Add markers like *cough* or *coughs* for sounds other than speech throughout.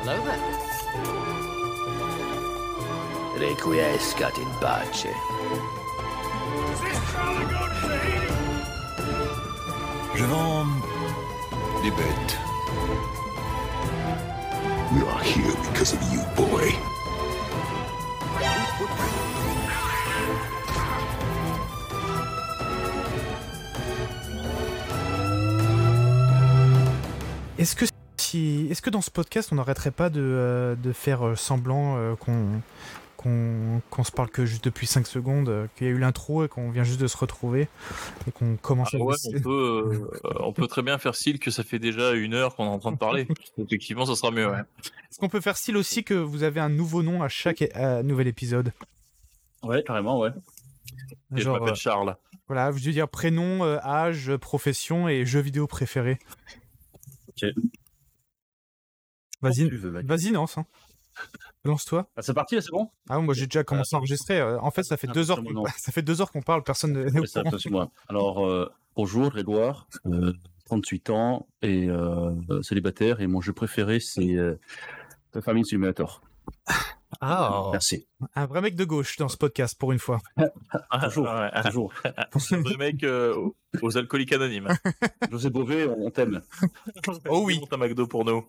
over. Requiescat in pace. Je vends des bêtes. We are here because of you, boy. Est-ce que si, est-ce que dans ce podcast, on n'arrêterait pas de, euh, de faire euh, semblant euh, qu'on qu'on qu'on se parle que juste depuis 5 secondes, euh, qu'il y a eu l'intro et qu'on vient juste de se retrouver et qu'on commence Ah à ouais, bosser. on peut, euh, on peut très bien faire style que ça fait déjà une heure qu'on est en train de parler. Effectivement, ça sera mieux. Ouais, Est-ce qu'on peut faire style aussi que vous avez un nouveau nom à chaque euh, nouvel épisode ouais carrément, ouais. Et je Genre, m'appelle euh, *laughs* Charles. voilà, je veux dire prénom, euh, âge, profession et jeu vidéo préféré. Ok. Vas-y, Oh, Tu veux, mec. vas-y, lance. hein. Lance-toi. Ah, c'est parti, là, c'est bon Ah, moi j'ai déjà commencé à enregistrer. euh, En fait, ça fait Bah, Ah, deux heures. absolument. *laughs* Ça fait deux heures qu'on parle. Personne ne. Ouais, c'est absolument. Alors, euh, bonjour, Edouard. euh, 38 ans et euh, euh, célibataire. Et mon jeu préféré, c'est euh, The Family Simulator. Oh, Merci. Un vrai mec de gauche dans ce podcast pour une fois. Toujours. Ah, ouais, *laughs* ah, Bonjour. le mec euh, aux- aux alcooliques anonymes. *laughs* José Bové, on on t'aime. Oh oui. Monte un McDo pour nous.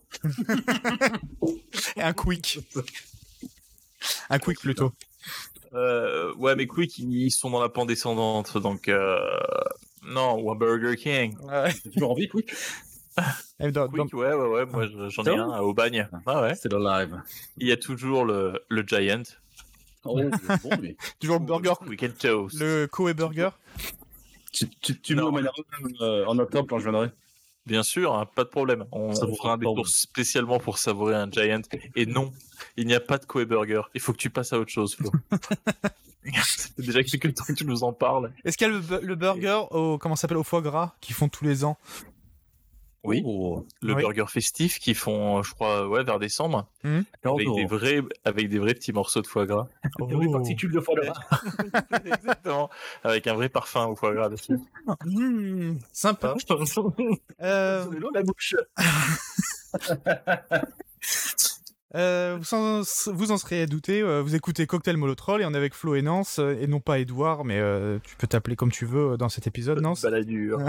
un quick. Un quick plutôt. Euh, ouais, mais Quick, ils sont dans la pente descendante, donc euh, non, ou un Burger King. T'as toujours envie, quick Et dans- dans- Quick, ouais, ouais, ouais, moi je- j'en ai C'est un à Aubagne. Ah ouais. C'est le live. Il y a toujours le, le Giant. Oh, c'est *laughs* bon, mais toujours ou le burger. le Weekend Toast. Le Coe Burger. tu, tu, tu me Non. l'emmèneras euh, en octobre quand je viendrai. Bien sûr, hein, pas de problème. On, Ça on vous fera un ressemble. détour spécialement pour savourer un Giant. Et non, il n'y a pas de Koei Burger. Il faut que tu passes à autre chose, Flo. *laughs* C'est déjà que le temps que tu nous en parles. Est-ce qu'il y a le, bu- le burger au comment ça s'appelle au foie gras qu'ils font tous les ans Oui. Oh, Le Oui. burger festif qu'ils font, euh, je crois, ouais, vers décembre. Mhm. Oh Avec, des vrais, avec des vrais petits morceaux de foie gras. Oh. de fois de rare. Exactement. Avec un vrai parfum au foie gras dessus. Mmh, sympa. *laughs* Euh, Hein la bouche. *laughs* euh, vous, en, vous en serez à douter. euh, Vous écoutez Cocktail Molotrol et on est avec Flo et Nance euh, et non pas Edouard, mais euh, tu peux t'appeler comme tu veux euh, dans cet épisode, Nance. Baladure.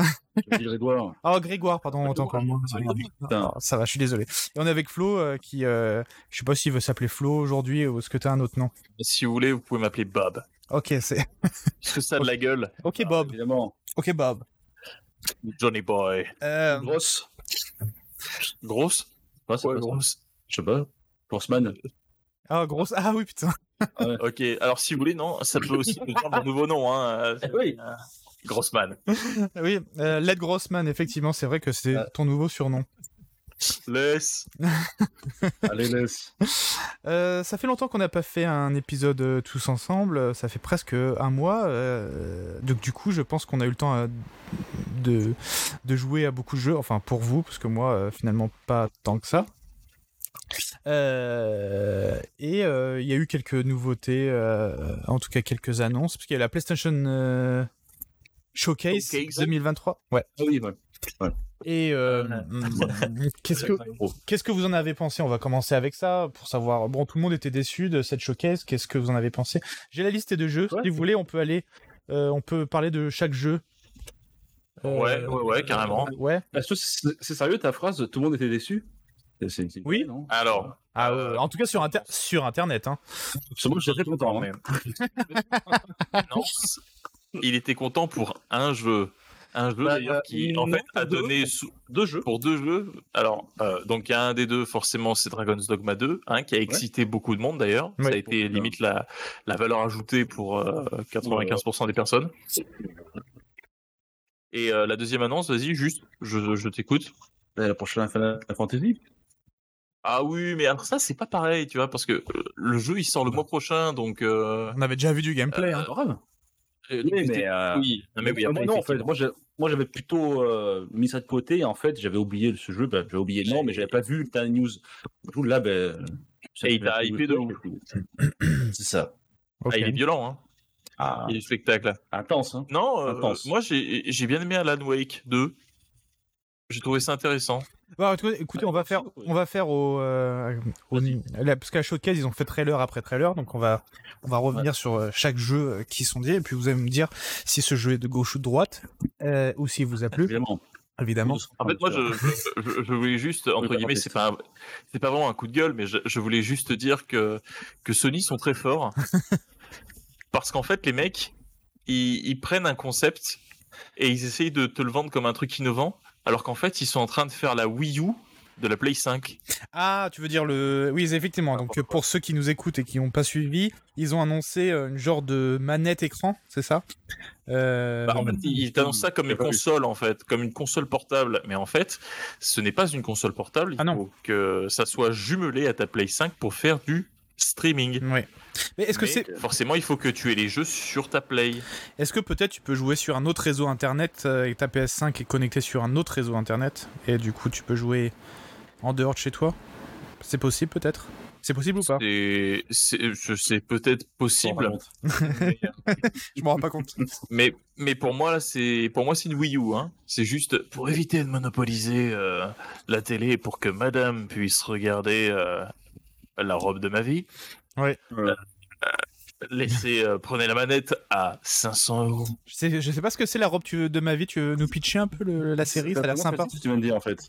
Edouard. Ah Grégoire, pardon, autant pour moi. Putain. Ah, ça va, je suis désolé. Et on est avec Flo euh, qui, euh, je sais pas s'il veut s'appeler Flo aujourd'hui ou est-ce que t'as un autre nom. Si vous voulez, vous pouvez m'appeler Bob. Ok, c'est. *laughs* Parce que ça a de la gueule. Ok Ah, Bob. Évidemment. Ok Bob. Johnny Boy. Euh, Grosse. Grosse Ouais, c'est Ouais, pas ça. grosse. Je sais pas. Grossman. Ah grosse. Ah oui putain. *laughs* Ok, alors si vous voulez, non, ça peut aussi être mon nouveau nom, hein. euh, Oui. euh, Grossman. Oui, euh, Led Grossman. Effectivement, c'est vrai que c'est Euh. Ah. ton nouveau surnom. Laisse. Allez, laisse. Euh, ça fait longtemps qu'on n'a pas fait un épisode euh, tous ensemble. euh, Ça fait presque un mois. euh, donc du coup, je pense qu'on a eu le temps euh, de de jouer à beaucoup de jeux. Enfin pour vous, parce que moi, euh, finalement, pas tant que ça. Euh, et euh, il y a eu quelques nouveautés, euh, en tout cas quelques annonces, parce qu'il y a la PlayStation euh, Showcase, Showcase. 2023. Ouais. Ah oui, ouais. Et euh, qu'est-ce que Oh. Qu'est-ce que vous en avez pensé On va commencer avec ça pour savoir. Bon, tout le monde était déçu de cette showcase. Qu'est-ce que vous en avez pensé J'ai la liste de jeux. Ouais. Si vous voulez, on peut aller. euh, on peut parler de chaque jeu. Euh, Euh, Ouais, ouais, ouais, carrément. Ouais. Est-ce que c'est c'est sérieux ta phrase de Tout le monde était déçu C'est- Euh, c'est- c'est- Oui. non Alors, Ah, Euh, ouais, en tout cas sur, inter- sur internet. Hein. Parce que moi, j'étais content. hein. non, il était content pour un jeu. Un jeu Bah, d'ailleurs qui, en non, fait, a deux. donné sous- Deux jeux. pour deux jeux. Alors, euh, donc, il y a un des deux, forcément, c'est Dragon's Dogma 2, hein, qui a excité beaucoup de monde d'ailleurs. Ça Ouais. a été limite la, la valeur ajoutée pour euh, 95% des personnes. Et euh, la deuxième annonce, vas-y, juste, je, je t'écoute. Et euh, la prochaine Final Fantasy Ah oui, mais alors ça, c'est pas pareil, tu vois, parce que euh, le jeu, il sort le mois prochain, donc. euh, On avait déjà vu du gameplay. hein. Pas grave. euh, Oui, mais. c'était- euh, Oui, non, mais oui, moi, après, non, en fait, effectivement. moi, j'ai- moi, j'avais plutôt euh, mis ça de côté. Et en fait, j'avais oublié ce jeu. Ben, j'avais oublié le nom, mais j'avais pas vu le dernier news. Du coup, là, ben. ça Et fait il t'a un peu hypé de ouf. *clears throat* C'est ça. Ok. Ah, il est violent, hein. Ah, Il est spectacle. là. intense, hein. Non, euh, Intense. moi, j'ai j'ai bien aimé Alan Wake 2. J'ai trouvé ça intéressant. Bon, Bah, en tout cas, écoutez, on va faire, on va faire au, euh, au- là, parce qu'à la showcase ils ont fait trailer après trailer, donc on va, on va revenir sur euh, chaque jeu euh, qui sont dit, et puis vous allez me dire si ce jeu est de gauche ou de droite, euh, ou s'il vous a plu, Évidemment. évidemment. En fait, moi, je, je- je- je voulais juste, entre Ah, bah, en guillemets, fait. c'est pas, un- c'est pas vraiment un coup de gueule, mais je, je voulais juste dire que, que Sony sont très *laughs* forts. parce qu'en fait, les mecs, ils, ils prennent un concept et ils essayent de te le vendre comme un truc innovant, alors qu'en fait, ils sont en train de faire la Wii U de la Play 5. Ah, tu veux dire le. Oui, effectivement. Donc, euh, pour ceux qui nous écoutent et qui n'ont pas suivi, ils ont annoncé euh, une genre de manette écran, c'est ça Euh, Bah, en fait, ils ils t'annoncent ça comme j'ai une pas vu. console, en fait, comme une console portable. Mais en fait, ce n'est pas une console portable. Il Ah non. faut que ça soit jumelé à ta Play 5 pour faire du streaming. ouais. Mais est-ce que Mais c'est. Forcément, il faut que tu aies les jeux sur ta Play. Est-ce que peut-être tu peux jouer sur un autre réseau internet euh, et ta PS5 est connectée sur un autre réseau internet et du coup tu peux jouer en dehors de chez toi C'est possible peut-être C'est possible ou pas C'est- C'est je- c'est peut-être possible, Je m'en rends pas compte. mais, mais pour moi, là, c'est pour moi, c'est une Wii U. hein. C'est juste pour éviter de monopoliser euh, la télé pour que madame puisse regarder euh, la robe de ma vie. Ouais. Euh, euh, laissez, euh, prenez la manette à 500 euros. je, sais, je sais pas ce que c'est la robe tu veux- de ma vie. Tu veux nous pitcher un peu le- la série Ça a l'air sympa. Ce que tu viens de dire en fait.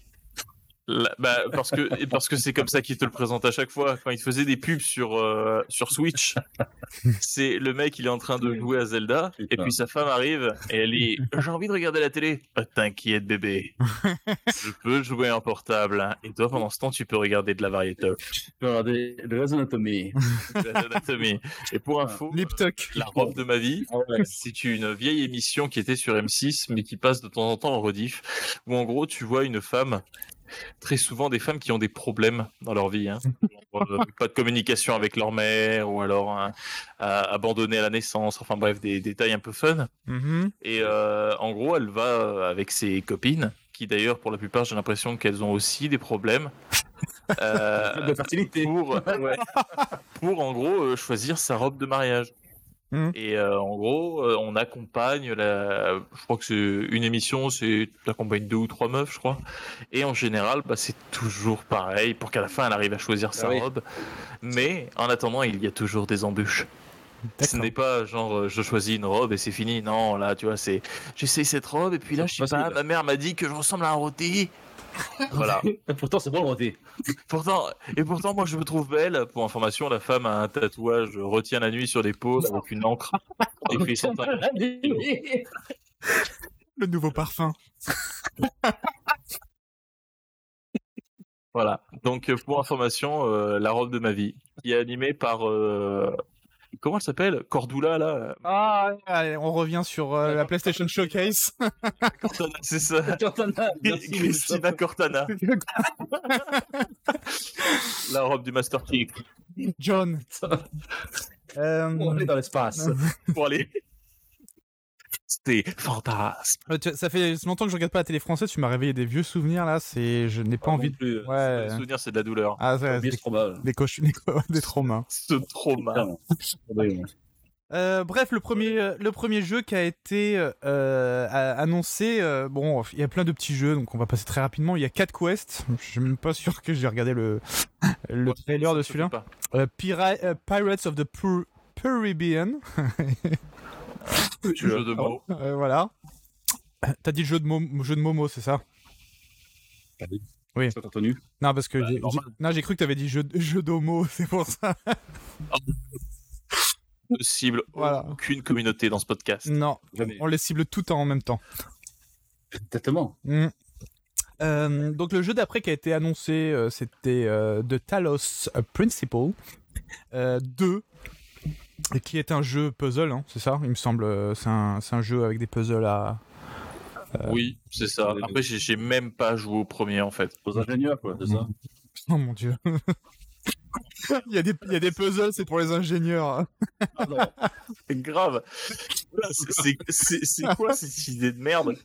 La- bah, parce que et parce que c'est comme ça qu'ils te le présentent à chaque fois. Quand ils faisaient des pubs sur euh, sur Switch, c'est le mec il est en train de jouer à Zelda et puis sa femme arrive et elle dit j'ai envie de regarder la télé. Ah, T'inquiète bébé, je peux jouer en portable hein. et toi pendant ce temps tu peux regarder de la variété. Tu peux regarder Grey's Anatomy. de l'anatomie. et pour info, euh, Liptock. *laughs* la robe de ma vie, Ah ouais. c'est une vieille émission qui était sur M6, mais qui passe de temps en temps en rediff, où en gros, tu vois une femme, très souvent des femmes qui ont des problèmes dans leur *laughs* vie. hein. Genre, euh, pas de communication avec leur mère, ou alors hein, à- abandonnée à la naissance, enfin bref, des détails un peu fun. Mhm. Et euh, en gros, elle va euh, avec ses copines, qui d'ailleurs, pour la plupart, j'ai l'impression qu'elles ont aussi des *laughs* problèmes. euh, de fertilité. pour, *laughs* pour en gros euh, choisir sa robe de mariage. Hmm. Mhm. Et euh, en gros, euh, on accompagne la. Je crois que c'est une émission, c'est t'accompagnes deux ou trois meufs, je crois. Et en général, bah, c'est toujours pareil pour qu'à la fin, elle arrive à choisir sa Ah oui. robe. Mais en attendant, il y a toujours des embûches. Ce D'accord. n'est pas genre euh, je choisis une robe et c'est fini. Non, là, tu vois, c'est j'essaye cette robe et puis là, je sais pas, Facile. ma mère m'a dit que je ressemble à un *laughs* rôti. voilà. Pourtant, c'est bon le rôti. Pourtant, et pourtant, moi, je me trouve belle. Pour information, la femme a un tatouage euh, retient la nuit sur l'épaule avec une *laughs* encre. Et fait 150 Le nouveau parfum. Voilà. Donc, euh, pour information, euh, la robe de ma vie, qui est animée par euh, comment elle s'appelle Cordula là. Ah, allez, on revient sur euh, la PlayStation Showcase. Cortana, c'est ça. *laughs* Cortana, merci, mais je- Christina *laughs* Cortana, la robe du Master Chief *laughs* John. *laughs* Euh, On est dans l'espace. pour aller. C'était fantastique. euh, tu- ça fait longtemps que je regarde pas la télé française. Tu m'as réveillé des vieux souvenirs là. C'est, je n'ai pas envie de. plus. euh, Ouais. Le souvenir, c'est de la douleur. Ah, c'est- Bien des, trop mal. des, cochons- des co- *laughs* des traumas. Ce trauma. *laughs* Euh, bref, le premier, euh, le premier jeu qui a été euh, a- annoncé, euh, bon, il y a plein de petits jeux, donc on va passer très rapidement. Il y a 4 quests. Je suis même pas sûr que j'ai regardé le, le Ouais, trailer ça de se celui-là. fait pas. Euh, Pira- euh, Pirates of the Pur- Caribbean. Jeu de mots. Euh, voilà. T'as dit jeu de, mo- jeu de Momo, c'est ça T'as entendu Non, parce que j'ai- normal. j'ai- non, j'ai cru que t'avais dit jeu, jeu d'homo, *laughs* c'est pour ça. Ne cible Ah. Voilà. aucune communauté dans ce podcast. Non, Jamais. on les cible tout en même temps. Exactement. Mm. Euh, donc le jeu d'après qui a été annoncé, euh, c'était euh, The Talos Principle euh, 2, et qui est un jeu puzzle, hein, c'est ça Il me semble, euh, c'est un, c'est un jeu avec des puzzles à... *laughs* Euh, Oui, c'est ça. les deux. Après, j'ai- j'ai même pas joué au premier en fait. Aux ingénieurs, quoi, c'est ça. Oh mon dieu *laughs* il, y a des, il y a des puzzles, c'est pour les ingénieurs. hein. Ah non, C'est grave. C'est- c'est- C'est c'est quoi cette idée de merde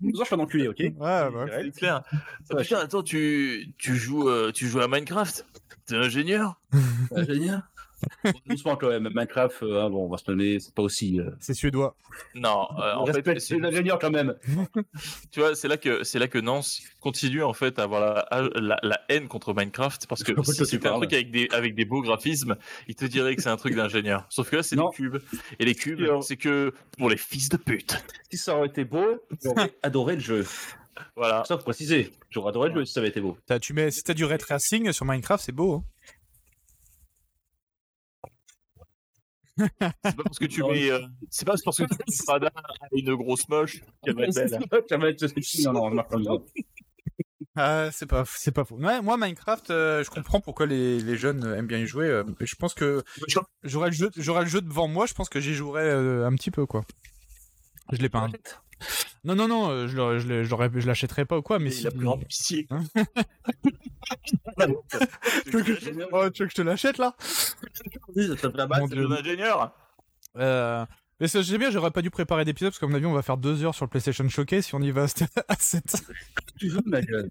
nous je suis un enculé, ok Ouais, bah. C'est clair. Ça va Putain, attends, tu, tu, joues, euh, tu joues à Minecraft T'es ingénieur Ingénieur Bon, doucement quand même. Minecraft, euh, hein, bon, on va se donner, c'est pas aussi. euh, C'est suédois. *laughs* Non, euh, en respect, fait, c'est c'est- les ingénieurs quand même. tu vois, c'est là que c'est là que Nance continue en fait à avoir la, la, la haine contre Minecraft *laughs* parce que Je vois de si quoi tu c'était un parles. truc avec des avec des beaux graphismes, il te dirait que c'est un truc d'ingénieur. Sauf que là, c'est des Non. euh, cubes et les cubes, Alors- c'est que pour les fils de pute. Si ça aurait été beau, j'aurais adoré le jeu. Voilà. Sauf préciser, j'aurais adoré le jeu si ça avait été beau. T'as- tu mets, si t'as du ray tracing sur Minecraft, c'est beau. hein. C'est pas parce que tu Non, mets, euh, c'est pas parce que tu mets *laughs* Prada à une grosse moche qu'elle va être belle. Ça va être- Non, non, je marque pas le nom. Ah, c'est pas, c'est pas faux. Ouais, moi, Minecraft, euh, je comprends pourquoi les, les jeunes aiment bien y jouer. euh, mais je pense que j'aurai le jeu, j'aurai le jeu devant moi. Je pense que j'y jouerai euh, un petit peu, quoi. Je l'ai pas. hein. Non, non, non, euh, je l'aurais- je l'ai- je l'aurais- je l'achèterai pas ou quoi, mais Mais si. la plus grande pitié. Hein Tu veux que je- Oh, tu veux que je te l'achète là Ça fait la base. Mon *laughs* C'est *laughs* Dieu. un ingénieur. Euh, Mais ça, j'ai bien, j'aurais pas dû préparer d'épisode parce que, à mon avis, on va faire deux heures sur le PlayStation Showcase si on y va à cette- *laughs* à cette Tu joues, ma gueule.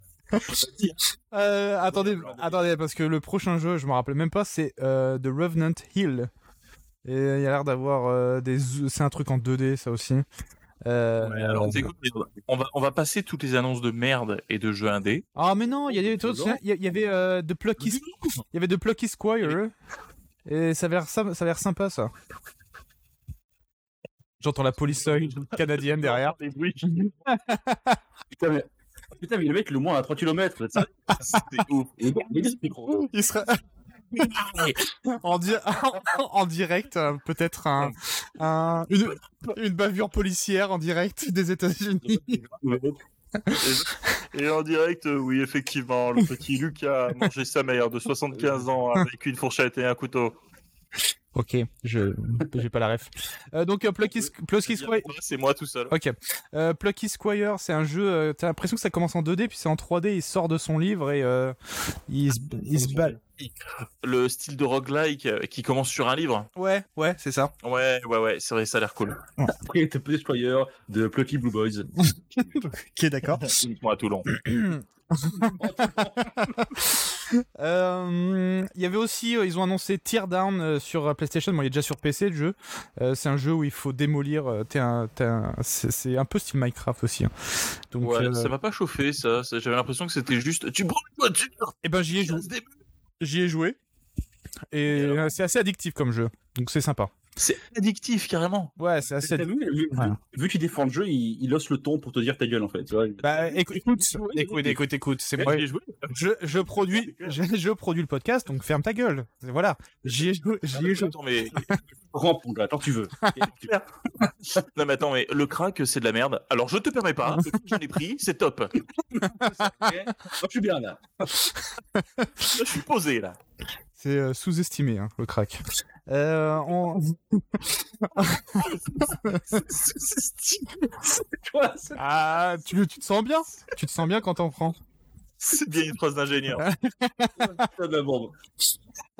Euh, attendez, alors, attendez, parce que le prochain jeu, je me rappelle même pas, c'est euh, The Revenant Hill. Et il y a l'air d'avoir euh, des. zo- C'est un truc en 2D, ça aussi. Euh, C'est cool, mais on va on va passer toutes les annonces de merde et de *laughs* jeux indés. Ah, mais non, il y, a des- C'est il y a- il y avait euh, The Plucky Squ- il y avait The Plucky Squire. Et ça avait l'air sym- ça a l'air sympa, ça. J'entends la police euh, canadienne derrière. Les bruits. Putain, mais. Putain, mais le mec, le moins à 3 km. C'était ouf. Il serait. en, di- *laughs* en direct, euh, peut-être un, un- une, une bavure policière en direct des États-Unis. Et en direct, euh, oui, effectivement, le petit Lucas a mangé sa mère de 75 ans avec une fourchette et un couteau. Ok, je j'ai pas la ref. Euh, donc euh, Plucky, Squ- Plucky Squire. C'est moi tout seul. Ok. Euh, Plucky Squire, c'est un jeu. euh, T'as l'impression que ça commence en 2D, puis c'est en 3D. Il sort de son livre et euh, il se il se bat. Le style de roguelike euh, qui commence sur un livre. Ouais, ouais, c'est ça. Ouais, ouais, ouais, c'est vrai, ça a l'air cool. Après, t'es petit destroyer de Plucky Blue Boys. Ok, d'accord. Uniquement à Toulon. Euh, Il y avait aussi, euh, ils ont annoncé Teardown euh, sur euh, PlayStation. Bon, il est déjà sur PC le jeu. Euh, c'est un jeu où il faut démolir. euh, t'es un- t'es un- c'est, c'est un peu style Minecraft aussi. hein. Donc, ouais, euh, ça m'a pas chauffé, ça. Ça- J'avais l'impression que c'était juste. Tu prends une voiture eh ben j'y ai joué. ça se débute. J'y ai joué. Et euh, c'est assez addictif comme jeu. Donc c'est sympa. C'est addictif, carrément. Ouais, c'est assez. T'as addi- vu, vu, Voilà. vu qu'il défend le jeu, il, il osse le ton pour te dire ta gueule en fait. tu vois. Bah écou- écoute, écoute, écoute, écoute, c'est moi. J'ai joué. Je, je produis, je, je produis le podcast, donc ferme ta gueule. Voilà. J'y ai joué. J'y ai joué. Ah, Attends, mais... Rampe, mon gars, tant que tu veux. non, mais attends, mais le crack, c'est de la merde. Alors, je te permets pas. J'en ai pris, c'est top. Ok je suis bien là. Je suis posé, là. C'est euh, sous-estimé hein, le crack. *laughs* Euh, on... Tu vois, c'est- *laughs* Ah, tu, tu te sens bien Tu te sens bien quand t'en prends C'est bien une phrase d'ingénieur. c'est de la bombe.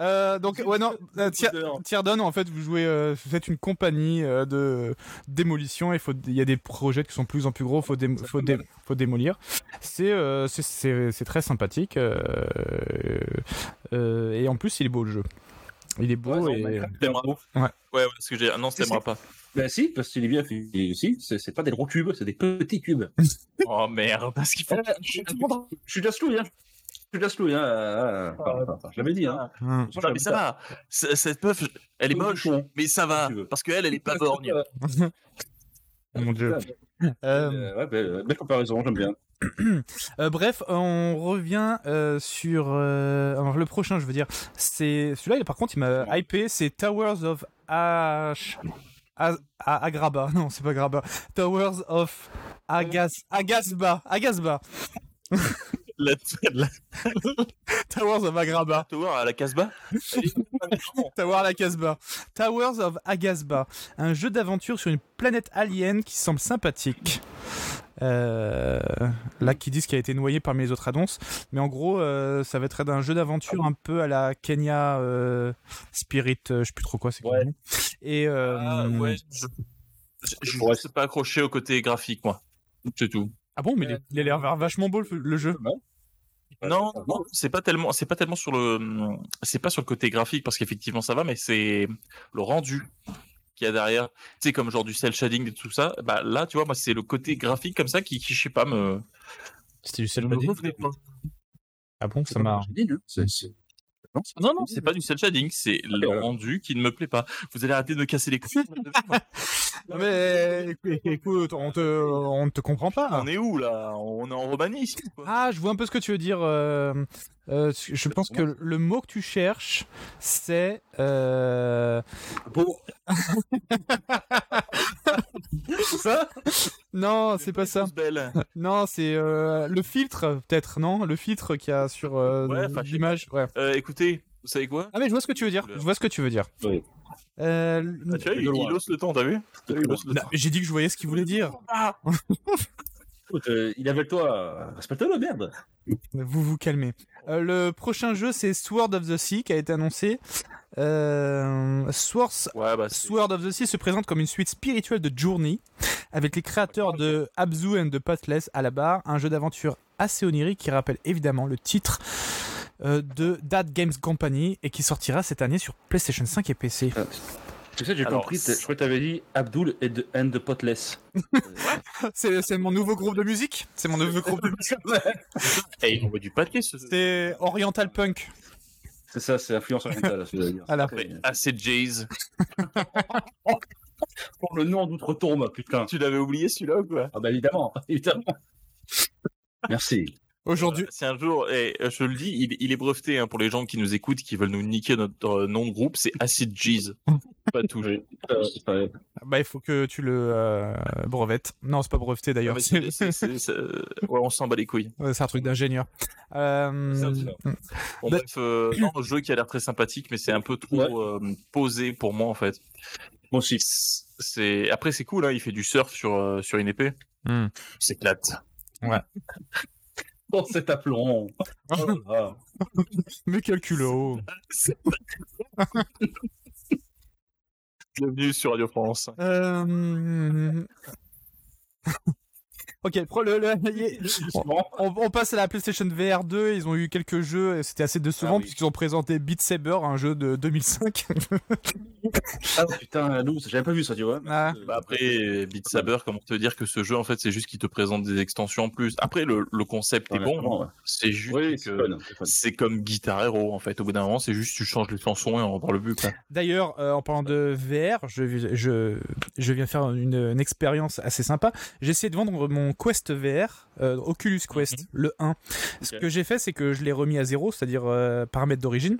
Euh, Donc, ouais, non, euh, Tier- Teardown, en fait, vous jouez, euh, vous faites une compagnie euh, de démolition. et Il faut- il y a des projets qui sont de plus en plus gros. Faut, dé- faut, dé- faut démolir. C'est, euh, c'est, c'est- c'est très sympathique. euh, euh, et en plus, il est beau le jeu. Il est beau. Ouais, et- non, Minecraft, t'aimeras pas. Ouais, ouais, ce que j'ai. Non, C'est- t'aimeras pas. Bah si, parce qu'il est bien fait. Et Si, c'est c'est pas des gros cubes, c'est des petits cubes. Oh merde, parce qu'il faut. Ah, Je suis Jaslouille, hein. Je suis Jaslouille, hein. Ah, ah, ah, ah, Je l'avais dit, hein. Hum. Non, mais ça va. C- Cette meuf, elle est moche, mais ça va. Tu veux. Parce qu'elle, elle est pas borgne. Mon *laughs* Dieu. Euh, Euh, ouais, belle, belle comparaison, j'aime bien. euh, bref, on revient euh, sur euh, alors, le prochain, je veux dire. C'est celui-là, il- par contre, il m'a hypé. C'est Towers of Ash. A- A- Agraba, *laughs* non, c'est pas Agraba. Towers of Agas... Agasba. Agasba. *laughs* La, la Towers of Agraba. tour à la Casbah Tower à la Casbah. Towers of Agasba. Un jeu d'aventure sur une planète alien qui semble sympathique. Euh, là, qui disent qu'il a été noyé parmi les autres annonces. Mais en gros, euh, ça va être un jeu d'aventure un peu à la Kenya euh, Spirit, euh, je sais plus trop quoi, c'est quoi Ouais. le nom. Et euh, Ah ouais, je, je, je- je sais pas accroché au côté graphique, moi. C'est tout. ah bon, mais il a- il a l'air vachement beau le, le jeu. Non, non, c'est pas tellement, c'est pas tellement sur le, c'est pas sur le côté graphique parce qu'effectivement ça va, mais c'est le rendu qu'il y a derrière. Tu sais, comme genre du cel shading et tout ça. Bah là, tu vois, moi c'est le côté graphique comme ça qui, qui, je sais pas, me. C'était du cel me shading revenait pas. Ah bon, ça m'a. Non, non, c'est pas du cel shading, c'est le voilà. rendu qui ne me plaît pas. Vous allez arrêter de me casser les *laughs* couilles. Non, mais écou- écoute, on te, on ne te comprend pas. on est où là On est en Romanie. ici, quoi. Ah, je vois un peu ce que tu veux dire. euh, euh, je pense que le mot que tu cherches, c'est. euh, *laughs* c'est ça Non, c'est pas ça. Tous belles. Non, c'est euh, le filtre, peut-être, non Le filtre qu'il y a sur euh, Ouais, enfin, je sais l'image. Ouais. Euh, écoutez, vous savez quoi Ah, mais je vois ce que tu veux dire. Je vois ce que tu veux dire. Oui. Euh, Ah, Tu vois, il, il hausse le temps, t'as vu Il hausse le non, temps. J'ai dit que je voyais ce qu'il voulait dire. il avait toi. Respecte-le, merde. Vous vous calmez. Euh, le prochain jeu, c'est Sword of the Sea qui a été annoncé. Euh, Swords- Ouais, bah, c'est- Sword of the Sea se présente comme une suite spirituelle de Journey, avec les créateurs de Abzu and de Pathless à la barre, un jeu d'aventure assez onirique qui rappelle évidemment le titre euh, de That Games Company et qui sortira cette année sur PlayStation 5 et PC. Tu sais, j'ai Alors, compris. t'es- Je crois que t'avais dit Abdul et de and the Potless. *laughs* C'est c'est mon nouveau groupe de musique. C'est mon nouveau groupe de musique. Eh, on voit du paquet ce. C'est Oriental Punk. C'est ça, c'est influence orientale. ce que j'allais dire. À la Après, Ah, c'est Jays. Pour le nom d'outre-tombe, *laughs* putain. Tu l'avais oublié celui-là ou quoi Ah bah évidemment, *laughs* évidemment. Merci. Aujourd'hui, C'est un jour, et euh, je le dis, il, il est breveté hein, pour les gens qui nous écoutent, qui veulent nous niquer notre euh, nom de groupe, c'est Acid *laughs* Jeez. Pas tout. Euh, c'est pas- bah, il faut que tu le euh, brevettes. Non, c'est pas breveté d'ailleurs. Ah, Mais c'est- c'est- c'est- c'est- euh, Ouais, on s'en bat les couilles. Ouais, c'est un truc d'ingénieur. Euh, C'est un truc Bon, Bah- bref, euh, non, le jeu qui a l'air très sympathique, mais c'est un peu trop euh, posé pour moi en fait. Moi aussi. C'est après c'est cool, hein, il fait du surf sur euh, sur une épée. Hmm. C'est plate. Dans cet *laughs* aplomb. Oh là là. mais quel culot Bienvenue sur Radio France. Euh, Ok, pro- le- le- y- on, on passe à la PlayStation VR 2. Ils ont eu quelques jeux, et c'était assez décevant Ah oui. puisqu'ils ont présenté Beat Saber, un jeu de *laughs* 2005. Ah putain, la loose, j'avais pas vu ça, tu vois. Ah. Bah après, Beat Saber, comment te dire que ce jeu, en fait, c'est juste qu'il te présente des extensions en plus. Après, le, le concept est bon, ouais. c'est juste Oui, c'est que fun, c'est fun. c'est comme Guitar Hero, en fait. Au bout d'un moment, c'est juste tu changes les chansons et on reprend le but. quoi. D'ailleurs, euh, en parlant de VR, je, je, je viens faire une, une expérience assez sympa. J'ai essayé de vendre mon Quest VR, euh, Oculus Quest, Mhm. le 1. Ce Ok. que j'ai fait, c'est que je l'ai remis à zéro, c'est-à-dire euh, paramètre d'origine.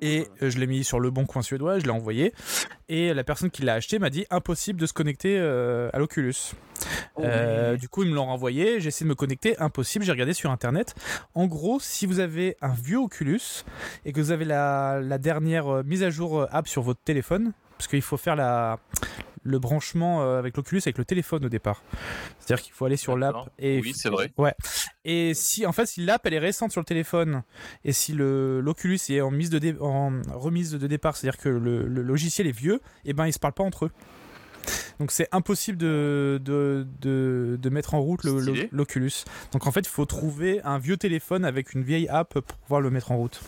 Et euh, je l'ai mis sur le bon coin suédois, je l'ai envoyé. Et la personne qui l'a acheté m'a dit impossible de se connecter euh, à l'Oculus. Euh, du coup, ils me l'ont renvoyé. J'ai essayé de me connecter. Impossible. J'ai regardé sur internet. En gros, si vous avez un vieux Oculus et que vous avez la, la dernière euh, mise à jour euh, app sur votre téléphone, parce qu'il faut faire la, le branchement euh, avec l'Oculus avec le téléphone au départ. C'est-à-dire qu'il faut aller sur l'app D'accord. et Oui, c'est vrai. et si en fait si l'app elle est récente sur le téléphone et si le l'Oculus est en mise de dé- en remise de départ, c'est-à-dire que le, le logiciel est vieux, et ben ils se parlent pas entre eux. Donc c'est impossible de, de, de, de mettre en route le- le- Stylé. l'Oculus. Donc en fait il faut trouver un vieux téléphone avec une vieille app pour pouvoir le mettre en route.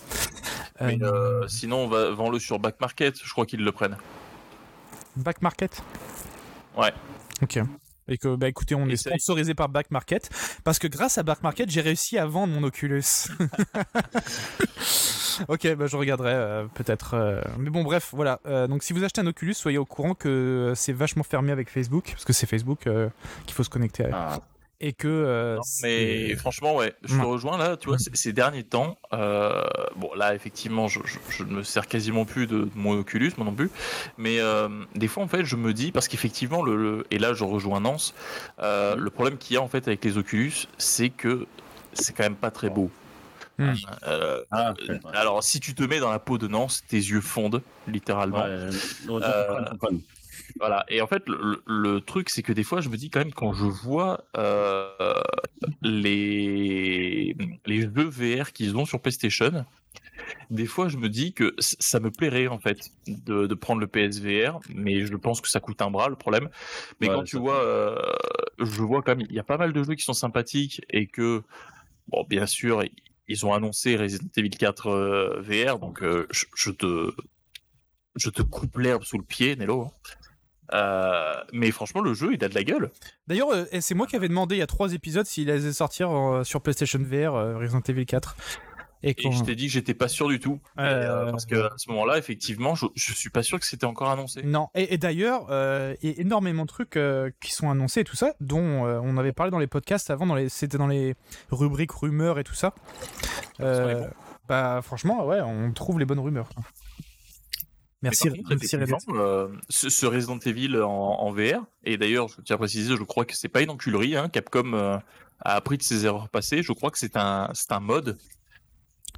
Mais, Euh, euh, sinon, on va vendre le sur Back Market. Je crois qu'ils le prennent. Back Market Ouais. Ok. Et que, bah écoutez, on est Essaye. sponsorisé par Back Market parce que grâce à Back Market, j'ai réussi à vendre mon Oculus. *laughs* ok, bah je regarderai euh, peut-être. euh, Mais bon, bref, voilà. Euh, donc si vous achetez un Oculus, soyez au courant que euh, c'est vachement fermé avec Facebook parce que c'est Facebook euh, qu'il faut se connecter à. Ah, Et que. euh, Non, c'est- mais franchement, ouais, je te Ouais. rejoins là. Tu vois, ces ces derniers temps, euh, bon, là, effectivement, je, je- je ne me sers quasiment plus de, de mon Oculus, moi non plus. Mais euh, des fois, en fait, je me dis, parce qu'effectivement, le, le- et là, je rejoins Nance, Mm. euh, le problème qu'il y a en fait avec les Oculus, c'est que c'est quand même pas très beau. Hmm. Euh, ah, euh, ouais. alors, si tu te mets dans la peau de Nance, tes yeux fondent littéralement. Ouais, je- non, je Euh, comprends, je comprends. Voilà. Et en fait, le, le- le truc, c'est que des fois, je me dis quand même, quand je vois euh, les, les jeux VR qu'ils ont sur PlayStation, des fois, je me dis que c- ça me plairait, en fait, de, de prendre le PSVR, mais je pense que ça coûte un bras, le problème. Mais Ouais, quand tu ça- vois, euh, je vois quand même, il y a pas mal de jeux qui sont sympathiques et que, bon, bien sûr, ils ont annoncé Resident Evil 4 euh, VR, donc euh, je, je te je te coupe l'herbe sous le pied, Nello. hein. Euh, mais franchement, le jeu, il a de la gueule. D'ailleurs, euh, et c'est moi qui avais demandé il y a trois épisodes s'il allait sortir en- sur PlayStation VR euh, Resident Evil 4. Et Et quand... je t'ai dit que j'étais pas sûr du tout. Euh, Euh, parce que à ce moment-là, effectivement, je, je suis pas sûr que c'était encore annoncé. Non, et, et d'ailleurs, euh, il y a énormément de trucs euh, qui sont annoncés et tout ça, dont euh, on avait parlé dans les podcasts avant, dans les, c'était dans les rubriques rumeurs et tout ça. qu'on est Euh, bah franchement, ouais, on trouve les bonnes rumeurs. Merci, Mais par contre, merci Reddit. effectivement, euh, ce, ce Resident Evil en, en VR, et d'ailleurs, je tiens à préciser, je crois que c'est pas une enculerie, hein, Capcom euh, a appris de ses erreurs passées, je crois que c'est un, c'est un mode.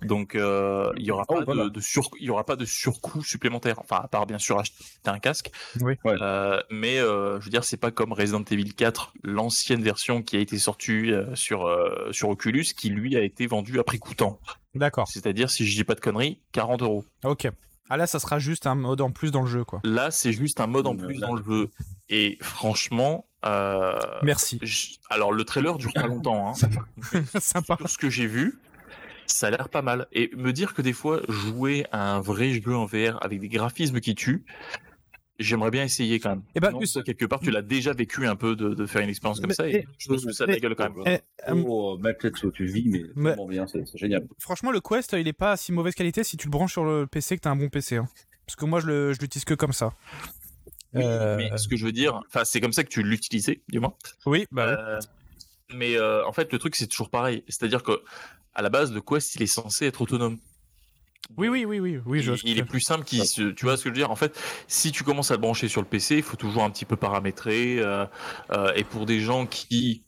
Donc, euh, il n'y aura, Oh, pas voilà. de, de sur- il y aura pas de surcoût supplémentaire, enfin, à part bien sûr acheter un casque. Oui. Ouais. Euh, mais euh, je veux dire, c'est pas comme Resident Evil 4, l'ancienne version qui a été sortie euh, sur, euh, sur Oculus, qui lui a été vendue à prix coûtant. D'accord. C'est-à-dire, si je dis pas de conneries, 40 euros. Ok. Ah là, ça sera juste un mode en plus dans le jeu, quoi. Là, c'est juste un mode en plus dans le jeu. Et franchement, euh, *laughs* Merci. j- alors le trailer dure pas longtemps. Hein. Sympa. Sur ce que j'ai vu, ça a l'air pas mal. Et me dire que des fois, jouer à un vrai jeu en VR avec des graphismes qui tuent, j'aimerais bien essayer quand même. Eh ben, Non, Gus- toi, quelque part, tu l'as déjà vécu un peu de, de faire une expérience comme Mais- ça. eh, Et je pense que ça mais- dégueule quand même. Eh, euh, Oh, Matt, là-dessus, tu vis, mais Ouais. vraiment bien, c'est c'est génial. Franchement, le Quest, euh, il est pas à si mauvaise qualité si tu le branches sur le PC que t'as un bon PC. hein. Parce que moi, je le- je l'utilise que comme ça. Euh, Mais ce que je veux dire, enfin, c'est comme ça que tu l'utilisais, du moins. Oui, bah ouais. Euh, mais euh, en fait, le truc, c'est toujours pareil. C'est-à-dire que à la base, le Quest, il est censé être autonome. oui, oui, oui, oui, oui, je vois il, ce que il tu est veux plus simple qu'il se- tu vois ce que je veux dire en fait si tu commences à le brancher sur le PC il faut toujours un petit peu paramétrer euh, euh, et pour des gens qui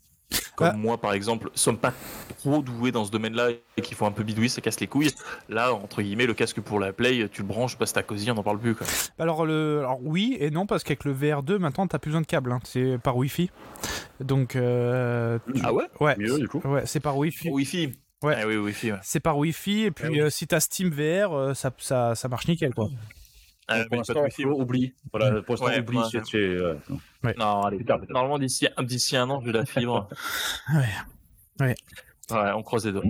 Ah. comme moi par exemple sommes pas trop doués dans ce domaine-là et qui font un peu bidouiller ça casse les couilles là entre guillemets le casque pour la play tu le branches passe ta cosy on n'en parle plus quoi. Alors, le... Alors oui et non, parce qu'avec le VR2, maintenant, t'as plus besoin de câble. hein. C'est par Wi-Fi. Donc, euh, tu- ah ouais ouais. Mieux, du coup. Ouais, c'est par Wi-Fi. Wi-Fi Ouais. Ah oui Wi-Fi ouais. C'est par Wi-Fi, et puis Ah oui. euh, si t'as Steam VR, euh, ça, ça, ça marche nickel, quoi. Ah, pour mais pas de l'instant, Wi-Fi. faut- oublie. Voilà, pour l'instant, Ouais, oublie. ouais. c'est- euh, c'est- ouais. Non, allez. Plus tard, plus tard. Normalement, d'ici, d'ici un an, je vais la *laughs* fibre. Ouais. Ouais. Ouais, on croise les doigts.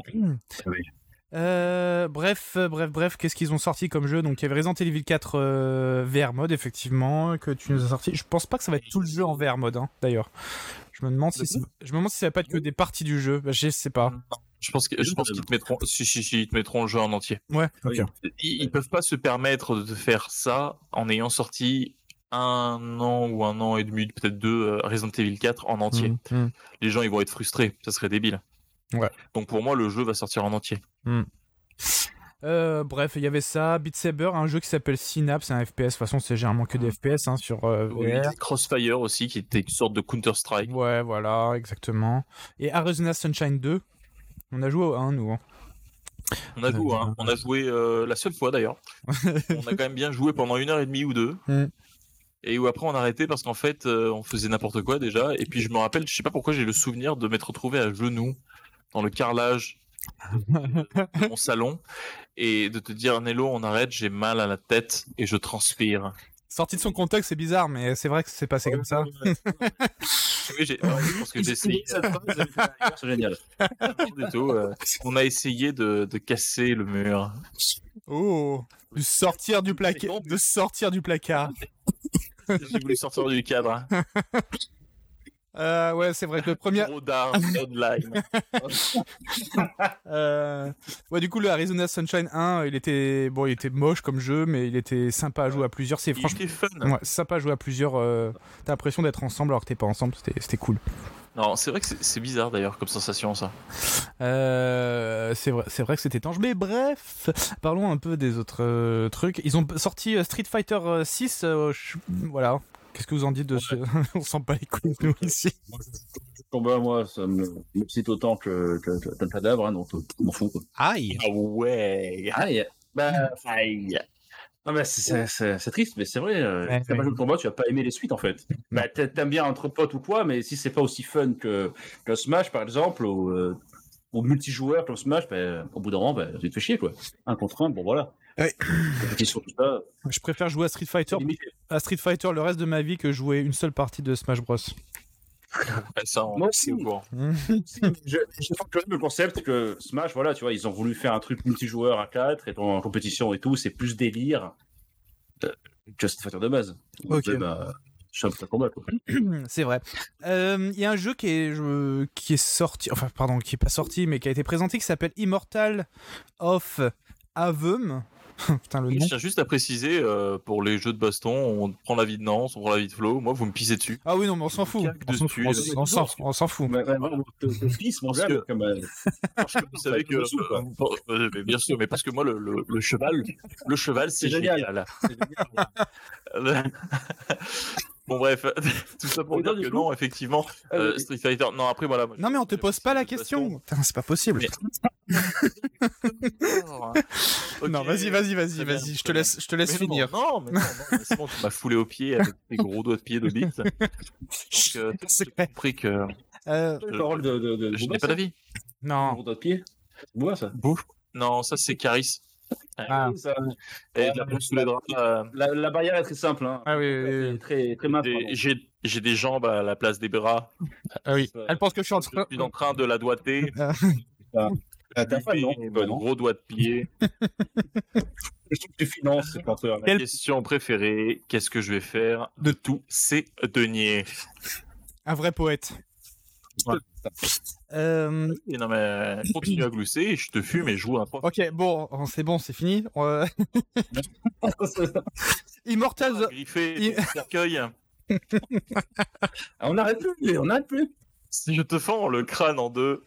Euh, bref, euh, bref, bref, qu'est-ce qu'ils ont sorti comme jeu Donc, il y avait Resident Evil 4 euh, VR mode, effectivement, que tu nous as sorti. Je pense pas que ça va être tout le jeu en VR mode, hein, d'ailleurs. Je me demande si, ça... je me demande si ça va pas être que des parties du jeu. Bah, je sais pas. Je pense que- je pense qu'ils te mettront, si, si, si, ils te mettront le jeu en entier. Ouais. Ok. Ils, ils peuvent pas se permettre de faire ça en ayant sorti un an ou un an et demi, peut-être deux, euh, Resident Evil 4 en entier. Mm, mm. Les gens, ils vont être frustrés. Ça serait débile. Ouais. Donc pour moi, le jeu va sortir en entier. Euh, bref, il y avait ça, Beat Saber, un jeu qui s'appelle Synapse, un FPS. De toute façon, c'est généralement que des FPS hein, sur euh, VR. Crossfire aussi, qui était une sorte de Counter-Strike. Ouais, voilà, exactement. Et Arizona Sunshine 2. On a joué au 1, nous. hein. On a joué, hein. on a joué euh, la seule fois d'ailleurs. on a quand même bien joué pendant une heure et demie ou deux. Mm. Et où après on a arrêté parce qu'en fait euh, on faisait n'importe quoi déjà. Et puis je me rappelle, je sais pas pourquoi j'ai le souvenir de m'être retrouvé à genoux dans le carrelage de, de mon salon et de te dire Nello on arrête, j'ai mal à la tête et je transpire. Sorti de son contexte, c'est bizarre, mais c'est vrai que c'est passé comme ça. Oui, j'ai- ouais, je pense que j'ai essayé. *laughs* C'est génial. du tout, euh, on a essayé de, de casser le mur. Oh de sortir du placard, de sortir du placard. J'ai voulu sortir du cadre. hein. Euh, ouais, c'est vrai que le premier. Gros dard, deadline. euh, Ouais, du coup, le Arizona Sunshine 1, il était bon, il était moche comme jeu, mais il était sympa à jouer à plusieurs. C'est franchement, Franchement, fun. ouais, sympa à jouer à plusieurs. euh, T'as l'impression d'être ensemble alors que t'es pas ensemble. C'était, c'était cool. Non, c'est vrai que c'est- c'est bizarre d'ailleurs comme sensation ça. Euh, c'est vrai, c'est vrai que c'était étanche. Mais bref, parlons un peu des autres euh, trucs. Ils ont sorti euh, Street Fighter 6. voilà. Qu'est-ce que vous en dites de ce... *laughs* On s'en bat les couilles nous ici. Combat, ben, moi, ça me me excite autant que, que, que, le cadavre, hein, donc euh, je m'en fous. Quoi. Aïe. Ah ouais. Aïe. Bah, aïe. Non, mais c'est- c'est- c'est c'est triste, mais c'est vrai. euh, Ouais, t'as ouais. pas joué le combat, tu vas pas aimer les suites en fait. Bah, t'a- t'aimes bien entre potes ou quoi, mais si c'est pas aussi fun que, que Smash par exemple, ou, euh, ou multijoueur comme Smash, bah, au bout d'un moment, bah, tu te fais chier quoi. Un contre un, bon voilà. Ouais. Compétition, tout ça. Je préfère jouer à Street Fighter limite, à Street Fighter le reste de ma vie que jouer une seule partie de Smash Bros. Ouais, ça, on Moi c'est au aussi. courant. je, je pense que le concept que Smash, voilà, tu vois, ils ont voulu faire un truc multijoueur à 4 et en compétition et tout, c'est plus délire euh, que Street Fighter de base. Ok. Même, euh, Shadow of the Combat, quoi. Hmm, C'est vrai. Euh, Il y a un jeu qui est, je- qui est sorti, enfin pardon, qui est pas sorti, mais qui a été présenté, qui s'appelle Immortal of Avum. *laughs* Putain le Je nom. tiens juste à préciser, euh, pour les jeux de baston, on prend la vie de Nance, on prend la vie de Flo. Moi, vous me pissez dessus. Ah oui non mais on s'en fout. Cac On s'en dessus, fout. On les s'en- on s'en fout. On s'en fout. Ouais, ouais, vraiment, te- te fils, mon gars, Parce comme, *laughs* euh, Parce Ah, que bah, vous savez que. Tout dessous, quoi. euh, bon, euh, mais bien sûr, mais parce que moi, le, le- le cheval, le cheval, c'est C'est génial. génial. Euh, *laughs* bon, bref, *laughs* tout ça pour Mais non, dire du que coup- non, effectivement, euh, Street Fighter. Non, après, voilà. moi, Ah, Non je- mais on te je- pose je- pas la de toute question. Putain, c'est pas possible. Mais- façon- hein. Ok. *laughs* Non vas-y vas-y vas-y Très bien, vas-y. Je te très bien. laisse je te laisse Mais non, finir. Non, mais non, non, mais c'est bon, tu m'as foulé au pied avec tes gros doigts de pied de *laughs* bite. Donc, euh, C'est j'ai compris que Euh, les paroles de. de, de je Booba, n'ai pas ça d'avis. non. Pour d'autres pieds. C'est Booba, ça. Bouffe. Non, ça, c'est Caris. Ah. Ça- Et de la bouffe sous les draps. euh, La, la barrière est très simple. Hein. Ah oui, oui, oui. Très, très mince. des- pardon. J'ai j'ai des jambes à la place des bras. Ah oui. Ouais. Elle pense que je suis en Je train. suis en train de la *laughs* doigter. Ah, T'as pas, non Mon Bah, non. gros doigt de pied. Je trouve que tu finances, c'est pas *laughs* toi. Quelle- Question préférée qu'est-ce que je vais faire de tous ces deniers Un vrai poète. Ouais. Euh, Et Non, mais continue à glousser et je te fume et joue un prof. ok bon oh, c'est bon c'est fini. Euh, *laughs* Immortal of- Griffé, Il- ton cercueil. Ah, On n'arrête plus, on n'arrête plus. Si je te fends le crâne en deux.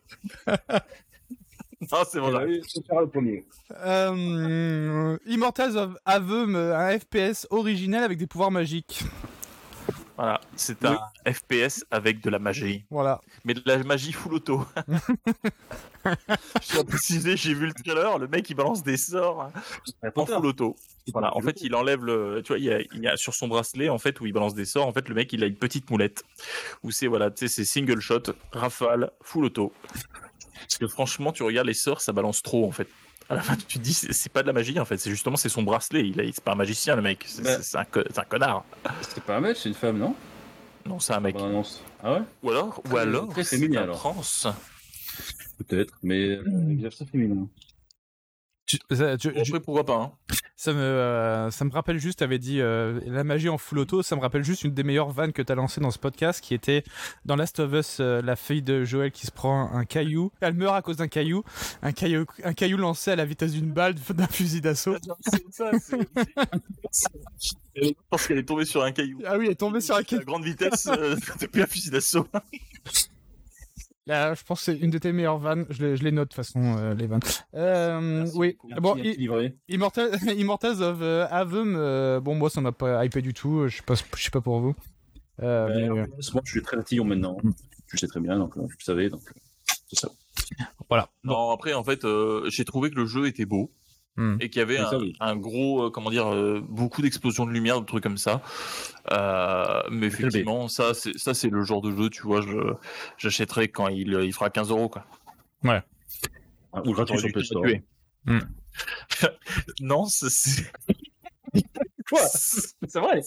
ah, c'est bon. là. C'est Charles le premier. Euh, Immortals of Aveum, un FPS original avec des pouvoirs magiques. Voilà, c'est un FPS avec de la magie. Voilà. Mais de la magie full auto. je tiens à préciser, j'ai vu le trailer, le mec il balance des sorts en full auto. Voilà, en fait il enlève le. Tu vois, il y a, il y a sur son bracelet, en fait, où il balance des sorts, en fait, le mec il a une petite moulette. Où c'est, voilà, tu sais, c'est single shot, rafale, full auto. Parce que franchement, tu regardes les sorts, ça balance trop en fait. À la fin, tu te dis, c'est c'est pas de la magie en fait, c'est justement, c'est son bracelet. Il a- c'est pas un magicien le mec, c'est Ouais. c'est- c'est un, co- c'est un connard. C'est pas un mec, c'est une femme, non Non, c'est un mec. Bonne annonce. Ah ouais Ou alors, ou Très- alors, très c'est féminin, un alors. trans. Peut-être, Mm. mais euh, exercice féminin. ça, Bon, après, pourquoi pas hein. me, euh, ça me rappelle juste, t'avais dit euh, la magie en full auto, ça me rappelle juste une des meilleures vannes que t'as lancée dans ce podcast qui était dans Last of Us, euh, la fille de Joël qui se prend un caillou, elle meurt à cause d'un caillou, un caillou, un caillou lancé à la vitesse d'une balle *laughs* d'un fusil d'assaut. Je pense qu'elle est tombée sur un caillou. Ah oui, elle est tombée sur un À caillou. grande vitesse euh, *laughs* depuis un fusil d'assaut. Là, je pense que c'est une de tes meilleures vannes, je les, je les note de toute façon, euh, les vannes. Euh, oui, bon, il il- livré. Immortal, Immortals *laughs* of euh, Aveum, euh, bon moi ça m'a pas hypé du tout, euh, je sais pas, je sais pas pour vous. Euh, Euh, mais, euh, en plus, Moi, je suis très tatillon maintenant. Je sais très bien, donc euh, je le savais. Donc, euh, c'est ça. Non, après, en fait, euh, j'ai trouvé que le jeu était beau Hmm. et qu'il y avait Mais ça, un, oui. un gros, euh, comment dire, euh, beaucoup d'explosions de lumière, de trucs comme ça. Euh, mais Quel effectivement, ça, c'est ça, c'est le genre de jeu, tu vois, je- j'achèterai quand il, euh, il fera 15 euros, quoi. Ah, Ou gratuit sur J'aurais dû PS Store. tuer. Hmm. *laughs* non, c'est- c'est *laughs* Quoi C'est vrai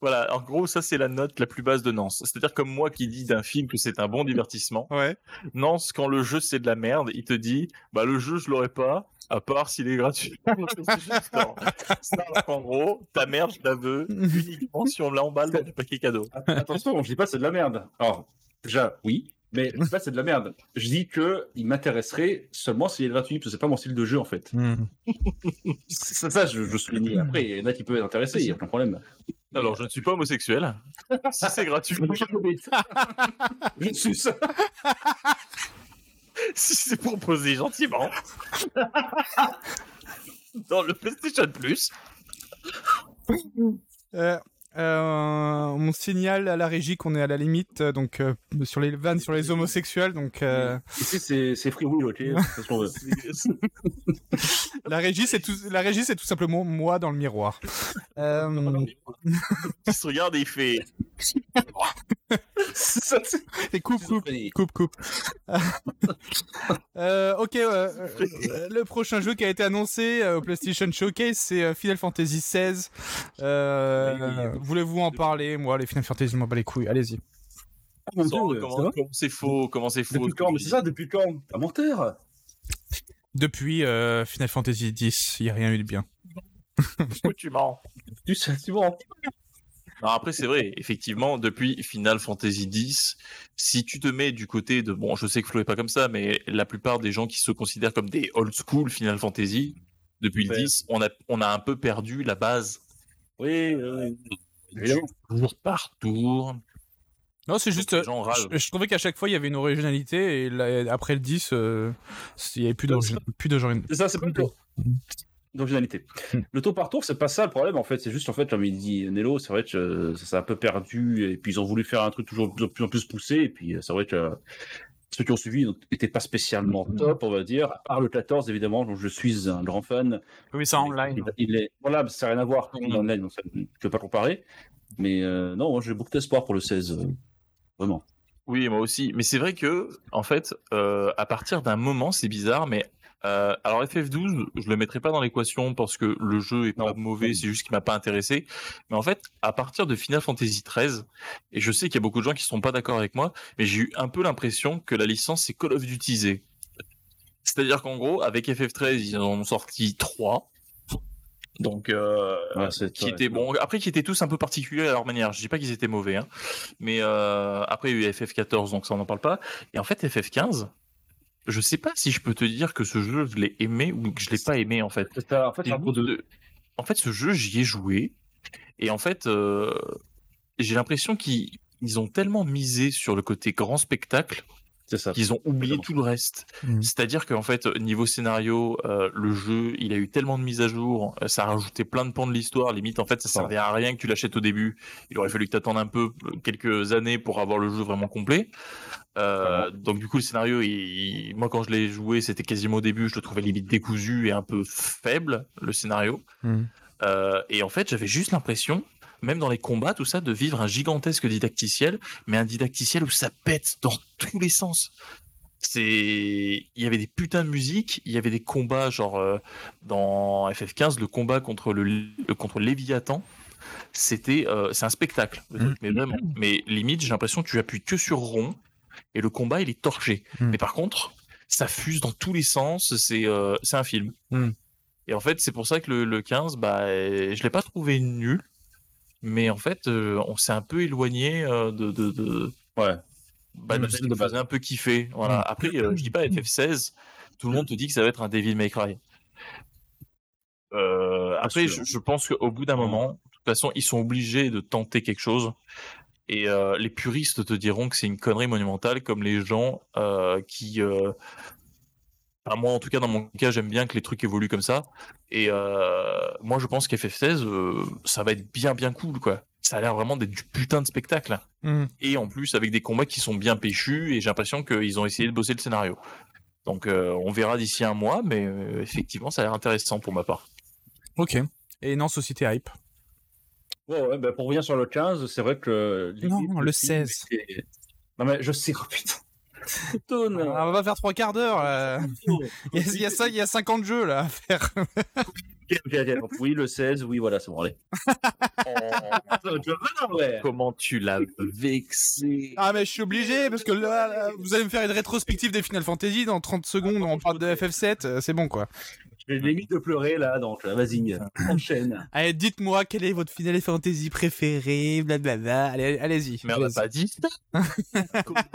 voilà. En gros, ça c'est la note la plus basse de Nance. C'est-à-dire comme moi qui dis d'un film que c'est un bon divertissement. Ouais. Nance, quand le jeu c'est de la merde, il te dit bah le jeu je l'aurai pas à part s'il est gratuit. *laughs* C'est juste, alors, c'est-à-dire qu'en gros, ta merde je la veux uniquement si on me l'emballe dans du paquet cadeau. Att- Attention, je dis pas que c'est de la merde. Alors, déjà, oui, mais je dis pas que c'est de la merde. Je dis que il m'intéresserait seulement s'il est gratuit, parce que c'est pas mon style de jeu en fait. euh, hmm. Ça, ça je, je souligne. Après, il y en a qui peuvent être intéressés, il n'y a aucun problème. Alors je ne suis pas homosexuel. Si c'est gratuit, *laughs* Je suis ça. si c'est proposé gentiment dans le PlayStation Plus. Euh, euh, on signale à la régie qu'on est à la limite, euh, donc euh, sur les vannes sur les homosexuels, donc euh, Ici, c'est c'est free will, ok C'est ce qu'on veut. la régie c'est tout, la régie c'est tout simplement moi dans le *laughs* miroir. Euh, Il se regarde et il fait C'est ça, c'est- et coupe, coupe, coupe, coupe. *laughs* Euh, ok, euh, euh, le prochain jeu qui a été annoncé euh, au PlayStation Showcase, c'est euh, Final Fantasy XVI. Euh, Oui, oui, oui. Voulez-vous en parler Moi, les Final Fantasy, je m'en bats les couilles. Allez-y. Ah, mon Sors, Dieu, ça comment va comment c'est faux, comment c'est faux. Depuis quand Mais c'est ça, depuis quand Un menteur Depuis euh, Final Fantasy X, il n'y a rien eu de bien. Pourquoi tu mens Tu sais, tu vois. Alors après, c'est vrai, effectivement, depuis Final Fantasy X, si tu te mets du côté de, bon, je sais que Flo est pas comme ça, mais la plupart des gens qui se considèrent comme des old school Final Fantasy, depuis le Ouais. 10, on a, on a un peu perdu la base. Oui, oui. du Tour par tour. Non, c'est juste. Les euh, gens râlent. Je, je trouvais qu'à chaque fois, il y avait une originalité, et là, après le 10, euh, il n'y avait plus d'origi- plus d'originalité. C'est ça, c'est pas le tour. *laughs* D'originalité. Le tour par tour, c'est pas ça le problème en fait. C'est juste en fait, comme il dit Nello, c'est vrai que euh, ça s'est un peu perdu et puis ils ont voulu faire un truc toujours de plus en plus poussé et puis euh, c'est vrai que euh, ceux qui ont suivi n'étaient pas spécialement top, on va dire. À part le 14 évidemment, dont je suis un grand fan. Oui, ça online. Il, il est voilà, mais ça n'a rien à voir. Mm-hmm. Il est online, donc ça ne peut pas comparer. Mais euh, non, moi, j'ai beaucoup d'espoir pour le 16. euh, Vraiment. Oui, moi aussi. Mais c'est vrai que, en fait, euh, à partir d'un moment, c'est bizarre, mais euh, alors FF12, je le mettrai pas dans l'équation parce que le jeu est pas Non. mauvais, c'est juste qu'il m'a pas intéressé. Mais en fait, à partir de Final Fantasy XIII, et je sais qu'il y a beaucoup de gens qui sont pas d'accord avec moi, mais j'ai eu un peu l'impression que la licence c'est Call of Duty. C'est-à-dire qu'en gros, avec FF13, ils en ont sorti trois. Donc, euh, Ouais, c'est- qui ouais. étaient bons. Après, qui étaient tous un peu particuliers à leur manière. Je dis pas qu'ils étaient mauvais, hein. mais euh, après il y a eu FF14, donc ça on n'en parle pas. Et en fait, FF15, je sais pas si je peux te dire que ce jeu je l'ai aimé ou que je l'ai pas aimé en fait. C'est ça, en fait, Et c'est un peu de- de- En fait, ce jeu, j'y ai joué. Et en fait, euh, j'ai l'impression qu'ils ils ont tellement misé sur le côté grand spectacle c'est ça. qu'ils ont oublié Exactement. tout le reste. Mhm. C'est-à-dire qu'en fait, euh, niveau scénario, euh, le jeu, il a eu tellement de mises à jour, euh, ça a rajouté plein de pans de l'histoire. Limite, en fait, ça servait à rien que tu l'achètes au début. Il aurait fallu que tu attendes un peu, euh, quelques années pour avoir le jeu vraiment complet. Euh, donc, du coup, le scénario, il- il- moi, quand je l'ai joué, c'était quasiment au début, je le trouvais limite décousu et un peu faible, le scénario. Mhm. Euh, et en fait, j'avais juste l'impression même dans les combats, tout ça, de vivre un gigantesque didacticiel, mais un didacticiel où ça pète dans tous les sens. C'est, il y avait des putains de musique, il y avait des combats genre euh, dans FF15, le combat contre le, le- contre Léviathan, c'était, euh, c'est un spectacle, le truc, mais vraiment. Mais limite, j'ai l'impression que tu appuies que sur rond et le combat il est torché. Mm. Mais par contre, ça fuse dans tous les sens, c'est, euh, c'est un film. Mm. Et en fait, c'est pour ça que le, le 15, bah, euh, je l'ai pas trouvé nul mais en fait, euh, on s'est un peu éloigné euh, de, de, de, Ouais. bah, Mm. de ce qui nous faisait un peu kiffer. Voilà. Après, euh, je dis pas FF16, tout le monde te dit que ça va être un Devil May Cry. Euh, après, je, sûr. je pense qu'au bout d'un moment, de toute façon, ils sont obligés de tenter quelque chose. Et euh, les puristes te diront que c'est une connerie monumentale, comme les gens euh, qui. euh, enfin, moi, en tout cas, dans mon cas, j'aime bien que les trucs évoluent comme ça. Et euh, moi, je pense qu'FF16, euh, ça va être bien, bien cool, quoi. Ça a l'air vraiment d'être du putain de spectacle. Hmm. Et en plus, avec des combats qui sont bien péchus, et j'ai l'impression qu'ils ont essayé de bosser le scénario. Donc, euh, on verra d'ici un mois, mais euh, effectivement, ça a l'air intéressant pour ma part. Ok. Et non, Société Hype. Ouais, ouais, bah, pour revenir sur le 15, c'est vrai que. les- Non, le film 16. était- Non, mais je sais, *laughs* oh putain. Tonne, Ah, on va faire trois quarts d'heure. là. oh. *laughs* Il y, a- il y a ça- il y a 50 jeux là à faire. Ok, ok, ok. *laughs* Donc, Oui, le 16, oui, voilà, c'est bon, *laughs* allez. Oh, ouais. Comment tu l'as vexé Ah mais je suis obligé parce que là, là, vous allez me faire une rétrospective des Final Fantasy dans 30 secondes. On parle de FF7, euh, c'est bon quoi. J'ai limite de pleurer là, donc euh, vas-y, euh, enchaîne. Allez, dites-moi quel est votre Final Fantasy préféré, blablabla. Allez, allez-y. Merde, t'as pas dit ça *laughs*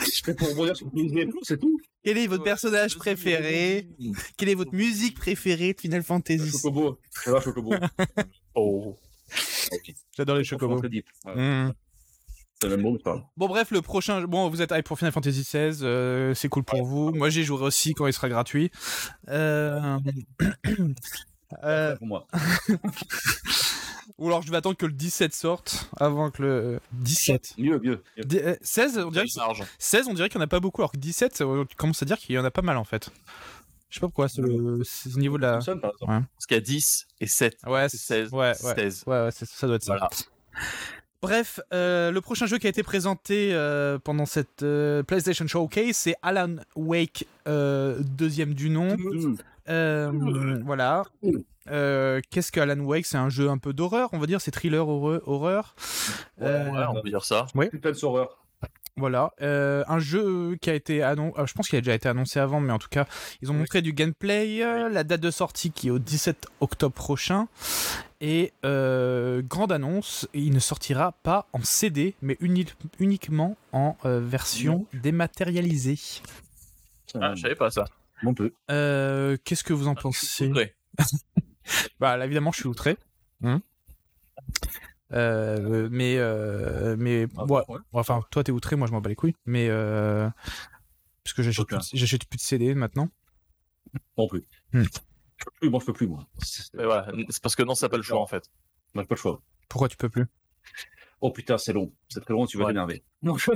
Je fais pour rebondir sur le Disney Plus, c'est tout. Quel est Euh, votre personnage préféré Quelle est votre musique préférée de Final Fantasy Chocobo. Ça va, *laughs* Chocobo. Oh. J'adore les Chocobo. Mm. chocobos. Hmm. C'est le même mot, mais c'est pas grave. Bon bref, le prochain, bon vous êtes hype pour Final Fantasy XVI, euh, c'est cool pour vous. Moi j'y jouerai aussi quand il sera gratuit. Euh... *clears throat* euh, Pour moi. Ou alors je vais attendre que le 17 sorte avant que le 17. Mieux, mieux. mieux. Dé- euh, 16, on dirait, que- C'est argent. 16, on dirait qu'il n'y en a pas beaucoup, alors que 17, ça- on commence à dire qu'il y en a pas mal en fait. Je sais pas pourquoi, c'est le, c'est le niveau de la. Simpson, par exemple. Parce qu'il y a 10 et 7, Ouais, c'est 16, Ouais, ouais. 16. Ouais, ouais, c'est- ça doit être ça. Voilà. Bref, euh, le prochain jeu qui a été présenté euh, pendant cette euh, PlayStation Showcase, c'est Alan Wake, euh, deuxième du nom. Mmh. Euh, voilà. Euh, Qu'est-ce que Alan Wake C'est un jeu un peu d'horreur, on va dire. C'est thriller horreur. horreur. Euh, Ouais, on peut dire ça. Putain de sauveur. Voilà, euh, un jeu qui a été annoncé, je pense qu'il a déjà été annoncé avant, mais en tout cas, ils ont montré du gameplay, euh, la date de sortie qui est au 17 octobre prochain, et euh, grande annonce, il ne sortira pas en CD, mais uni- uniquement en euh, version dématérialisée. Ah, je savais pas ça. On peut. Euh, Qu'est-ce que vous en pensez Outré. Bah là, évidemment, je suis outré. Hein Euh, mais euh, mais Ah, ouais, enfin toi t'es outré moi je m'en bats les couilles mais euh, parce que j'achète Ok. plus, de- j'achète plus de CD maintenant On peut. Hmm. Je peux plus, moi, je peux plus, moi. C'est- Mais voilà, c'est parce que non, ça n'a pas le choix en fait. On n'a pas le choix. pourquoi tu peux plus Oh putain, c'est long. C'est très long, tu vas Ouais. t'énerver. Non, je-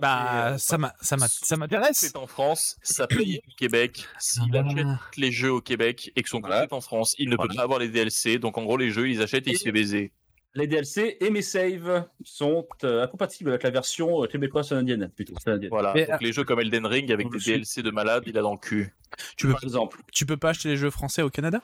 bah ça m'a- ça m'a- ça m'intéresse C'est en France, ça paye au Québec. S'il Ah. achète les jeux au Québec et que son Voilà. contrat est en France, il ne peut Voilà. pas avoir les DLC. Donc en gros, les jeux, ils achètent et ils se fait baiser. Les DLC et mes saves sont euh, incompatibles avec la version euh, québécoise indienne. Plutôt, indienne. Voilà. Mais, euh, donc les jeux comme Elden Ring avec je des suis- DLC de malade, il a dans le cul. Tu veux par exemple. tu peux pas acheter les jeux français au Canada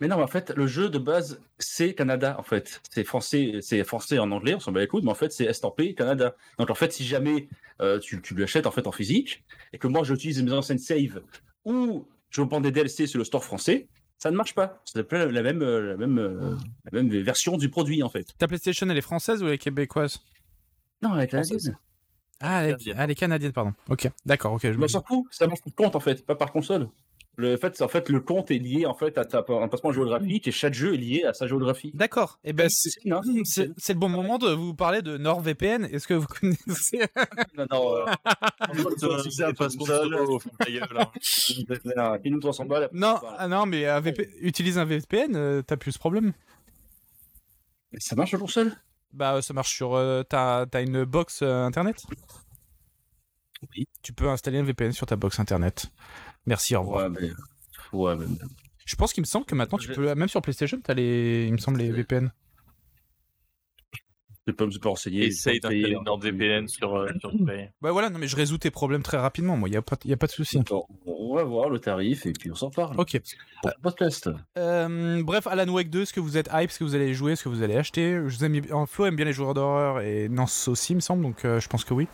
Mais non, mais en fait, le jeu de base, c'est Canada, en fait. C'est français, c'est français en anglais, on s'en bat les couilles, mais en fait, c'est estampé Canada. Donc, en fait, si jamais euh, tu, tu l'achètes en fait en physique, et que moi, j'utilise mes anciennes saves, ou je me prends des DLC sur le store français, ça ne marche pas. C'est pas la même, euh, la même, euh, la même version du produit, en fait. ta PlayStation elle est française ou elle est québécoise Non, elle est canadienne. ah elle, est, Canadienne. elle est canadienne pardon ok d'accord ok je Je me- m'en s'en fout, Bah, ça marche par compte, en fait, pas par console. Le en fait, c'est- en fait, le compte est lié en fait à ta, un placement géographique et chaque jeu est lié à sa géographie. d'accord et ben c'est Non, c'est c'est le bon moment de vous parler de NordVPN est-ce que vous *laughs* connaissez non, non, euh, *laughs* C'est ça, pas sponsor, ferme ta gueule, *laughs* hein. euh, Il nous 300 balles. Non, Voilà. ah non, mais un VP utilise un VPN, euh, t'as plus ce problème. Mais ça marche toujours seul Bah, euh, ça marche sur. euh, t'as t'as une box euh, internet Oui. Tu peux installer un VPN sur ta box internet. Merci, au revoir. Ouais, mais. Ouais, mais. Je Euh, pense qu'il me semble que maintenant, tu Je- peux. Même sur PlayStation, t'as les. Il me semble les Je- VPN. Je peux me pas renseigner. Essaye je peux me d'installer payer. NordVPN sur, euh, *laughs* sur Play. Bah voilà, non, mais je résous tes problèmes très rapidement, moi, y a pas, y a pas de souci. Bon, On va voir le tarif et puis on s'en parle. Ok. Pour le podcast. Euh, bref, Alan Wake 2, est-ce que vous êtes hype Est-ce que vous allez jouer Est-ce que vous allez acheter je vous aime, bien- Flo aime bien les joueurs d'horreur et Nance aussi, il me semble, donc euh, je pense que oui.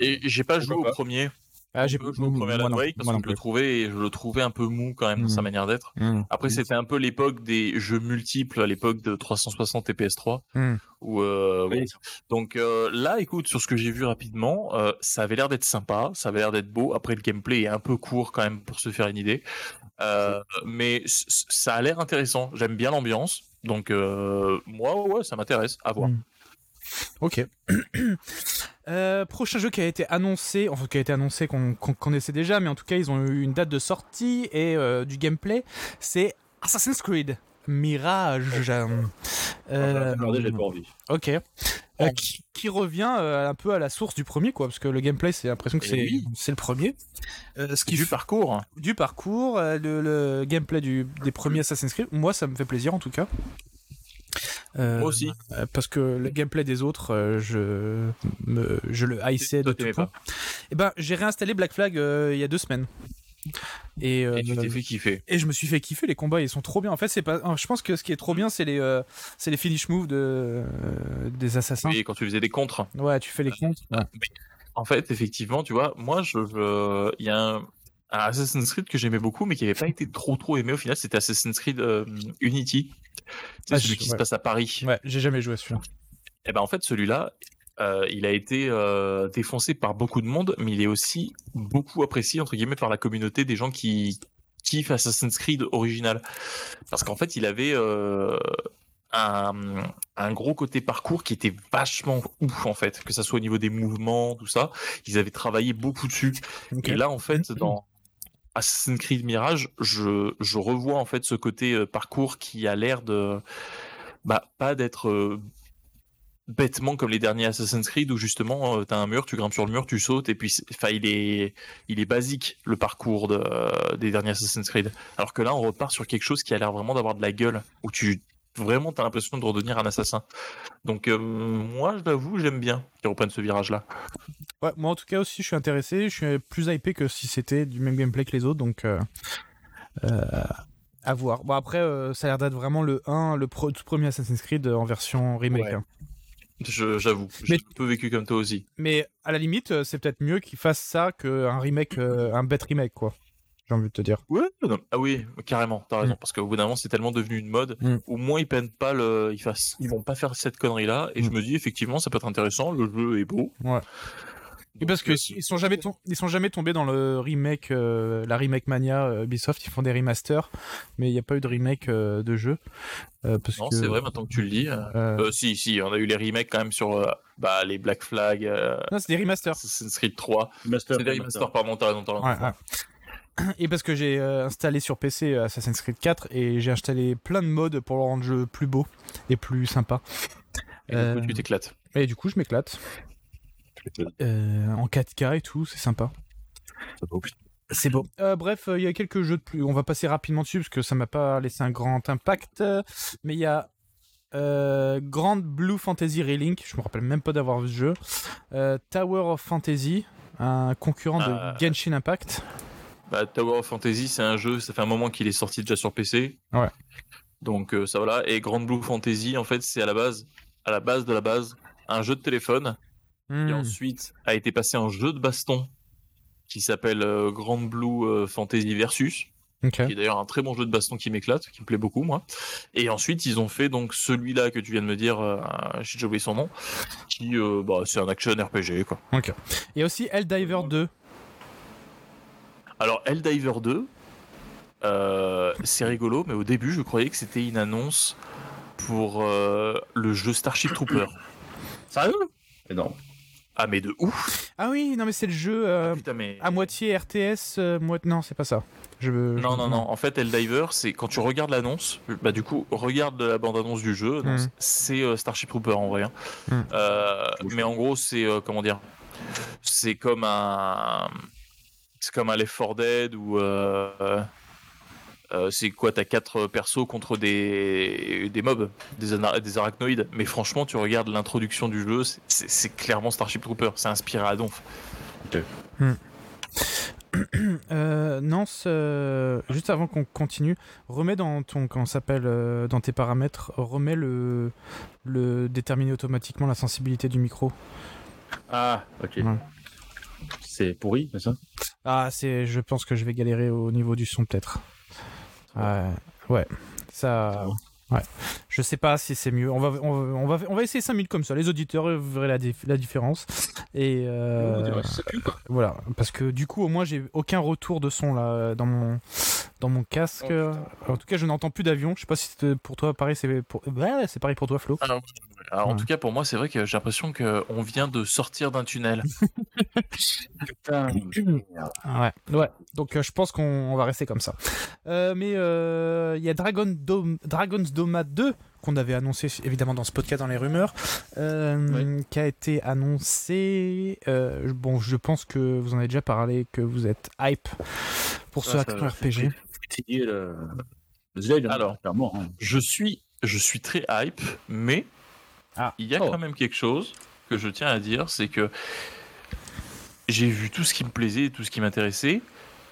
Et j'ai pas joué au pas premier. Ah, J'ai pas joué au premier Alan moi non- Wake parce moi non que je le plus. trouvais, je le trouvais un peu mou quand même dans Mhm. sa manière d'être. Mm. Après, c'était un peu l'époque des jeux multiples, à l'époque de 360 et PS3. Mm. Où, euh, Oui. bon. Donc euh, là, écoute, sur ce que j'ai vu rapidement, euh, ça avait l'air d'être sympa, ça avait l'air d'être beau. Après, le gameplay est un peu court quand même pour se faire une idée. Euh, mais c- c- ça a l'air intéressant. J'aime bien l'ambiance. Donc, euh, moi, ouais, ouais, ça m'intéresse. À voir. Mm. Ok. *clears throat* Euh, prochain jeu qui a été annoncé, enfin qui a été annoncé qu'on qu'on connaissait déjà, mais en tout cas ils ont eu une date de sortie et euh, du gameplay, c'est Assassin's Creed Mirage. Euh, Regardez, j'ai pas envie. ok. Euh, qui, qui revient euh, un peu à la source du premier, quoi, parce que le gameplay, c'est l'impression que Eh c'est oui. c'est le premier. Euh, ce qui Du parcours. hein. du parcours, euh, le, le gameplay du, des premiers Assassin's Creed. Moi, ça me fait plaisir en tout cas. Euh, Moi aussi. euh, Parce que le gameplay des autres, euh, je, me, je le haïssais de Toi, tout t'aimais point. Et ben, j'ai réinstallé Black Flag euh, il y a deux semaines. Et, euh, Et tu t'es fait kiffer. et je me suis fait kiffer, les combats ils sont trop bien. En fait, c'est pas. Je pense que ce qui est trop bien, c'est les, euh, c'est les finish moves de, euh, des assassins. Et quand tu faisais des contres. Ouais, tu fais les Ah, comptes. En fait, effectivement, tu vois, moi, je, je- il y a un, un Assassin's Creed que j'aimais beaucoup, mais qui n'avait pas été trop trop aimé au final. C'était Assassin's Creed euh, Unity, c'est Ah, celui je- qui se ouais. passe à Paris. Ouais, j'ai jamais joué à celui-là. Et ben, en fait, celui-là, euh, il a été euh, défoncé par beaucoup de monde, mais il est aussi beaucoup apprécié entre guillemets par la communauté des gens qui kiffent Assassin's Creed original, parce qu'en fait, il avait euh, un, un gros côté parcours qui était vachement ouf en fait, que ça soit au niveau des mouvements, tout ça. Ils avaient travaillé beaucoup dessus. Ok. Mmh, Et là, en fait, dans Assassin's Creed Mirage, je, je revois en fait ce côté euh, parcours qui a l'air de bah, pas d'être euh, bêtement comme les derniers Assassin's Creed où justement tu t'as un mur, tu grimpes sur le mur, tu sautes et puis c'est- enfin il est il est basique le parcours de, euh, des derniers Assassin's Creed. Alors que là, on repart sur quelque chose qui a l'air vraiment d'avoir de la gueule où tu vraiment, t'as l'impression de redevenir un assassin. Donc, euh, moi, je l'avoue, j'aime bien qu'ils reprennent ce virage-là. Ouais, moi en tout cas aussi, je suis intéressé. Je suis plus hypé que si c'était du même gameplay que les autres, donc euh, euh, à voir. Bon après, euh, ça a l'air d'être vraiment le 1, le pro- tout premier Assassin's Creed euh, en version remake. Ouais. hein. Je- J'avoue, j'ai Mais- un peu vécu comme toi aussi. Mais à la limite, euh, c'est peut-être mieux qu'ils fassent ça qu'un remake, euh, un bête remake, quoi. J'ai envie de te dire. Ouais, non. Ah oui, carrément, t'as raison. Parce qu'au bout d'un moment, c'est tellement devenu une mode. Mm. Au moins, ils peinent pas le. Ils, fassent... ils vont pas faire cette connerie-là. Et je me dis, effectivement, ça peut être intéressant. Le jeu est beau. Mm. Ouais. Et Donc, parce que euh, ils sont jamais tom- ils sont jamais tombés dans le remake, euh, la remake mania euh, Ubisoft. Ils font des remasters, mais il n'y a pas eu de remake euh, de jeu. Euh, parce Non, que, c'est vrai, maintenant que tu le dis. euh, euh, euh, si, si, on a eu les remakes quand même sur euh, bah, les Black Flag, euh, non, c'est des remasters. Assassin's Creed 3. Master. C'est des remasters, pardon, t'as raison, t'as raison. Ouais, ouais. *clears throat* Et parce que j'ai euh, installé sur PC Assassin's Creed 4 et j'ai installé plein de modes pour rendre le jeu plus beau et plus sympa. Et du Euh. coup, tu t'éclates. Et du coup, je m'éclate. Euh, en 4K et tout, c'est sympa. C'est beau. Euh, bref, euh, il y a quelques jeux de plus. On va passer rapidement dessus parce que ça m'a pas laissé un grand impact. Euh, Mais il y a euh, Grand Blue Fantasy Relink. Je me rappelle même pas d'avoir vu ce jeu. Euh, Tower of Fantasy, un concurrent Ah. de Genshin Impact. Bah, Tower of Fantasy, c'est un jeu, ça fait un moment qu'il est sorti déjà sur PC. Ouais. Donc euh, ça voilà. Et Grand Blue Fantasy, en fait, c'est à la base, à la base de la base, un jeu de téléphone qui Hmm. ensuite a été passé en jeu de baston qui s'appelle euh, Grand Blue euh, Fantasy Versus. Ok. qui est d'ailleurs un très bon jeu de baston qui m'éclate, qui me plaît beaucoup moi. Et ensuite ils ont fait donc celui-là que tu viens de me dire, euh, j'ai déjà oublié son nom, qui euh, bah, c'est un action RPG quoi. Il y a aussi Helldiver 2. Alors Helldiver 2, euh, c'est rigolo, mais au début je croyais que c'était une annonce pour euh, le jeu Starship Trooper. Sérieux Non. Ah mais de ouf Ah oui, non mais c'est le jeu euh, Putain mais... à moitié RTS, euh, moi- non c'est pas ça. Je, je- Non, non, non. En fait, Helldiver, c'est quand tu regardes l'annonce, bah du coup, regarde la bande-annonce du jeu, donc Mhm. c'est euh, Starship Trooper en vrai. hein. Mhm. Euh, mais en gros, c'est euh, comment dire C'est comme un, c'est comme un Left 4 Dead ou euh, euh, c'est quoi T'as quatre persos contre des des mobs, des, ana- des arachnoïdes. Mais franchement, tu regardes l'introduction du jeu, c'est- c'est c'est clairement Starship Trooper. C'est inspiré à donf. Euh, Nance, euh, juste avant qu'on continue, remets dans ton, comment ça s'appelle, euh, dans tes paramètres, remets le, le déterminer automatiquement la sensibilité du micro. Ah, ok. Ouais. C'est pourri, c'est ça Ah c'est, je pense que je vais galérer au niveau du son peut-être. Ouais, ouais, ça. Ouais. Je sais pas si c'est mieux. On va, on va, on va, on va essayer 5 minutes comme ça. Les auditeurs euh, verraient la, dif- la différence. Et euh, voilà, parce que du coup, au moins, j'ai aucun retour de son là dans mon dans mon casque. en tout cas, je n'entends plus d'avion. Je sais pas si c'est pour toi pareil. C'est pour... ouais, c'est pareil pour toi, Flo. Alors, En Ouais. tout cas, pour moi, c'est vrai que j'ai l'impression qu'on vient de sortir d'un tunnel. Putain. Ouais, ouais. Donc, euh, je pense qu'on on va rester comme ça. Euh, mais euh, il y a Dragon Dome, Dragon's Doma 2 qu'on avait annoncé évidemment dans ce podcast dans les rumeurs, euh, qui a été annoncé. euh, bon, je pense que vous en avez déjà parlé, que vous êtes hype pour ce Ah, ça action va, RPG. Fatigué le. Le Zelda, Alors. clairement. hein. je suis, je suis très hype, mais Ah. il y a Oh. quand même quelque chose que je tiens à dire, c'est que j'ai vu tout ce qui me plaisait, et tout ce qui m'intéressait,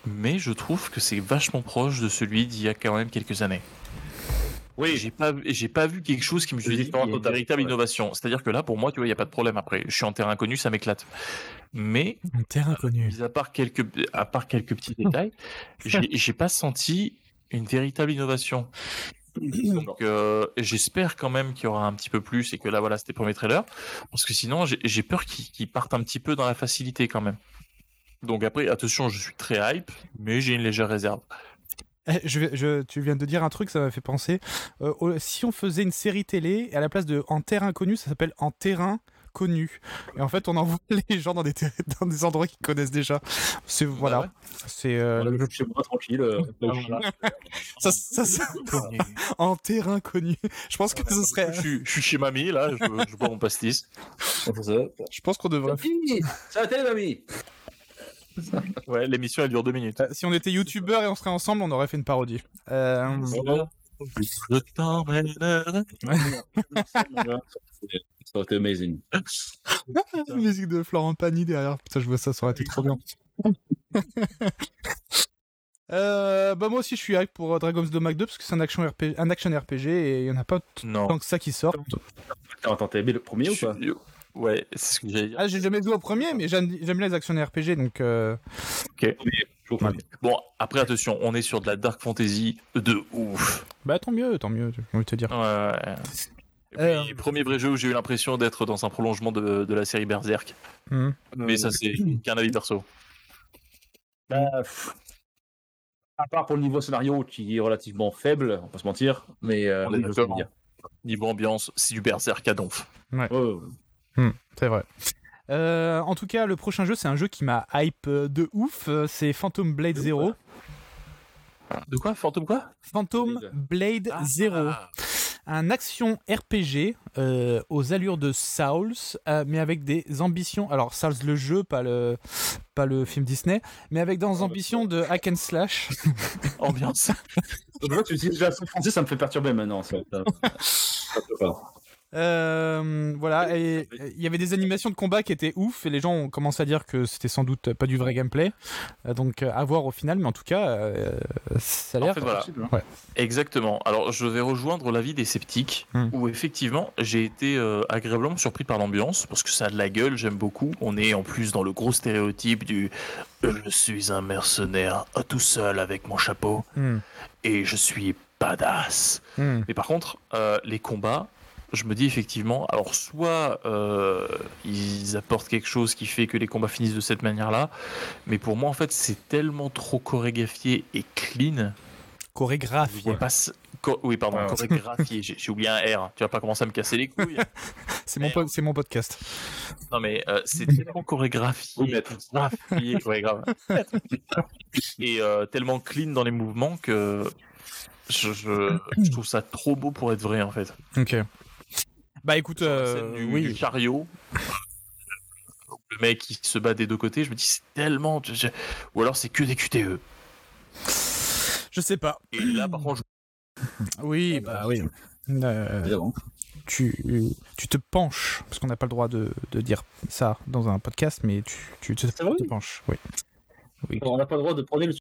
mais je trouve que c'est vachement proche de celui d'il y a quand même quelques années. Oui, j'ai pas, j'ai pas vu quelque chose qui me Oui, suis dit il y a une une véritable ouais. innovation. C'est-à-dire que là, pour moi, tu vois, il y a pas de problème. Après, je suis en terrain inconnu, ça m'éclate. Mais En terre inconnue. mis à part quelques, à part quelques *laughs* petits détails, j'ai j'ai pas senti une véritable innovation. Oh. Donc euh, j'espère quand même qu'il y aura un petit peu plus et que là voilà c'était le premier trailer parce que sinon j'ai- j'ai peur qu'ils qu'ils partent un petit peu dans la facilité quand même. Donc après attention je suis très hype mais j'ai une légère réserve. Eh, Je, vais- je- tu viens de dire un truc, ça m'a fait penser. Euh, au- si on faisait une série télé, à la place de En terre inconnue, ça s'appelle En terrain connu. Et en fait, on envoie *laughs* les gens dans des, ter- dans des endroits qu'ils connaissent déjà. C'est voilà. ouais. C'est euh, Voilà, je suis chez moi *laughs* tranquille. euh, voilà. ça, ça- ça- en terrain connu. *laughs* Je pense que ce serait. Je, suis- je suis chez mamie là je, je bois mon pastis. C'est ça. Je pense qu'on devrait. Mamie Ça va t'aller, *laughs* mamie Ouais l'émission elle dure deux minutes. Si on était youtubeurs et on serait ensemble, on aurait fait une parodie. Euh, Voilà. Je t'emmènerai. Ça aurait été amazing. La musique de Florent Pagny derrière. Putain, je vois ça, ça aurait été trop bien. *laughs* Euh, bah moi aussi je suis hype pour euh, Dragon's Dogma 2 parce que c'est un action RPG, un action RPG et il y en a pas t- Non. tant que ça qui sort. Attends, attends, t'as aimé le premier ou pas Je- Ouais, c'est ce que j'allais dire. Ah j'ai jamais joué au premier mais j'aime j'aime bien les actions RPG donc euh, Je comprends. Bon, après, attention, on est sur de la dark fantasy de ouf. bah tant mieux tant mieux j'ai envie de te dire. Ouais, ouais. Et puis, Euh. Premier vrai jeu où j'ai eu l'impression d'être dans un prolongement de, de la série Berserk. Mhm. Mais ça, c'est qu'un avis perso. Bah, Euh, pff, à part pour le niveau scénario qui est relativement faible, on peut se mentir, mais euh, On est oui, je d'accord. veux dire. Niveau ambiance, c'est du Berserk à donf. Ouais, ouais. C'est vrai. Euh, en tout cas, le prochain jeu, c'est un jeu qui m'a hype euh, de ouf. euh, C'est Phantom Blade Zero. De quoi Fantôme quoi Phantom Blade Ah. Zero. Un action RPG euh, aux allures de Souls, euh, mais avec des ambitions. Alors, Souls, le jeu, pas le, pas le film Disney, mais avec des ambitions de hack and *laughs* slash. Ambiance. Je vois que tu utilises déjà le français, ça me fait perturber *laughs* maintenant. Ça, ça- ça peut pas. Euh, voilà, et et il y avait des animations de combat qui étaient ouf, et les gens ont commencé à dire que c'était sans doute pas du vrai gameplay. Euh, Donc, euh, à voir au final, mais en tout cas, euh, ça a En l'air. fait, voilà. Ouais. Exactement. Alors, je vais rejoindre l'avis des sceptiques, Hmm. où effectivement, j'ai été euh, agréablement surpris par l'ambiance, parce que ça a de la gueule, j'aime beaucoup. On est en plus dans le gros stéréotype du je suis un mercenaire euh, tout seul avec mon chapeau, Hmm, et je suis badass. hmm. Mais par contre, euh, les combats, je me dis effectivement, alors soit euh, ils apportent quelque chose qui fait que les combats finissent de cette manière-là, mais pour moi en fait c'est tellement trop chorégraphié et clean. Il y a chorégraphié. pas ce- cho- oui pardon, Ouais, ouais. chorégraphié, j'ai j'ai oublié un R, tu vas pas commencer à me casser les *laughs* couilles. C'est mon, po- c'est mon podcast. non mais euh, c'est tellement chorégraphié, Oui, mais graphié, chorégraphe. et euh, tellement clean dans les mouvements que... Je, je- je trouve ça trop beau pour être vrai en fait. Ok. Bah écoute, euh, scène du, du oui. chariot. où Le mec qui se bat des deux côtés, je me dis c'est tellement. je- je- Ou alors c'est que des QTE. Je sais pas. Et là par contre, Oui, bah oui. Euh, Évidemment. tu, tu te penches, parce qu'on n'a pas le droit de, de dire ça dans un podcast, mais tu, tu te, vrai, te oui. penches. Oui. On n'a pas le droit de prendre le.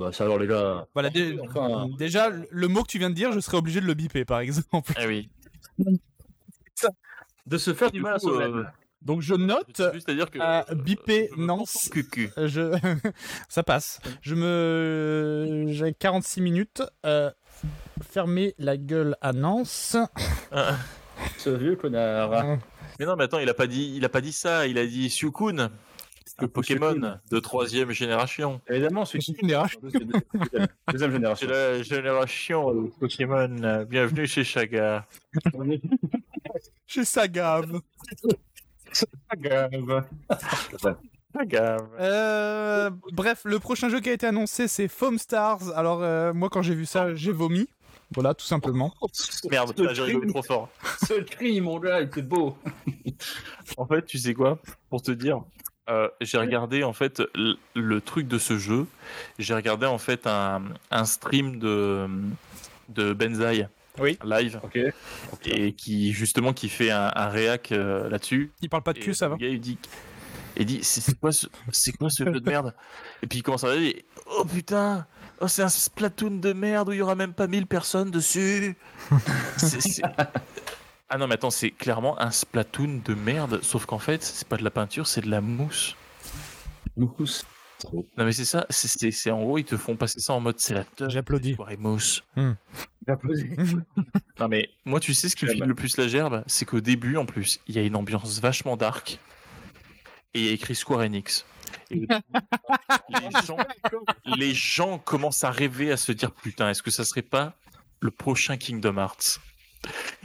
Bah, ça alors les gars. Voilà, dé- Enfin, déjà, le mot que tu viens de dire, je serais obligé de le biper, par exemple. je... ah oui. de se faire du Du mal à coup, euh, soi-même. *laughs* Donc je note, juste à dire que. à euh, biper je me Nance. sens cucu. euh, je... *laughs* ça passe. Je me... J'ai 46 minutes. euh, Fermer la gueule à Nance. Ah. Ce vieux connard. Euh, Mais non, mais attends, il a pas dit, il a pas dit ça. Il a dit Sukun, le Pokémon de troisième génération. Évidemment, celui J'ai une erreur. Deuxième deuxième C'est génération. la génération de Pokémon. Bienvenue chez Chaga. J'ai sa gave. Chaga. Euh, bref, le prochain jeu qui a été annoncé, c'est Foam Stars. Alors, euh, moi, quand j'ai vu ça, j'ai vomi. Voilà, tout simplement. *laughs* Merde, Ce putain, j'ai rigolé crime. trop *laughs* fort. Ce cri, mon gars, il était beau. *laughs* En fait, tu sais quoi Pour te dire, euh, j'ai regardé en fait l- le truc de ce jeu. J'ai regardé en fait un, un stream de de Benzaï Oui. live Ok. et qui justement qui fait un, un réac euh, là-dessus. Il parle pas de Et cul, ça va Le gars il dit, il dit c'est c'est quoi ce c'est quoi ce jeu de merde Et puis il commence à regarder. et, Oh putain Oh c'est un Splatoon de merde où il y aura même pas 1000 personnes dessus. C'est- c'est- Ah non mais attends c'est clairement un Splatoon de merde sauf qu'en fait c'est pas de la peinture c'est de la mousse. Mousse. Non mais c'est ça c'est- c'est c'est- en gros ils te font passer ça en mode c'est la teuf, J'applaudis. poire et mousse. D'applaudir. *laughs* Non mais moi tu sais ce qui me Ah file bah. le plus la gerbe, c'est qu'au début en plus, il y a une ambiance vachement dark et il y a écrit Square Enix. Et le- les, gens, les gens commencent à rêver, à se dire putain, est-ce que ça serait pas le prochain Kingdom Hearts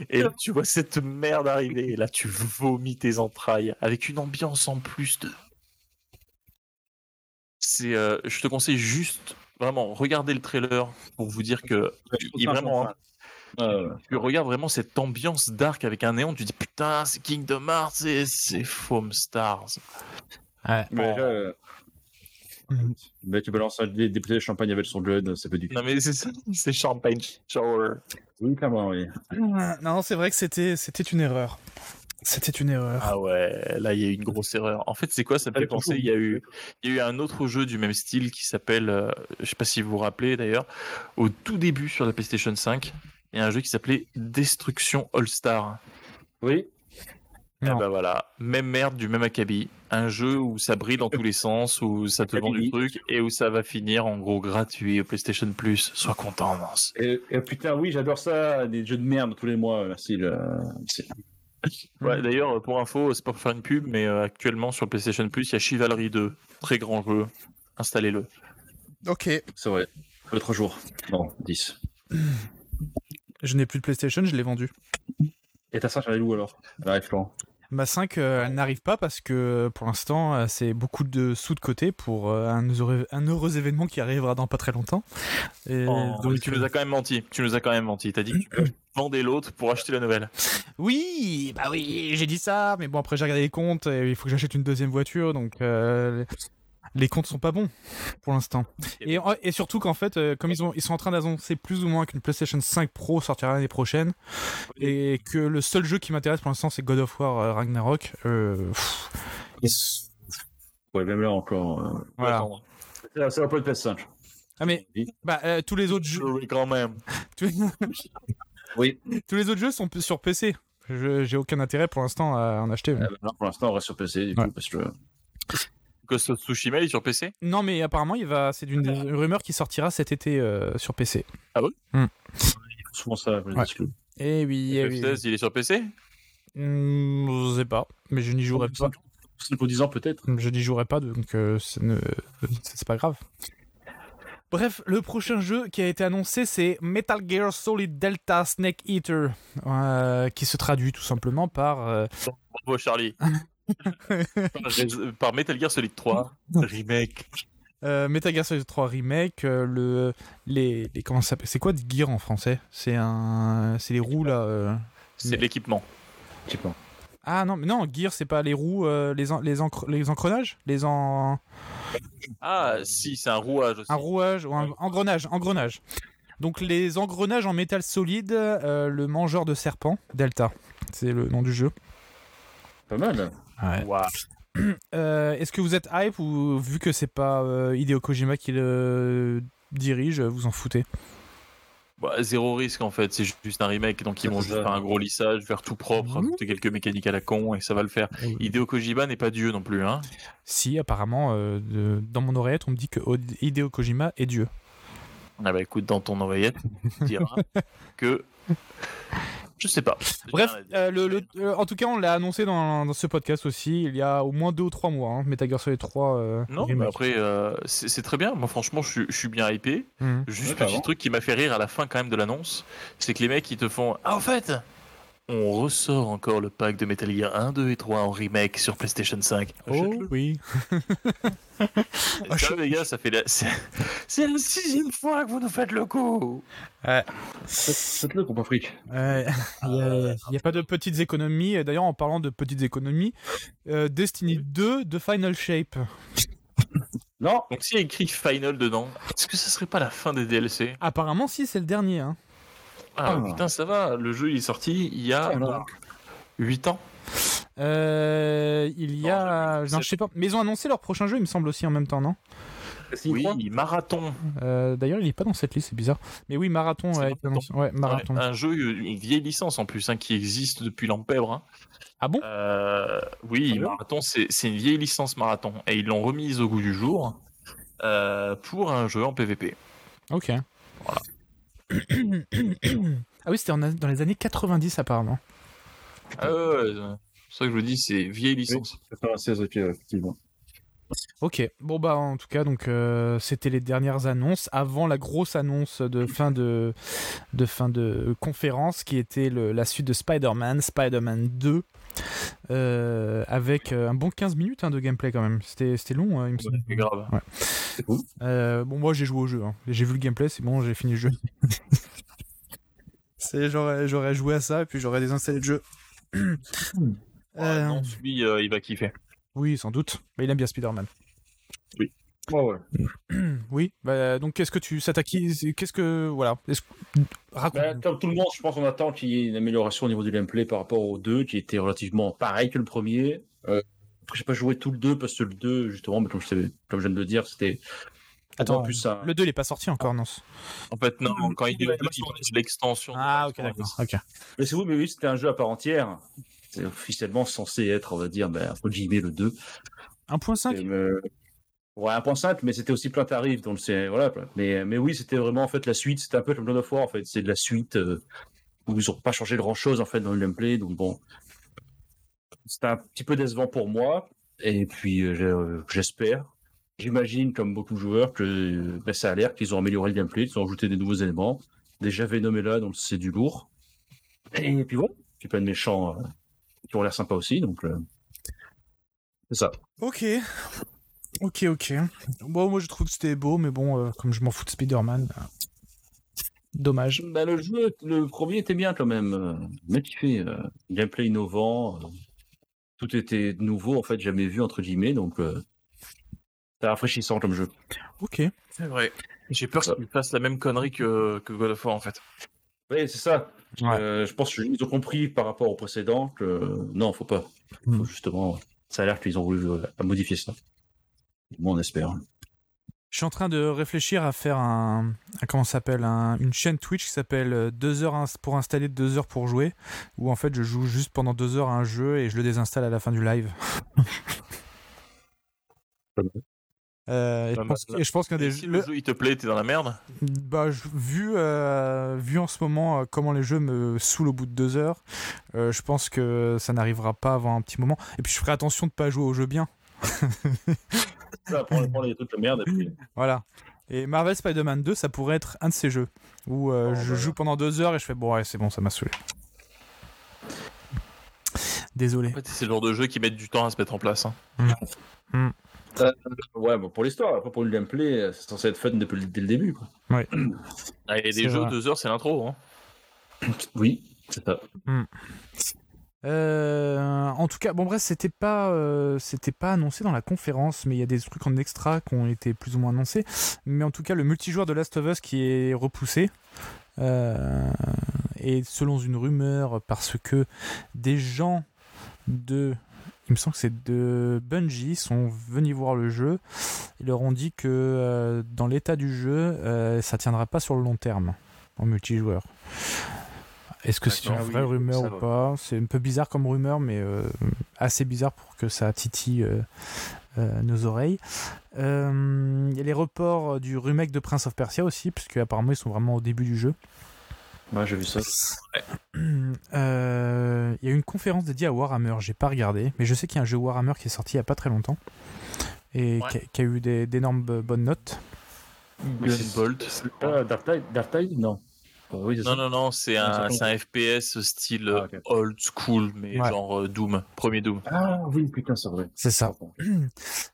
Et là tu vois cette merde arriver et là tu vomis tes entrailles avec une ambiance en plus de c'est euh, je te conseille juste vraiment regardez le trailer pour vous dire que il est vraiment hein. Euh, tu regardes vraiment cette ambiance dark avec un néon, tu dis putain, c'est Kingdom Hearts et c'est Foam Stars. mais, euh, Mhm. Mais tu balances un- des, des bouteilles de champagne avec son gun, ça peut du Non, mais c'est ça, *laughs* c'est Champagne Shower. Oui, clairement, oui. Ah, Non, c'est vrai que c'était c'était une erreur. C'était une erreur. Ah ouais, là il y a eu une grosse erreur. En fait, c'est quoi Ça me Ah, fait toujours. penser. Il y a eu, il y a eu un autre jeu du même style qui s'appelle, euh, je sais pas si vous vous rappelez d'ailleurs, au tout début sur la PlayStation 5, il y a un jeu qui s'appelait Destruction All Star. Oui, Non. Et bah voilà, même merde du même acabit. Un jeu où ça brille dans tous les sens, où ça te vend du Acabit. truc et où ça va finir en gros gratuit au PlayStation Plus. Sois content, Nance. et, et putain, oui, j'adore ça, des jeux de merde tous les mois, euh, merci. le- c'est- Ouais, d'ailleurs, pour info, c'est pas pour faire une pub, mais euh, actuellement sur le PlayStation Plus, il y a Chivalry 2, très grand jeu. Installez-le. Ok, C'est vrai. L'autre jour. Non, 10. je n'ai plus de PlayStation, je l'ai vendu. Et ta ça, j'allais où alors La Florent. Ma 5, euh, elle n'arrive pas parce que euh, pour l'instant, euh, c'est beaucoup de sous de côté pour euh, un, heureux, un heureux événement qui arrivera dans pas très longtemps. Et Oh, donc, tu euh, nous as quand même menti. Tu nous as quand même menti. T'as dit que tu *coughs* peux vendre l'autre pour acheter la nouvelle. Oui, bah oui, j'ai dit ça, mais bon, après j'ai regardé les comptes, et il faut que j'achète une deuxième voiture, donc euh, les comptes sont pas bons pour l'instant. Et, et surtout qu'en fait, euh, comme ils, ont, ils sont en train d'annoncer plus ou moins qu'une PlayStation 5 Pro sortira l'année prochaine, et que le seul jeu qui m'intéresse pour l'instant c'est God of War euh, Ragnarok, euh, pff, Ouais, même là encore. euh, voilà. Attends. C'est la- C'est la de PS5. Ah mais, bah, euh, tous les autres jeux... Je vais quand même. *laughs* tous- Oui. tous les autres jeux sont p- sur PC. Je- J'ai aucun intérêt pour l'instant à en acheter. Euh, non, pour l'instant, on reste sur PC, du Ouais. coup, parce que. Ghost of Tsushima il est sur PC Non, mais apparemment, il va. C'est d'une une rumeur qui sortira cet été euh, sur PC. Souvent ça, Ouais. Eh oui, eh oui. F16, il est sur PC Hmm, je sais pas, mais je n'y jouerai pas. C'est pour 10 ans peut-être. Je n'y jouerai pas, donc euh, ça ne- c'est pas grave. Bref, le prochain jeu qui a été annoncé, c'est Metal Gear Solid Delta Snake Eater, euh, qui se traduit tout simplement par euh, *laughs* Bravo, Charlie. par, Rez- par Metal Gear Solid 3. Remake. euh, Metal Gear Solid 3 Remake. euh, le les, les- comment ça s'appelle C'est quoi de gear en français C'est un c'est les roues là. euh. C'est Mais- de l'équipement. Je sais pas. Ah non, mais non, gear c'est pas les roues, euh, les en- les encre- les encrenages, les en Ah, si, c'est un rouage aussi. Euh, un rouage ou un engrenage, engrenage. Donc les engrenages en métal solide, euh, le mangeur de serpent, Delta, c'est le nom du jeu. Pas mal. Ouah. *clears throat* Euh, Est-ce que vous êtes hype ou vu que c'est pas euh, Hideo Kojima qui le dirige, vous en foutez Bah, zéro risque en fait, c'est ju- juste un remake, donc ils C'est vont ça. juste faire un gros lissage, faire tout Mhm. propre, rajouter quelques mécaniques à la con et ça va le faire. Oui. Hideo Kojima n'est pas Dieu non plus, hein. Si, apparemment, euh, de- dans mon oreillette, on me dit que O- Hideo Kojima est Dieu. Ah bah écoute, dans ton oreillette, *laughs* tu diras que. Je sais pas. J'ai Bref, rien à dire. euh, le- le- euh, en tout cas, on l'a annoncé dans, dans ce podcast aussi, il y a au moins deux ou trois mois, hein, Metal Gear Solid 3. euh, Non, mais remake. après, euh, c'est c'est très bien. Moi, franchement, je, suis- je suis bien hypé. Mhm. Juste Ouais, le petit carrément. truc qui m'a fait rire à la fin, quand même, de l'annonce, c'est que les mecs, ils te font Ah, en fait, on ressort encore le pack de Metal Gear 1, 2 et 3 en remake sur PlayStation 5. Oh oui. Achète-le. Sérieux, les gars, ça fait la... c'est *laughs* c'est la sixième fois que vous nous faites le coup. C'est le compas fric. Ouais, *laughs* Il Euh, n'y a, pas de petites économies. Et D'ailleurs, en parlant de petites économies, euh, Destiny 2 de Final Shape. Non Donc, s'il y a écrit Final dedans, est-ce que ça serait pas la fin des DLC Apparemment, si, c'est le dernier. hein. Ah, Ah. putain, ça va, le jeu il est sorti il y a Putain, alors. 8 ans. Euh, il y Non, a. j'ai- Non, je sais pas. Mais ils ont annoncé leur prochain jeu, il me semble aussi, en même temps, non Oui, Marathon. Euh, D'ailleurs, il n'est pas dans cette liste, c'est bizarre. Mais oui, Marathon Hmm. C'est a été annoncé. Ouais, Marathon. Ouais, un jeu, une vieille licence en plus, hein, qui existe depuis l'Empèbre. hein. Ah bon Euh, oui, Marathon, c'est c'est une vieille licence Marathon. Et ils l'ont remise au goût du jour euh, pour un jeu en PvP. Ok. *coughs* ah oui, c'était en- dans les années 90, apparemment. Ah ouais, ouais, ouais. c'est ça que je vous dis, c'est vieille licence. C'est pas un 16 ok, effectivement. Ok, bon bah en tout cas donc euh, c'était les dernières annonces avant la grosse annonce de fin de, de fin de conférence qui était le- la suite de Spider-Man, Spider-Man 2 euh, avec euh, un bon 15 minutes hein, de gameplay quand même, c'était c'était long hein, il me semble. C'est grave. Euh, bon moi j'ai joué au jeu, hein. j'ai vu le gameplay, c'est bon j'ai fini le jeu. *laughs* C'est- J'aurais j'aurais joué à ça et puis j'aurais désinstallé le jeu. Ah, non, celui, euh, il va kiffer. Oui sans doute, mais il aime bien Spider-Man. Oui. Ouais, ouais. *clears throat* Oui, bah, donc qu'est-ce que tu. Ça t'acquise Qu'est-ce que. Voilà. Est-ce que- Raconte. Bah, comme tout le monde, je pense qu'on attend qu'il y ait une amélioration au niveau du gameplay par rapport au 2, qui était relativement pareil que le premier. Euh, après, j'ai pas joué tout le 2, parce que le 2, justement, mais comme je, t'ai- comme je viens de le dire, c'était Attends, en plus ça. Le 2 il est pas sorti encore, non En fait, non, quand il dit le truc, il parle de l'extension. Ah, ok, d'accord. ok. Mais c'est vous, mais oui, c'était un jeu à part entière. C'est officiellement censé être, on va dire, ben, entre guillemets, le 2. 1.5 Et, euh, Ouais, 1.5, mais c'était aussi plein tarif, donc c'est voilà. plein- Mais mais oui, c'était vraiment en fait la suite. C'était un peu comme God of War en fait. C'est de la suite euh, où ils ont pas changé grand chose en fait dans le gameplay. Donc bon, c'était un petit peu décevant pour moi. Et puis euh, j'ai- euh, j'espère, j'imagine comme beaucoup de joueurs que euh, ben, ça a l'air qu'ils ont amélioré le gameplay, qu'ils ont ajouté des nouveaux éléments. Déjà Venom est là, donc c'est du lourd. Et puis voilà, puis plein de méchants euh, qui ont l'air sympas aussi. Donc euh, c'est ça. Ok. Ok, ok. Bon, moi je trouve que c'était beau, mais bon, euh, comme je m'en fous de Spider-Man. euh, Dommage. Bah, le jeu, le premier était bien quand même. euh, Bien kiffé. euh, Gameplay innovant. euh, Tout était nouveau, en fait, jamais vu, entre guillemets. Donc, euh, c'est rafraîchissant comme jeu. Ok. C'est vrai. J'ai peur qu'il fasse la même connerie que, que God of War, en fait. Oui, c'est ça. Ouais. Euh, je pense qu'ils ont compris par rapport au précédent que euh, non, faut pas. Faut Hmm. justement, ça a l'air qu'ils ont voulu euh, modifier ça. Moi, on espère. Je suis en train de réfléchir à faire un. un- comment ça s'appelle un- Une chaîne Twitch qui s'appelle euh, 2 heures ins- pour installer 2 heures pour jouer, où en fait je joue juste pendant 2 heures à un jeu et je le désinstalle à la fin du live. Pas mal. Euh, et, je Pas pense, mal. et je pense qu'un des Et si le- le jeu il te plaît, t'es dans la merde. Bah, je- vu, euh, vu en ce moment euh, comment les jeux me saoulent au bout de deux heures, euh, je pense que ça n'arrivera pas avant un petit moment. Et puis je ferai attention de pas jouer aux jeux bien. Ça, prends, prends les trucs de merde. Et puis, Voilà. Et Marvel Spider-Man 2, ça pourrait être un de ces jeux où euh, Oh, je bah. joue pendant deux heures et je fais bon, ouais, c'est bon, ça m'a saoulé. Désolé. En fait, c'est le genre de jeu qui met du temps à se mettre en place. hein. ouais, bon, pour l'histoire, après, pour le gameplay, euh, c'est censé être fun depuis le- dès le début. quoi. Ah, Et C'est des jeux, vrai. deux heures, c'est l'intro. Hein. Oui, c'est ça. Euh, en tout cas, bon bref, c'était pas, euh, c'était pas annoncé dans la conférence, mais il y a des trucs en extra qui ont été plus ou moins annoncés. Mais en tout cas, le multijoueur de Last of Us qui est repoussé. euh, et selon une rumeur, parce que des gens de, il me semble que c'est de Bungie, sont venus voir le jeu. Ils leur ont dit que euh, dans l'état du jeu, euh, ça tiendra pas sur le long terme en multijoueur. Est-ce que c'est une D'accord, vraie Ah oui, rumeur ça ou va. pas C'est un peu bizarre comme rumeur, mais euh, assez bizarre pour que ça titille euh, euh, nos oreilles. Euh, Il y a les reports du remake de Prince of Persia aussi, puisque apparemment ils sont vraiment au début du jeu. Ouais, j'ai vu ça. Euh, Il y a eu une conférence dédiée à Warhammer, j'ai pas regardé, mais je sais qu'il y a un jeu Warhammer qui est sorti il y a pas très longtemps et Ouais. qui, a, qui a eu des- d'énormes bo- bonnes notes. Usain Bolt. Ah, Dark Tide, Dark Tide non. Euh, oui, c'est Non, ça. non, non, c'est Ah, un, c'est c'est un FPS style euh, Ah, ok. old school, mais Ouais. genre euh, Doom, premier Doom. Ah oui, putain, c'est vrai. C'est Ah. ça.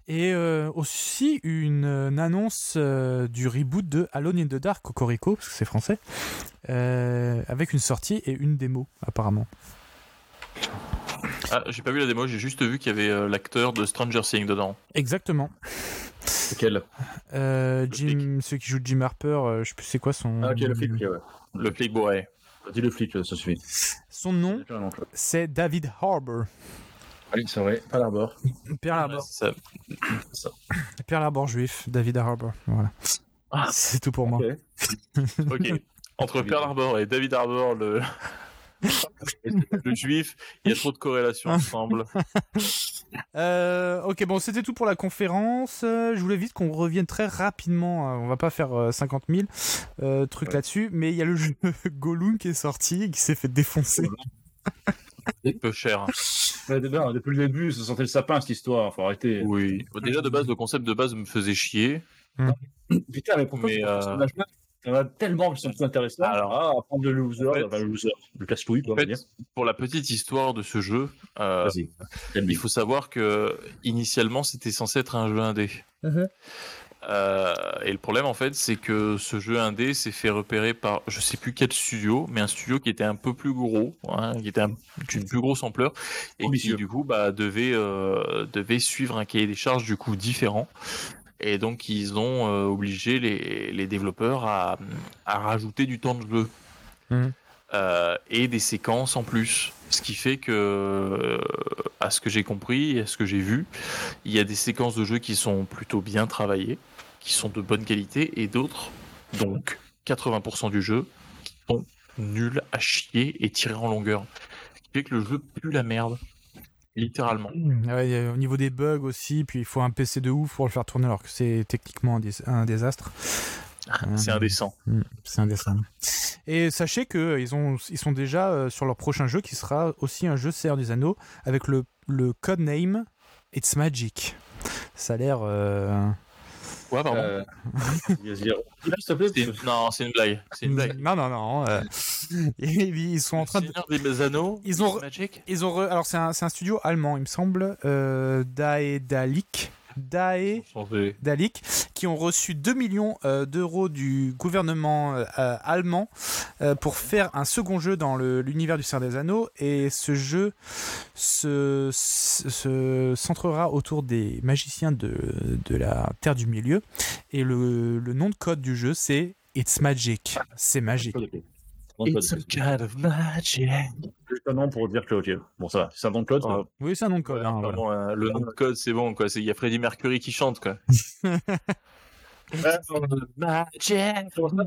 Et euh, aussi une, euh, une annonce euh, du reboot de Alone in the Dark, Cocorico, parce que c'est français, euh, avec une sortie et une démo apparemment. Ah, j'ai pas vu la démo, j'ai juste vu qu'il y avait euh, l'acteur de Stranger Things dedans. Exactement. Lequel Euh, Le Jim, ceux qui jouent Jim Harper, euh, je sais plus c'est quoi son. Ah, ok, le flic, ok, ouais. Le flic bourré. Dis le flic, euh, ça suffit. Son Hein nom, c'est David Harbour. Allez, c'est vrai, pas l'arbor. Pearl Harbor. Ouais, c'est ça. Pearl Harbor juif, David Harbour. Voilà. Ah. C'est tout pour moi. Ok. Ok. Entre Pearl Harbor et David Harbor, le... le juif, il y a trop de corrélations ensemble. Euh, ok, bon, c'était tout pour la conférence. Euh, Je voulais vite qu'on revienne très rapidement. euh, On va pas faire euh, 50 000 euh, trucs Ouais. là-dessus, mais il y a le jeu *laughs* Gollum qui est sorti et qui s'est fait défoncer. C'est peu cher. Ouais, de- non, depuis le début, ça sentait le sapin, cette histoire, faut arrêter. Oui. Déjà, de base, le concept de base me faisait chier. Putain, mais pourquoi Mais, ce euh, personnage-là Il y en a tellement qui sont plus intéressants. Alors, ah, prendre le loser, en fait- enfin, le loser, le casse-couille, quoi, En on va fait, dire. pour la petite histoire de ce jeu, euh, Vas-y, tell me. il faut savoir que initialement, c'était censé être un jeu indé. Euh, et le problème, en fait, c'est que ce jeu indé s'est fait repérer par je sais plus quel studio, mais un studio qui était un peu plus gros, hein, qui était un- d'une plus grosse ampleur, et qui Ambitieux. du coup bah, devait, euh, devait suivre un cahier des charges du coup différent. Et donc, ils ont euh, obligé les, les développeurs à, à rajouter du temps de jeu. Mhm. Euh, et des séquences en plus. Ce qui fait que, euh, à ce que j'ai compris et à ce que j'ai vu, il y a des séquences de jeu qui sont plutôt bien travaillées, qui sont de bonne qualité, et d'autres, donc 80% du jeu, qui sont nuls à chier et tirés en longueur. Ce qui fait que le jeu pue la merde. Littéralement. Ouais, il y a- au niveau des bugs aussi, puis il faut un PC de ouf pour le faire tourner alors que c'est techniquement un, dés- un désastre. Ah, C'est Euh, indécent. C'est indécent. Et sachez qu'ils ont, ils sont déjà euh, sur leur prochain jeu qui sera aussi un jeu Seigneur des Anneaux avec le, le codename It's Magic. Ça a l'air. euh, Quoi, pardon Euh, vas-y, *laughs* s'il te plaît, hein. C'est une- Non, c'est une blague. C'est une blague. Non, non, non. euh, *laughs* et puis, ils sont en train de. Seigneur des Anneaux Ils ont- Magic Ils ont re- Alors, c'est un, c'est un studio allemand, il me semble. Euh, Daedalic. Dae. Changé. Dalic, qui ont reçu 2 millions euh, d'euros du gouvernement euh, euh, allemand euh, pour faire un second jeu dans le- l'univers du Seigneur des Anneaux. Et ce jeu se, se- se centrera autour des magiciens de, de la Terre du Milieu. Et le, le nom de code du jeu, c'est It's Magic. C'est magique. It's a kind of magic. Juste un nom pour dire que, ok, bon, ça va. C'est un nom de code. Ah. Oui, c'est un nom de code. Ouais, hein, voilà. vraiment, euh, le nom de code, c'est bon, quoi. C'est- Il y a Freddie Mercury qui chante, quoi. Magic.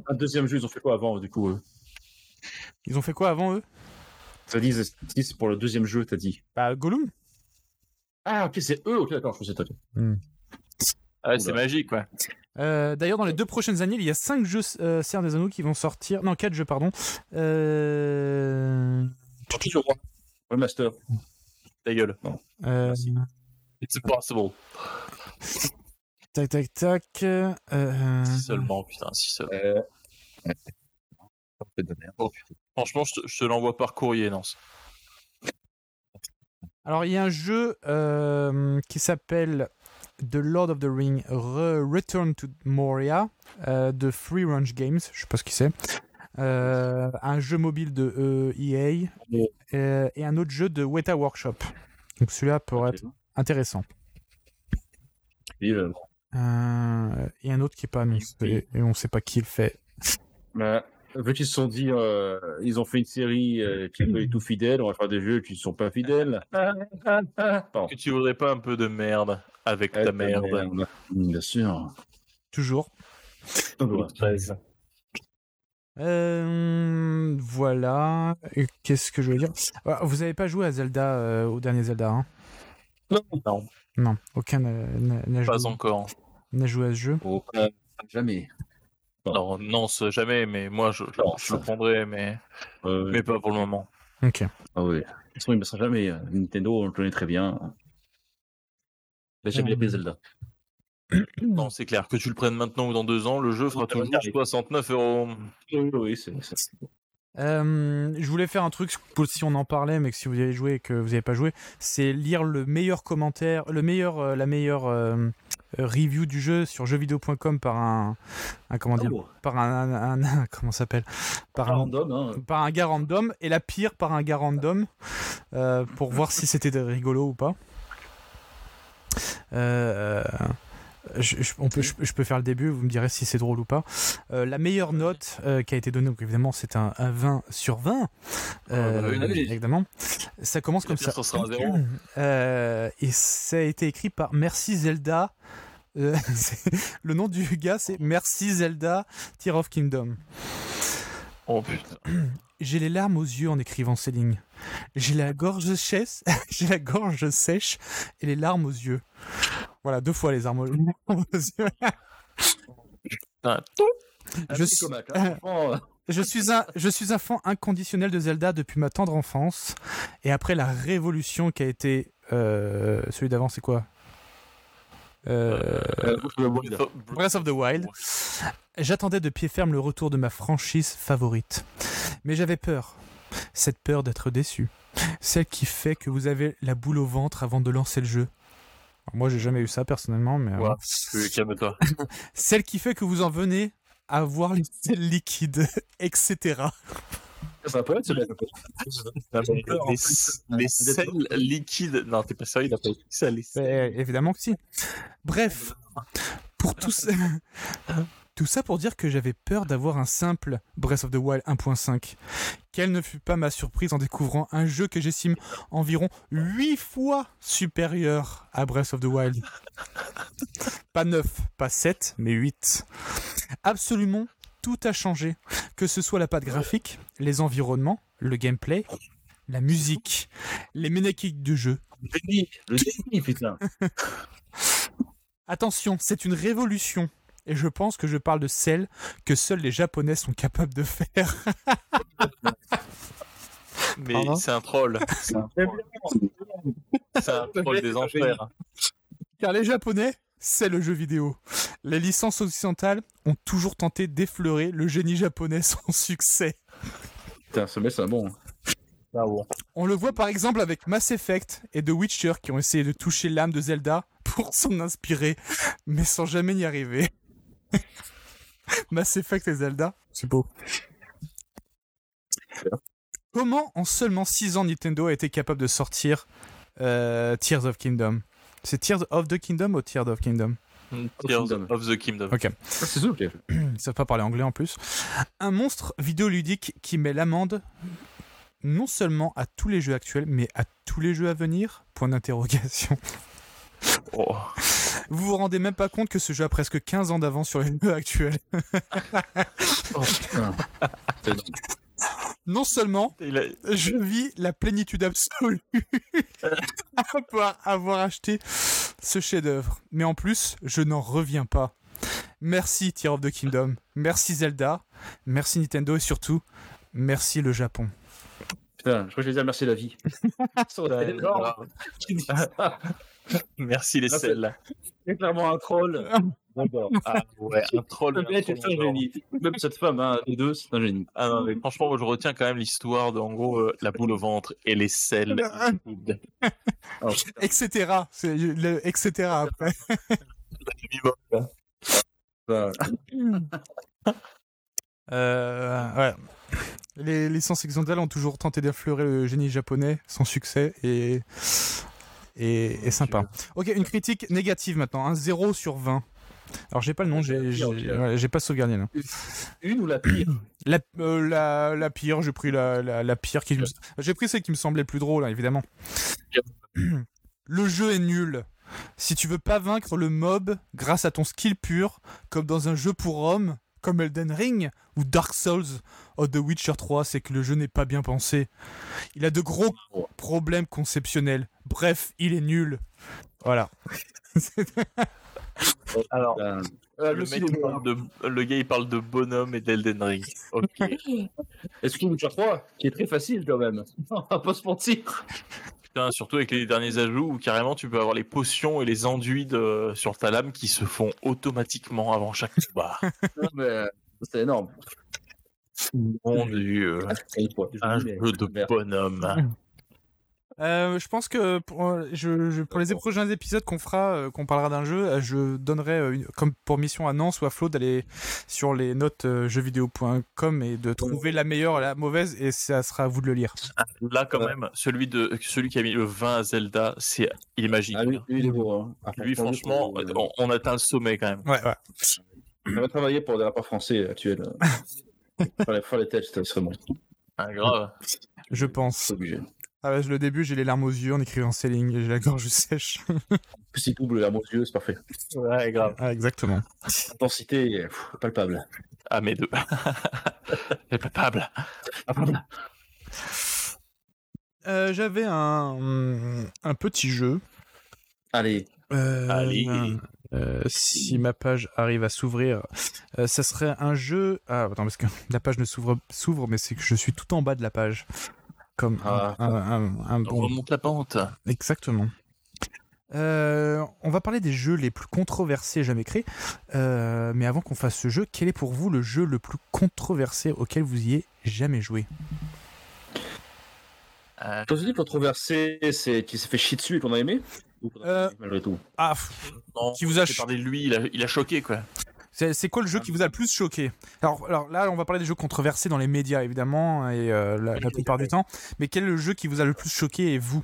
Un deuxième jeu, ils ont fait quoi avant, du coup euh Ils ont fait quoi avant eux T'as dit, c'est c'est pour le deuxième jeu, t'as dit. Bah, Gollum. Ah, ok, c'est eux, ok, d'accord, je pensais que Ah, c'est magique, quoi. Euh, D'ailleurs, dans les deux prochaines années, il y a 5 jeux euh, Seigneur des Anneaux qui vont sortir. Non, 4 jeux, pardon. Euh... Surtout sur roi. Ouais, Master. Ta gueule. Euh, It's impossible. tac, tac, tac. euh, euh, Si seulement, putain, si seulement. Euh... En fait, de merde. Franchement, je te, je te l'envoie par courrier, Nance. Alors, il y a un jeu euh, qui s'appelle The Lord of the Ring Re- Return to Moria euh, de Free Range Games. Je sais pas ce que c'est. Euh, un jeu mobile de euh, EA euh, et un autre jeu de Weta Workshop. Donc, celui-là pourrait être intéressant. Puis, euh, Euh, et un autre qui est pas annoncé et on sait pas qui le fait. bah, vu qu'ils se sont dit, euh, ils ont fait une série euh, qui est tout fidèle, on va faire des jeux qui ne sont pas fidèles. Pardon. Que tu voudrais pas un peu de merde avec Ah, ta merde. Mm, Bien sûr. Toujours. Ouais. Euh, voilà. Et Qu'est-ce que je veux dire Ah, Vous avez pas joué à Zelda, euh, au dernier Zelda, hein Non, Non, aucun n'a- n'a n'a joué, pas encore. n'a joué à ce jeu. Oh, euh, jamais. Non, non, c'est jamais, mais moi, je, je- Non, je le prendrai, mais, Euh, mais pas pour le moment. Ok. Ah oui. De toute façon, il ne passera jamais. euh, Nintendo, on le connaît très bien. Mais j'aime bien les Zelda. Non, c'est clair. Que tu le prennes maintenant ou dans deux ans, le jeu fera Ça va toujours arriver. 69 euros. Oui, oui, c'est c'est- Euh, je voulais faire un truc pour- si on en parlait, mais que si vous y avez joué et que vous n'avez pas joué, c'est lire le meilleur commentaire, le meilleur, euh, la meilleure euh, euh, review du jeu sur jeuxvideo.com par un, un comment dire, Oh, par un, un- un- *laughs* comment ça s'appelle, par un, random. Hein. par un gars random et la pire par un gars random euh, pour voir si c'était de- rigolo ou pas. Euh, je, je- on peut, je, je peux faire le début, vous me direz si c'est drôle ou pas. Euh, la meilleure note euh, qui a été donnée, donc évidemment c'est un, un 20 sur 20, euh, Ah bah oui, oui. évidemment. Ça commence La comme pire, ça. ça sera un zéro. Euh, et ça a été écrit par Merci Zelda. Euh, *laughs* c'est- le nom du gars c'est Merci Zelda Tear of Kingdom. Oh putain. J'ai les larmes aux yeux en écrivant ces lignes. J'ai la gorge sèche, *laughs* j'ai la gorge sèche et les larmes aux yeux. Voilà, deux fois les larmes aux les larmes aux yeux. *laughs* Putain. Je suis- Comac, hein, *laughs* franchement, euh, Je suis un, je suis un fan inconditionnel de Zelda depuis ma tendre enfance. Et après la révolution qui a été, euh, celui d'avant, c'est quoi Euh, Breath of the Wild. J'attendais de pied ferme le retour de ma franchise favorite. Mais j'avais peur. Cette peur d'être déçu. Celle qui fait que vous avez la boule au ventre avant de lancer le jeu. Moi, j'ai jamais eu ça personnellement, mais. euh, Ouais. Oui, Calme-toi. Celle qui fait que vous en venez à voir les selles liquides, *laughs* etc. Ça peut être, c'est bien. Ah, Les, les sels Bah, liquides. Non, t'es pas sérieux, il a pas dit ça, les sels. évidemment que si. Bref, Pour tout ça, *laughs* tout ça pour dire que j'avais peur d'avoir un simple Breath of the Wild 1.5. Quelle ne fut pas ma surprise en découvrant un jeu que j'estime environ 8 fois supérieur à Breath of the Wild. Pas 9, pas 7, mais 8. Absolument tout a changé, que ce soit la patte graphique, les environnements, le gameplay, la musique, les mécaniques du jeu, Le génie, le génie, putain. Attention, c'est une révolution. Et je pense que je parle de celle que seuls les Japonais sont capables de faire. *laughs* Mais Pardon c'est un troll. C'est un troll, c'est un troll des enfers. hein. Car les Japonais, c'est le jeu vidéo. Les licences occidentales ont toujours tenté d'effleurer le génie japonais sans succès. Putain, ce mec, c'est un bon. hein. On le voit par exemple avec Mass Effect et The Witcher qui ont essayé de toucher l'âme de Zelda pour *laughs* s'en inspirer, mais sans jamais y arriver. *laughs* Mass Effect et Zelda, c'est beau. Comment en seulement 6 ans Nintendo a été capable de sortir euh, Tears of Kingdom C'est Tears of the Kingdom ou Tears of Kingdom Tears of the Kingdom. Ça, C'est sûr, j'ai fait. Ils savent pas parler anglais en plus. Un monstre vidéoludique qui met l'amende non seulement à tous les jeux actuels, mais à tous les jeux à venir Point d'interrogation. *laughs* Oh. Vous vous rendez même pas compte que ce jeu a presque 15 ans d'avance sur les jeux actuels. Oh, C'est dingue. Non seulement Il a- je vis la plénitude absolue *laughs* après avoir acheté ce chef-d'œuvre, mais en plus, je n'en reviens pas. Merci Tear of the Kingdom, merci Zelda, merci Nintendo et surtout, merci le Japon. Putain, je crois que je vais dire merci à la *laughs* vie. Ça aurait été énorme. Qui dit ça Merci les Non, c'est- selles. C'est clairement un troll. *laughs* D'accord. Ah ouais, un troll. Le mais un mec troll est un en genre. génie. Même cette femme, hein, les deux, c'est un génie. Ah non, mais franchement, moi, je retiens quand même l'histoire de, en gros, euh, la boule au ventre et les selles. *laughs* etc. C'est le etc. après. Ah. Euh, ouais. Les licences hexagonales ont toujours tenté d'affleurer le génie japonais sans succès et. Et, et sympa. Ok, une critique négative maintenant, un 0 sur 20. Alors j'ai pas le nom, j'ai j'ai- ouais, j'ai pas sauvegardé là. Une ou la pire La, euh, la, la pire, j'ai pris la, la, la pire qui me- J'ai pris celle qui me semblait plus drôle, hein, évidemment. *clears throat* Le jeu est nul. Si tu veux pas vaincre le mob grâce à ton skill pur, comme dans un jeu pour hommes, comme Elden Ring ou Dark Souls ou The Witcher 3, c'est que le jeu n'est pas bien pensé. Il a de gros problèmes conceptionnels. Bref, il est nul. Voilà. Alors, Euh, le, mec, il parle de- le gars, il parle de bonhomme et d'Elden Ring. Ok. Est-ce que Witcher 3 Qui est très facile quand même. *laughs* On va pas se mentir. Putain, surtout avec les derniers ajouts où carrément tu peux avoir les potions et les enduits de- sur ta lame qui se font automatiquement avant chaque combat. Non, mais euh, C'est énorme. Mon dieu, un jeu de bonhomme. Euh, je pense que pour, euh, je, je- pour les prochains épisodes qu'on fera, euh, qu'on parlera d'un jeu, euh, je donnerai euh, une- comme pour mission à Nance ou à Flo d'aller sur les notes euh, jeuxvideo.com et de trouver la meilleure et la mauvaise et ça sera à vous de le lire. Là, quand même, celui, de, celui qui a mis le 20 à Zelda, c'est, il est magique. Ah, lui, lui, il est beau. Hein. Ah, Lui, franchement, euh, on, on atteint le sommet quand même. Ouais, ouais. on va travailler pour des rapports *laughs* français actuels. faire, les, faire les textes, ce serait bon. Hein, grave. Je pense. C'est obligé. Ah ouais, je- le début, j'ai les larmes aux yeux en écrivant ces lignes et j'ai la gorge sèche. Si double la aux yeux, c'est parfait. Ouais, grave. ah, exactement. Intensité pff, *laughs* palpable. Ah, mes deux. *laughs* C'est palpable. Euh, J'avais un, hmm, un petit jeu. Allez, Euh, Allez. euh, si ma page arrive à s'ouvrir, euh, ça serait un jeu. Ah, attends, parce que *laughs* la page ne s'ouvre, s'ouvre, mais c'est que je suis tout en bas de la page. Comme un- Ah. un, un- un On bon. remonte la pente. Exactement. Euh, on va parler des jeux les plus controversés jamais créés. Euh, mais avant qu'on fasse ce jeu, quel est pour vous le jeu le plus controversé auquel vous y ayez jamais joué Euh, Quand tu dis controversé, c'est qui s'est fait chier dessus et qu'on a aimé Ou qu'on a Euh, aimé malgré tout. Ah, non, Qui vous a j'ai ch- parlé de lui, il a, il a choqué quoi. C'est, c'est quoi le Ah. jeu qui vous a le plus choqué alors, alors là, on va parler des jeux controversés dans les médias, évidemment, et euh, la, la plupart du temps. Mais quel est Euh. le jeu qui vous a le plus choqué et vous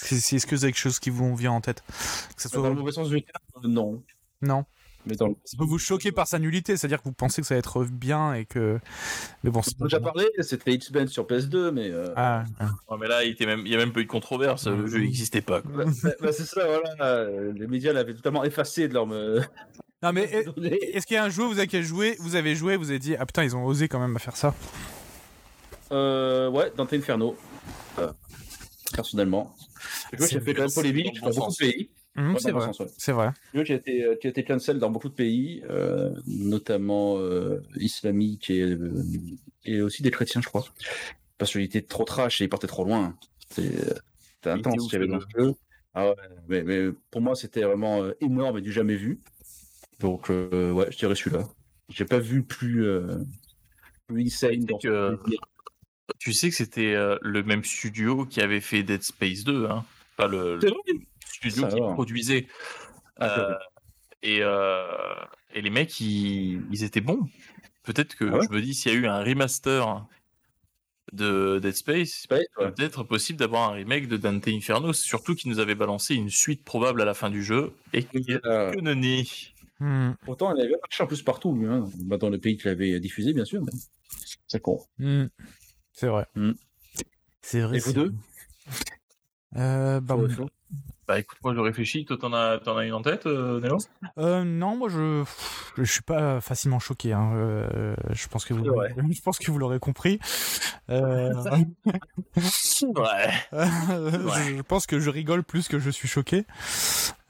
Si- Est-ce que vous avez quelque chose qui vous vient en tête Que ça soit- Dans le mauvais sens du terme, euh, non. Non. Mais dans le... Ça peut vous choquer par sa nullité, c'est-à-dire que vous pensez que ça va être bien et que. Mais bon, c'est On en a déjà parlé, c'était X-Men sur PS2, mais. euh, Ah, Ouais, mais là, il était même- il y a même pas eu de controverse, le jeu n'existait pas. quoi. bah, bah, bah, c'est ça, voilà. euh, Les médias l'avaient totalement effacé de leur. euh, me- Non, mais *laughs* est- est-ce qu'il y a un jeu vous avez joué, vous avez joué, vous avez dit ah putain ils ont osé quand même à faire ça. Euh, ouais, Dante Inferno. Euh, personnellement. Le jeu qui a fait quand même polémique dans beaucoup de pays. Hum, Ouais, c'est dans le vrai, sens, ouais. c'est vrai. Le jeu qui a été, euh, qui a été cancel dans beaucoup de pays, euh, notamment euh, islamiques et, euh, et aussi des chrétiens, je crois. Parce qu'il était trop trash et il partait trop loin. C'était c'était était intense ouf, ce qu'il y avait le dans le jeu. Ah ouais, mais, mais pour moi, c'était vraiment euh, énorme et du jamais vu. Donc, euh, ouais, je dirais celui-là. J'ai pas vu plus, euh, plus insane. dans ce que- plaisir. Tu sais que c'était euh, le même studio qui avait fait Dead Space 2, hein. pas le, le studio Ça qui alors. produisait. Euh, et, euh, et les mecs, ils, ils étaient bons. Peut-être que Ah ouais je me dis, s'il y a eu un remaster de Dead Space, Ouais, ouais. c'est peut-être possible d'avoir un remake de Dante Inferno, surtout qu'ils nous avaient balancé une suite probable à la fin du jeu. Et que, Euh, que nenni. Hum, Pourtant, elle avait marché un plus partout, lui, hein. Bah, dans le pays qui l'avait diffusé, bien sûr. mais C'est con. hum, C'est vrai. Hum. C'est vrai. Et vous c'est- deux Euh, bah, moi- Bah écoute, moi je réfléchis, toi t'en as, t'en as une en tête, euh, Nelo Euh, non, moi je je suis pas facilement choqué. hein, euh, je pense que vous C'est vrai. *laughs* je pense que vous l'aurez compris. *laughs* Euh, *laughs* Ouais. je, je pense que je rigole plus que je suis choqué.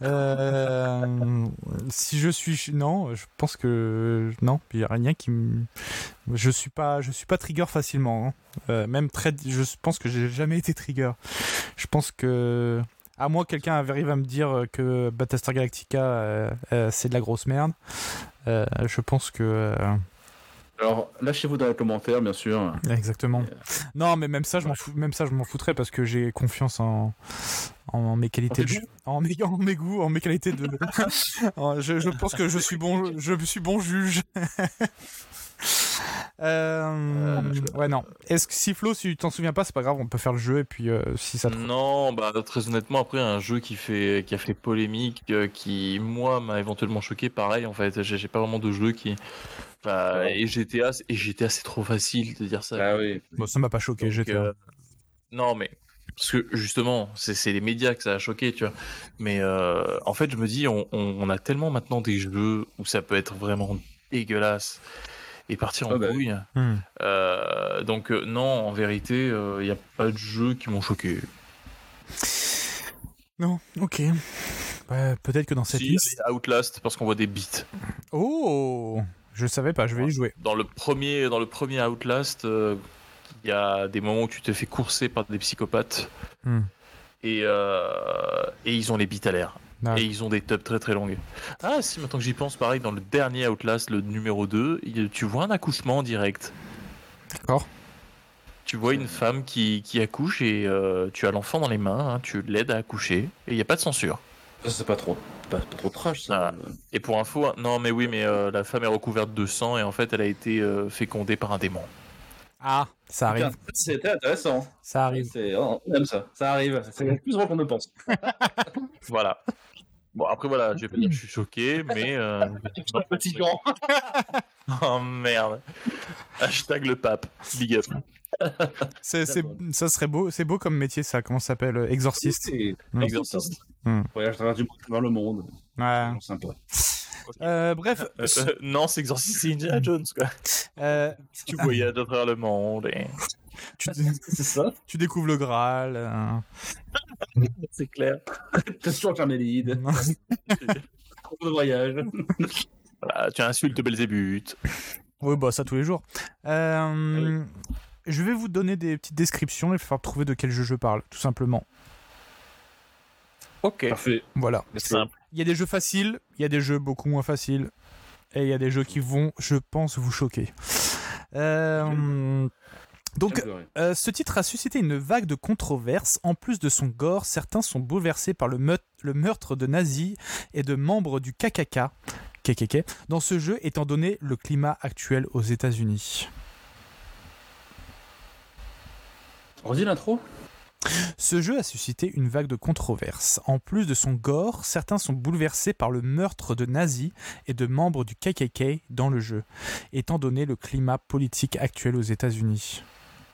Euh, si je suis ch- non, je pense que non, il y a rien qui me je suis pas je suis pas trigger facilement. hein. Euh, même très je pense que j'ai jamais été trigger. Je pense que à moi quelqu'un arrive à me dire euh, que Battlestar Galactica euh, euh, c'est de la grosse merde. euh, je pense que euh, Alors, lâchez-vous dans les commentaires, bien sûr. Exactement. Euh, Non, mais même ça, je m'en fous, même ça, je m'en foutrais parce que j'ai confiance en, en mes qualités, En tes de- en, mes, *laughs* en mes goûts, en mes qualités de. En- je, je pense que je suis bon, je suis bon juge. *laughs* Euh, ouais, non. Est-ce que si Flo, si tu t'en souviens pas, c'est pas grave, on peut faire le jeu et puis euh, si ça te. Non, bah très honnêtement, après un jeu qui fait qui a fait polémique, euh, qui moi m'a éventuellement choqué, pareil en fait, j'ai j'ai pas vraiment de jeu qui. Enfin, Ouais. et GTA, c'est- et GTA c'est trop facile de dire ça. Ah oui. Bon, ça m'a pas choqué, Donc, j'étais. euh, Non mais parce que justement, c'est c'est les médias que ça a choqué, tu vois. Mais euh, en fait, je me dis, on, on- on a tellement maintenant des jeux où ça peut être vraiment dégueulasse et partir en Ah bah oui. couille. Hmm. Euh, donc euh, non, en vérité, il n'y a pas de jeux qui m'ont choqué. Non, ok. Ouais, Bah, Peut-être que dans cette Si, liste. allez, Outlast, parce qu'on voit des bits. Oh Je savais pas, je vais y jouer. Dans le premier, dans le premier Outlast, euh, il y a des moments où tu te fais courser par des psychopathes. Hmm. Et, euh, et ils ont les bits à l'air. Ah. Et ils ont des tops très très longues. Ah si, maintenant que j'y pense, pareil, dans le dernier Outlast, le numéro 2, il- tu vois un accouchement en direct. D'accord. Tu vois une femme qui, qui accouche et euh, tu as l'enfant dans les mains, hein, tu l'aides à accoucher. Et il n'y a pas de censure. Ça, c'est pas trop, pas, pas trop trash, ça. Et pour info, hein, non mais oui, mais euh, la femme est recouverte de sang et en fait elle a été euh, fécondée par un démon. Ah, ça arrive. Putain, C'était intéressant. Ça arrive. C'est, on aime ça. Ça arrive. C'est plus drôle qu'on ne pense. Voilà. Bon après voilà, je vais pas dire que je suis *laughs* choqué, mais... euh, Petit grand. *laughs* oh merde. Hashtag le pape. Big up. C'est, c'est- D'accord. ça serait beau, c'est beau comme métier ça, comment ça s'appelle euh, Exorciste. C'est Hmm. exorciste. Hmm. Voyage à travers du monde, à travers le monde. Ouais. C'est Sympa. Euh, bref, Euh, euh, non, c'est Exorcist c'est Indiana Jones quoi. euh, Tu voyages à travers le monde et... tu, C'est ça. tu découvres le Graal. euh. *laughs* C'est clair. Question carmélide. Cours de voyage. Voilà, tu insultes Belzébuth. Oui, bah ça tous les jours. Euh, Ah Je vais vous donner des petites descriptions et il va falloir trouver de quel jeu je parle, tout simplement. Ok. Parfait. Voilà. Simple. Il y a des jeux faciles, il y a des jeux beaucoup moins faciles, et il y a des jeux qui vont, je pense, vous choquer. Euh, donc, Euh, ce titre a suscité une vague de controverses. En plus de son gore, certains sont bouleversés par le, meut- le meurtre de nazis et de membres du KKK, KKK dans ce jeu, étant donné le climat actuel aux États-Unis. On dit l'intro Ce jeu a suscité une vague de controverses. En plus de son gore, certains sont bouleversés par le meurtre de nazis et de membres du KKK dans le jeu, étant donné le climat politique actuel aux États-Unis.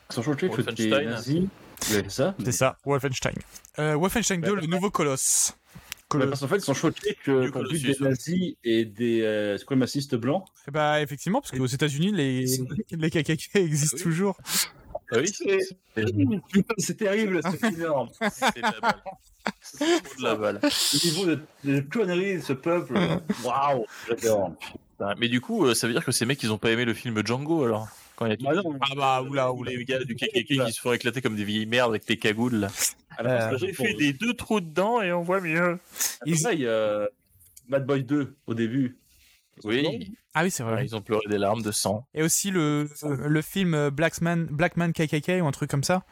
Sans changer que t'es Wolfenstein. nazi. Ouais, c'est ça. C'est ça, Wolfenstein. Euh, Wolfenstein 2, le nouveau colosse. Ouais, Colosse. parce qu'en fait, ils sont choqués que Du qu'on Colossus, bute des ouais. nazis et des euh, suprémacistes blancs. Eh Bah, effectivement, parce qu'aux États-Unis, *laughs* les, les KKK existent Oui. toujours. Ah oui, c'est *laughs* C'est terrible, c'est énorme. c'est de la balle. C'est trop de la balle. Le niveau de, de conneries de ce peuple. Mmh. Waouh, j'adore. Putain, Mais du coup, euh, ça veut dire que ces mecs, ils ont pas aimé le film Django alors Quand il y a tout- Ah non. Ah bah, oula, tous oula. les gars du KKK qui se font éclater comme des vieilles merdes avec des cagoules là. Alors, Euh, j'ai fait des. les deux trous dedans et on voit mieux. Ils- Pareil, euh, Bad Boy 2 au début. Oui, Ah oui, c'est Ouais, vrai. ils ont pleuré des larmes de sang. Et aussi le, le film Black Man, Black Man KKK ou un truc comme ça.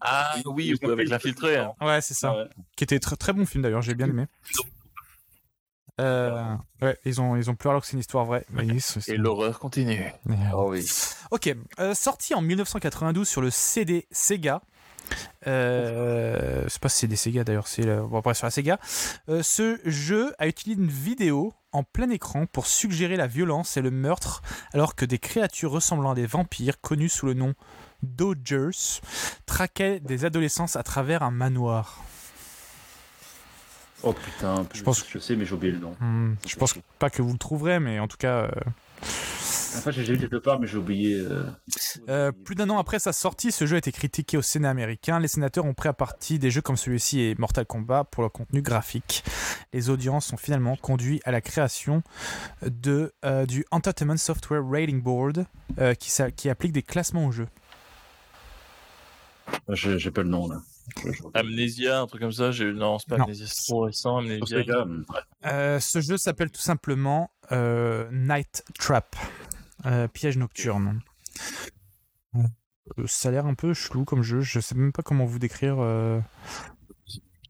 Ah oui, Ils ont avec fait- l'infiltré. hein. Ouais, c'est ça. Ouais. Qui était très très bon film d'ailleurs, j'ai bien aimé. Euh, ouais, ils ont, ils ont pleuré alors que c'est une histoire vraie. Mais ils sont- Et l'horreur continue. Oh oui. Ok, euh, sorti en 1992 sur le CD Sega. Euh, c'est pas CD Sega d'ailleurs, c'est la- bon, après sur la Sega. Euh, ce jeu a utilisé une vidéo en plein écran pour suggérer la violence et le meurtre, alors que des créatures ressemblant à des vampires connus sous le nom Dodgers traquaient des adolescents à travers un manoir. Oh putain, Je je pense- pense que je sais, mais j'ai oublié le nom. Hmm, je pense pas que vous le trouverez, mais en tout cas. euh, Enfin, j'ai j'ai vu quelque part, mais j'ai oublié. euh, Euh, plus d'un an après sa sortie, ce jeu a été critiqué au Sénat américain. Les sénateurs ont pris à partie des jeux comme celui-ci et Mortal Kombat pour leur contenu graphique. Les audiences ont finalement conduit à la création de, euh, du Entertainment Software Rating Board euh, qui, s'a- qui applique des classements au jeu. J'ai j'ai pas le nom là. Je- Eh je- Amnésia, un truc comme ça. j'ai- Non, c'est pas Non. Amnésia, c'est trop récent. Sur Amnésia. ce gars, hum, Euh, ce jeu s'appelle tout simplement euh, Night Trap, euh, piège nocturne. Euh, Ça a l'air un peu chelou comme jeu. Je sais même pas comment vous décrire euh,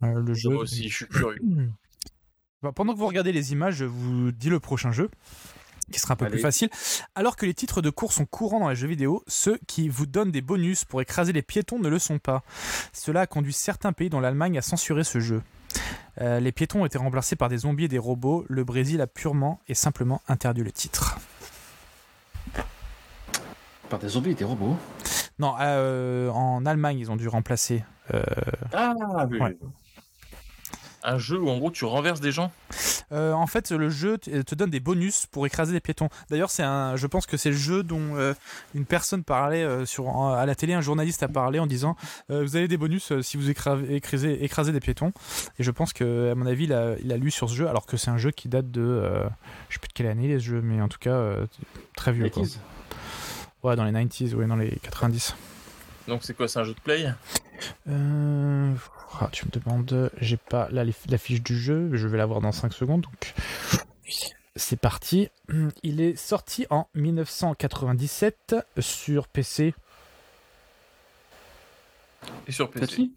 euh, le jeu. Moi aussi, je suis curieux. Hmm. Bah, pendant que vous regardez les images, je vous dis le prochain jeu qui sera un peu Allez. plus facile. Alors que les titres de cours sont courants dans les jeux vidéo, ceux qui vous donnent des bonus pour écraser les piétons ne le sont pas. Cela a conduit certains pays, dont l'Allemagne, à censurer ce jeu. Euh, les piétons ont été remplacés par des zombies et des robots. Le Brésil a purement et simplement interdit le titre. Par des zombies et des robots. Non, euh, en Allemagne, ils ont dû remplacer. euh, Ah, oui. Ouais. Un jeu où en gros tu renverses des gens. Euh, en fait, le jeu t- euh, te donne des bonus pour écraser des piétons. D'ailleurs, c'est un, je pense que c'est le jeu dont euh, une personne parlait euh, sur en- à la télé, un journaliste a parlé en disant euh, vous avez des bonus euh, si vous écra- écrasez, écrasez des piétons. Et je pense que, à mon avis, il a, il a lu sur ce jeu, alors que c'est un jeu qui date de, euh, je sais plus de quelle année les jeux, mais en tout cas euh, très vieux. quoi. 80s. Ouais, dans les 90s, ouais, dans les 90. Donc c'est quoi C'est un jeu de play Euh, ah, tu me demandes, j'ai pas la, la fiche du jeu, je vais l'avoir dans 5 secondes donc. C'est parti. Il est sorti en 1997 sur PC. Et sur PC. Tati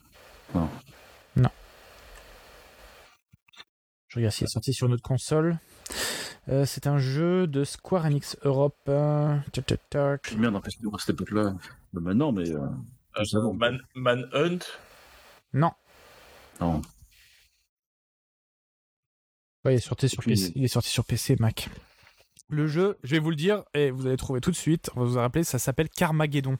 Je regarde s'il est sorti sur notre console. Euh, c'est un jeu de Square Enix Europe. hein. Tac, tac, tac. Merde, en fait, c'était à cette époque-là. Bah, Maintenant, mais. euh, Euh, Nous savons. Man- Manhunt. Non, non. Ouais, il, est sorti sur Aucune PC, idée. il est sorti sur PC Mac. Le jeu, je vais vous le dire et vous allez trouver tout de suite. On va vous en rappeler, ça s'appelle Carmageddon.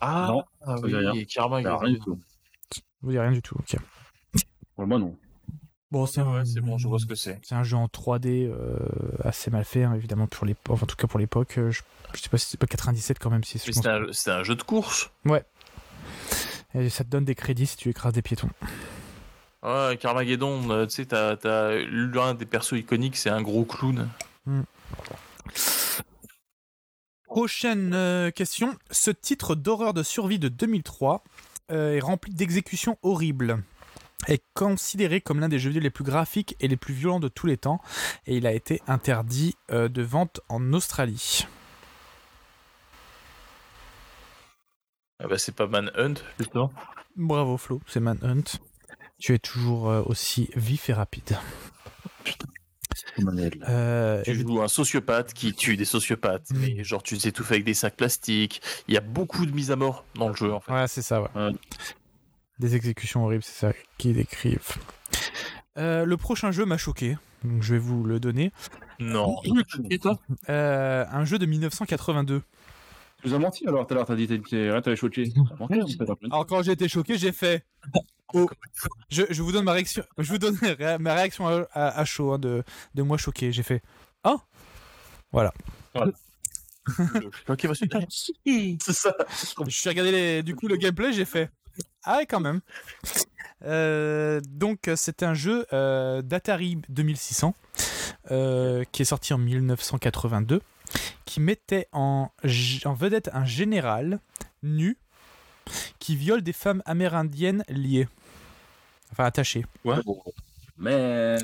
Ah, Non, ah veut rien. oui, Karma. bah, rien du tout. Je vous dis rien du tout. ok. Pour moi, non. Bon, Ah Ouais, c'est bon, je vois ce que c'est. C'est un jeu en 3D euh, assez mal fait, hein, évidemment, pour l'époque. Enfin, en tout cas, pour l'époque, euh, je, je sais pas si c'est pas 97 quand même. Si je Mais pense. c'est un, c'est un jeu de course. Et eh, ça te donne des crédits si tu écrases des piétons. Ouais, Carmageddon, euh, tu sais, t'as, t'as l'un des persos iconiques, c'est un gros clown. Prochaine euh, question. Ce titre d'horreur de survie de 2003 euh, est rempli d'exécutions horribles. Est considéré comme l'un des jeux vidéo les plus graphiques et les plus violents de tous les temps, et il a été interdit euh, de vente en Australie. Ah bah, c'est pas Manhunt, justement. Bravo Flo, c'est Manhunt. Tu es toujours euh, aussi vif et rapide. Comme un aile. Euh, Tu joues un sociopathe qui tue des sociopathes. Mm. Mais genre, tu t'étouffes avec des sacs plastiques. Il y a beaucoup de mises à mort dans le jeu, en fait. Ouais, c'est ça, ouais. Ouais. Des exécutions horribles, c'est ça qu'ils décrivent. Euh, le prochain jeu m'a choqué, donc je vais vous le donner. *laughs* Non. Et toi Euh, un jeu de 1982. Tu nous as menti alors tout à l'heure, t'as dit t'es- t'es- ouais, t'avais choqué. T'as menti, en fait, en plus. Alors quand j'ai été choqué, j'ai fait. Oh. Je, je vous donne ma réaction. Je vous donne *laughs* ré- ma réaction à, à- à chaud hein, de, de moi choqué. J'ai fait. Oh. Ok, monsieur. C'est ça. Je suis regardé les- du coup le gameplay. J'ai fait. Ah ouais, quand même. Euh, donc c'est un jeu euh, d'Atari 2600 euh, qui est sorti en 1982 qui mettait en, g- en vedette un général nu qui viole des femmes amérindiennes liées. Enfin attachées. Mais.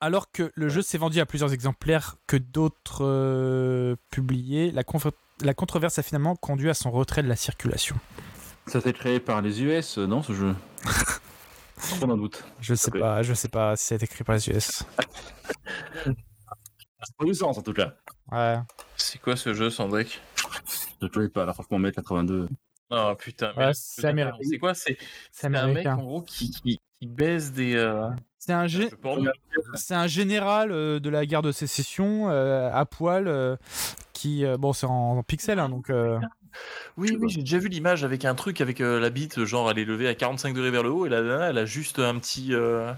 Alors que le jeu s'est vendu à plusieurs exemplaires que d'autres euh, publiés, la, conf- la controverse a finalement conduit à son retrait de la circulation. Ça a été créé par les US, euh, non, *laughs* ce jeu Trop d'un doute. Je sais Ok. pas, je sais pas si c'est écrit par les US. C'est pas du sens en tout cas. Ouais. C'est quoi ce jeu, Sandrek Je connais pas, là, franchement, mai 82. Oh putain, mais Ouais, le- c'est américain. C'est quoi C'est C'est c'est un mec américain. en gros qui, qui, qui baise des. euh, C'est un, gé- je pense- c'est un général euh, de la guerre de sécession euh, à poil euh, qui. euh, bon, c'est en, en pixel, hein, donc. euh, Oui, oui, j'ai déjà vu l'image avec un truc avec euh, la bite, genre elle est levée à 45 degrés vers le haut et la nana elle a juste un petit, euh,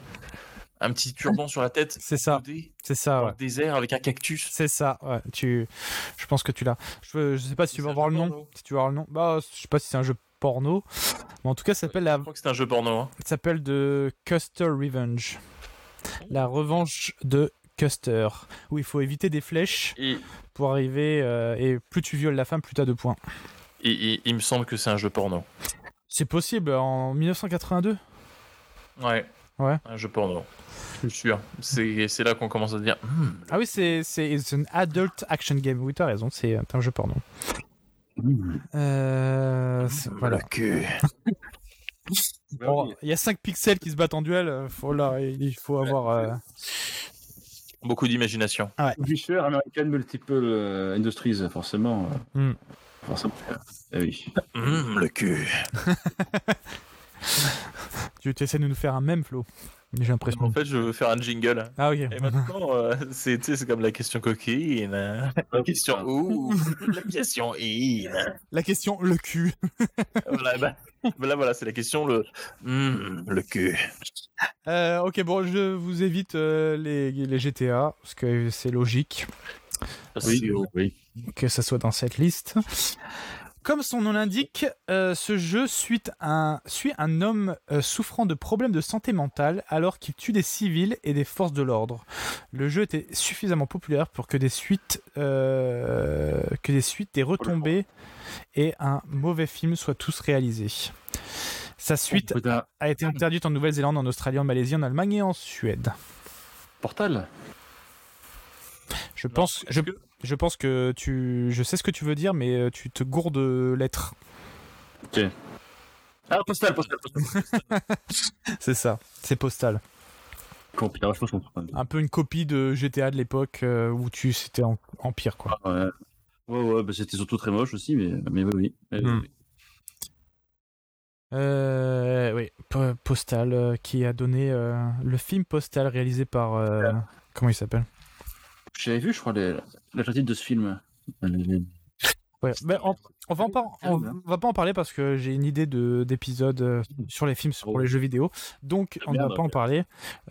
un petit turban sur la tête. *laughs* c'est ça, Brodé c'est ça, dans ouais. le désert avec un cactus. C'est ça, ouais. Tu... Je pense que tu l'as. Je, je sais pas si tu C'est vas un voir jeu le nom. porno. Si tu vas voir le nom. Bah, je sais pas si c'est un jeu porno. Mais en tout cas, ça s'appelle la Je crois que c'est un jeu porno. hein. Ça s'appelle de Custer Revenge. La revanche de Custer, où il faut éviter des flèches Et, pour arriver. euh, et plus tu violes la femme, plus t'as de points. et- et il me semble que c'est un jeu porno. C'est possible en 1982 Ouais. Ouais. Un jeu porno. Je suis sûr. C'est c'est là qu'on commence à dire. Ah oui, c'est c'est it's an adult action game. Oui, t'as raison, c'est un jeu porno. Euh, Mmh. c'est- voilà. Bah Bon, il y a 5 pixels qui se battent en duel. euh, Faut, là, il faut avoir. euh, Beaucoup d'imagination. Publisher American Multiple euh, Industries, forcément. euh. Hmm. Forcément. Eh oui. Mmh. Hum, le cul. Tu tu essaies de nous faire un même flow. J'ai l'impression. En fait, je veux faire un jingle. Ah ok. Et maintenant, euh, c'est tu sais, c'est comme la question coquine. hein. La question ouh. La question in. La question, le cul. Voilà, bah, là, voilà, c'est la question le. Hum, le cul. Euh, ok, bon, je vous évite euh, les, les GTA, parce que c'est logique Oui, oui. que ça soit dans cette liste. Comme son nom l'indique, euh, ce jeu suit un, suit un homme euh, souffrant de problèmes de santé mentale alors qu'il tue des civils et des forces de l'ordre. Le jeu était suffisamment populaire pour que des suites, euh, que des suites, des retombées et un mauvais film soient tous réalisés. Sa suite Putain, a été interdite en Nouvelle-Zélande, en Australie, en Malaisie, en Allemagne et en Suède. Portal Je pense, je, je pense que tu, je sais ce que tu veux dire, mais euh, tu te gourdes de lettres. Ah, Postal, Postal, Postal. C'est ça. C'est postal. Con, putain, je pense qu'on comprend. Un peu une copie de GTA de l'époque euh, où tu, c'était en, en pire quoi. Ouais, ouais, ouais bah, c'était surtout très moche aussi, mais, mais oui, oui. Eh Hmm. oui. Euh, oui, po- postal euh, qui a donné euh, le film postal réalisé par euh, comment il s'appelle. J'avais vu, je crois, les- la critique de ce film. Ouais. Ben, on, on va en par- on Hein. va pas en parler parce que j'ai une idée de d'épisode euh, sur les films pour les jeux vidéo. Donc on ne va merde, pas en ok. parler.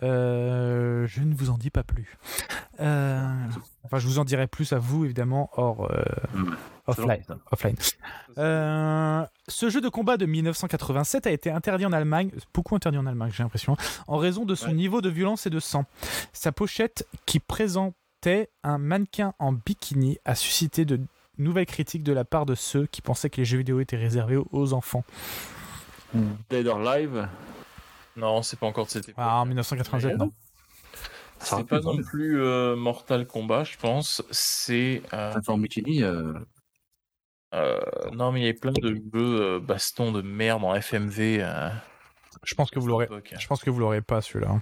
Euh, je ne vous en dis pas plus. Euh, enfin, je vous en dirai plus à vous évidemment hors euh, Mm. offline. C'est long, offline. Euh, ce jeu de combat de 1987 a été interdit en Allemagne, euh, beaucoup interdit en Allemagne, j'ai l'impression, en raison de son niveau de violence et de sang. Sa pochette qui présentait un mannequin en bikini a suscité de nouvelles critiques de la part de ceux qui pensaient que les jeux vidéo étaient réservés aux enfants. Dead or Live. Non, c'est pas encore de cette époque. Ah, en 1987, non. Ça C'est pas rappelle, non hein. plus euh, Mortal Kombat, je pense. C'est. euh, Attends, Michini, euh... euh, non, mais il y avait plein de jeux euh, baston de merde en FMV. euh, Je pense que vous à l'aurez. l'époque. Je pense que vous l'aurez pas celui-là. hein.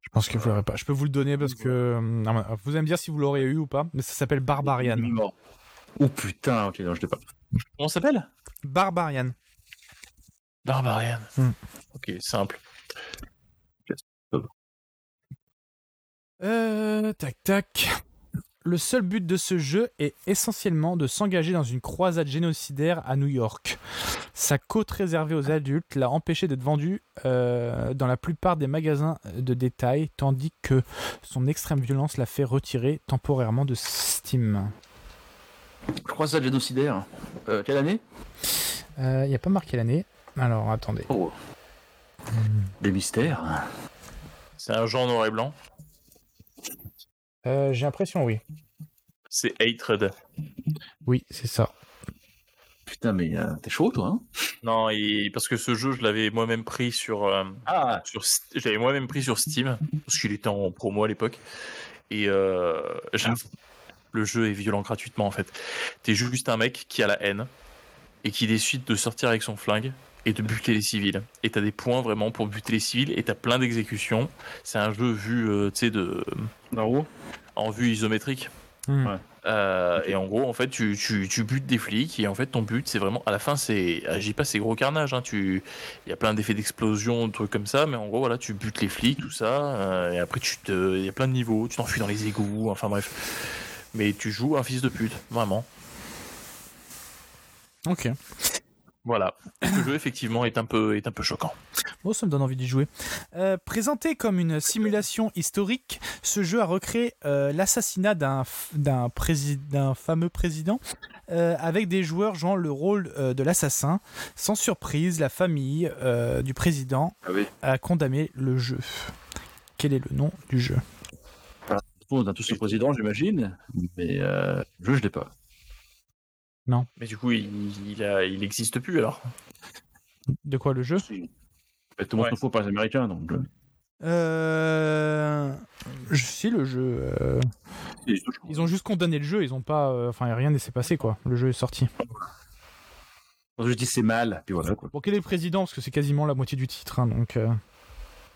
Je pense que vous l'aurez pas. Je peux vous le donner parce que euh, ah, vous allez me dire si vous l'aurez eu ou pas. Mais ça s'appelle Barbarian. mort. Oh putain, ok, non, je l'ai pas. Comment ça s'appelle Barbarian. Barbarian. Hmm. Ok, simple. Euh, tac tac. Le seul but de ce jeu est essentiellement de s'engager dans une croisade génocidaire à New York. Sa côte réservée aux adultes l'a empêché d'être vendu euh, dans la plupart des magasins de détail, tandis que son extrême violence l'a fait retirer temporairement de Steam. Croisade génocidaire. Euh, quelle année Il n'y Euh, a pas marqué l'année. Alors attendez. Oh. Des mystères. C'est un genre noir et blanc. Euh, J'ai l'impression, oui. C'est Hatred. Oui, c'est ça. Putain, mais euh, t'es chaud, toi. Hein Non, et- parce que ce jeu, je l'avais moi-même pris sur, euh, ah, sur St- je l'avais moi-même pris sur Steam parce qu'il était en promo à l'époque. Et euh, j'avoue, le jeu est violent gratuitement en fait. T'es juste un mec qui a la haine et qui décide de sortir avec son flingue et de buter les civils. Et t'as des points vraiment pour buter les civils et t'as plein d'exécutions. C'est un jeu vu, euh, tu sais, de Naro en vue isométrique. Hmm. Ouais. Euh, Et en gros, en fait, tu, tu, tu butes des flics et en fait, ton but, c'est vraiment à la fin, c'est, ah, je dis pas, c'est gros carnage. Hein, tu, il y a plein d'effets d'explosion, de trucs comme ça, mais en gros, voilà, tu butes les flics, tout ça, euh, et après, tu te, il y a plein de niveaux, tu t'enfuis dans les égouts, enfin bref. Mais tu joues un fils de pute, vraiment. Ok. Voilà. Le jeu effectivement est un peu, est un peu choquant. Oh, ça me donne envie d'y jouer. Euh, présenté comme une simulation historique, ce jeu a recréé euh, l'assassinat d'un f- d'un prési- d'un fameux président euh, avec des joueurs jouant le rôle euh, de l'assassin. Sans surprise, la famille euh, du président Ah oui. a condamné le jeu. Quel est le nom du jeu On a tous le président, j'imagine. Mais euh, le jeu, je l'ai pas. Mais du coup, il, il a, il existe plus alors. De quoi le jeu Mais tout le monde Ouais. s'en fout par les Américains, donc. euh, euh... Je sais le jeu. euh, Ils ont juste condamné le jeu, ils ont pas. euh, Enfin, rien ne s'est passé quoi. Le jeu est sorti. Quand je dis c'est mal, puis voilà quoi. Bon, quel est le président Parce que c'est quasiment la moitié du titre, hein, donc. euh,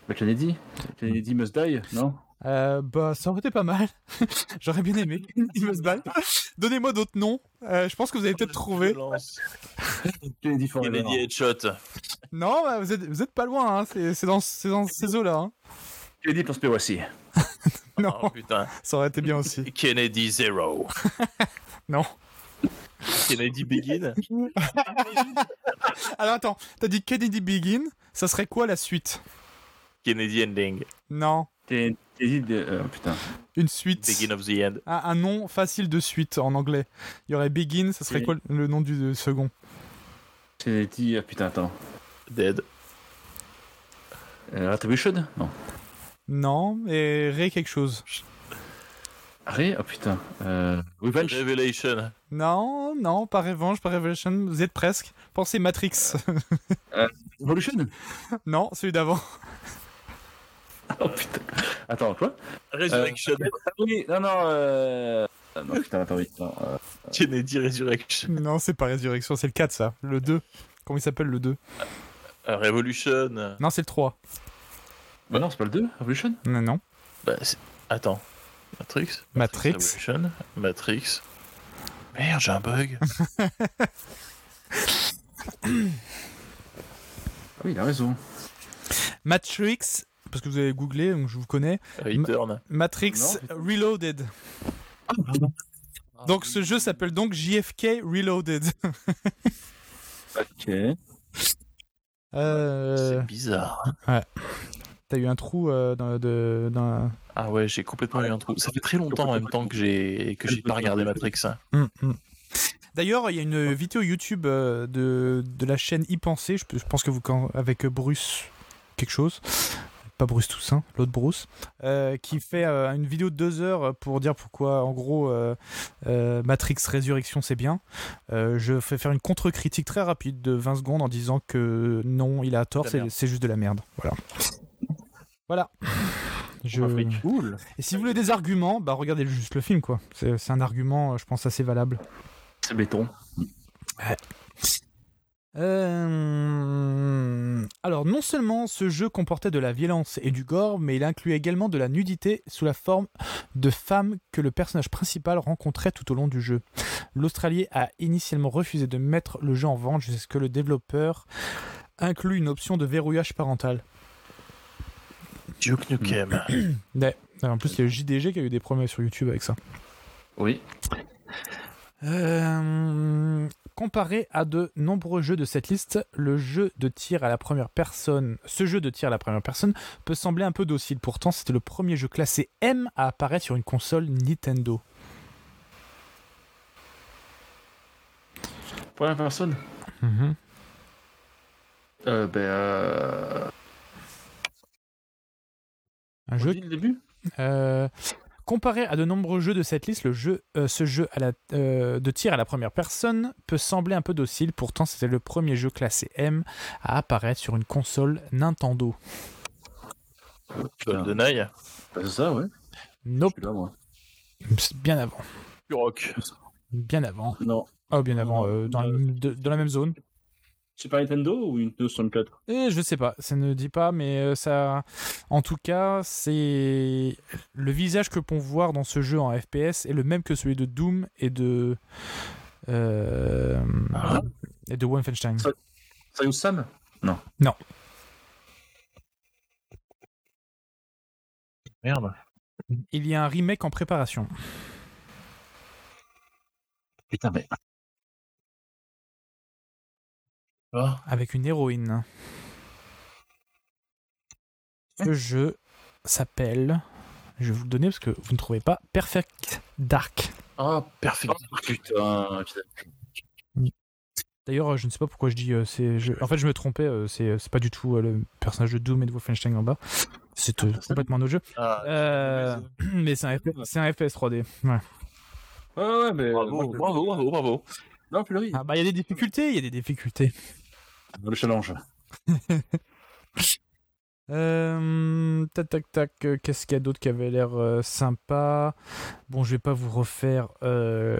Le Kennedy Kennedy must die, non Euh, bah, ça aurait été pas mal. *laughs* J'aurais bien aimé. Il me se balle. Donnez-moi d'autres noms. Euh, je pense que vous avez peut-être trouvé. Kennedy Il forever. a dit headshot. Non, bah, vous, êtes, vous êtes pas loin. hein. C'est c'est dans, c'est dans ces eaux-là. hein. Kennedy conspiracy. Non, Oh, putain. ça aurait été bien aussi. Kennedy Zero. *laughs* Non. Kennedy Begin. Alors attends, t'as dit Kennedy Begin. Ça serait quoi la suite Kennedy Ending. Non, Kennedy de... euh, putain. une suite. Begin of the End. Un, un nom facile de suite en anglais. Il y aurait Begin. Ça serait Oui. quoi le nom du euh, second Kennedy... ah, putain, attends. Dead. Euh, Retribution Non. Non, et Ray quelque chose. Arrêt Ah putain. Euh... Revenge Revelation. Non, non, pas Revenge, pas Revelation. Vous êtes presque. Pensez Matrix. *laughs* Revolution non, celui d'avant. *laughs* Oh putain. Attends, quoi Resurrection. Ah oui, non, non. Euh... ah, Non, putain, attends, oui. non, euh, Kennedy Resurrection. Non, c'est pas Résurrection, c'est le 4 ça. Le 2. Comment il s'appelle le 2 Euh, Revolution. Non, c'est le 3. Bah non, c'est pas le 2, Revolution Non, non. Bah, c'est- Attends. Matrix. Matrix. Revolution. Matrix. Merde, j'ai un bug. *laughs* Ah oui, il a raison. Matrix, parce que vous avez googlé, donc je vous connais. euh, Return. Matrix Non, putain. Reloaded. Donc ce jeu s'appelle donc JFK Reloaded. Ok. Euh, C'est bizarre. T'as eu un trou euh, dans, de, dans la- Ah ouais, j'ai complètement eu un trou. Ça fait très longtemps en même temps que j'ai que j'ai pas regardé Matrix. Hum, hum. D'ailleurs, il y a une vidéo YouTube euh, de, de la chaîne Y Penser, je, je pense que vous, quand- avec Bruce quelque chose, pas Bruce Toussaint, l'autre Bruce, euh, qui fait euh, une vidéo de deux heures pour dire pourquoi, en gros, euh, euh, Matrix Résurrection c'est bien. Euh, je fais faire une contre-critique très rapide de 20 secondes en disant que non, il a tort, La c'est merde. c'est juste de la merde. Voilà. Voilà. Je... Cool. Et si vous voulez des arguments, bah regardez juste le film, quoi. C'est c'est un argument, euh, je pense, assez valable. C'est béton. Euh, Alors, non seulement ce jeu comportait de la violence et du gore, mais il incluait également de la nudité sous la forme de femmes que le personnage principal rencontrait tout au long du jeu. L'Australien a initialement refusé de mettre le jeu en vente jusqu'à ce que le développeur inclut une option de verrouillage parental. Duke Nukem. Ouais. En plus, il y a le JDG qui a eu des problèmes sur YouTube avec ça. Oui. Euh, comparé à de nombreux jeux de cette liste, le jeu de tir à la première personne, ce jeu de tir à la première personne peut sembler un peu docile. Pourtant, c'était le premier jeu classé M à apparaître sur une console Nintendo. Première personne Mhm. euh, Ben. Euh... Un on jeu dit le début Euh, comparé à de nombreux jeux de cette liste, le jeu, euh, ce jeu à la- euh, de tir à la première personne peut sembler un peu docile. Pourtant, c'était le premier jeu classé M à apparaître sur une console Nintendo. Euh, GoldenEye. Ben, Oh, C'est ça, ouais. Je Nope, suis là, moi. c'est bien avant, Du rock. bien avant, Non. oh bien avant, Non, euh, dans, euh, le- de- dans la même zone. Super Nintendo ou une 64 Et je sais pas, ça ne dit pas, mais euh, ça, en tout cas, c'est le visage que peut voir dans ce jeu en FPS est le même que celui de Doom et de euh, Ah. et de Wolfenstein. Ça ou Sam Merde. Il y a un remake en préparation. Putain, mais. Ah, avec une héroïne. Ce jeu s'appelle, je vais vous le donner parce que vous ne trouvez pas, Perfect Dark. Ah, perfect. Ah, Putain, putain. D'ailleurs, euh, je ne sais pas pourquoi je dis. euh, c'est, je- en fait, je me trompais, euh, c'est, c'est pas du tout euh, le personnage de Doom et de Wolfenstein en bas. C'est euh, complètement un autre jeu. Ah, Euh, *clears throat* mais c'est un, FP c'est un FPS 3D. Ouais. Ouais, ouais, mais. bravo, Moi, je- Oh, bravo, bravo, bravo. Non, plus le riz. Ah, bah, il y a des difficultés, il y a des difficultés. Le challenge. Euh, tac tac tac, euh, qu'est-ce qu'il y a d'autre qui avait l'air euh, sympa Bon, je vais pas vous refaire euh,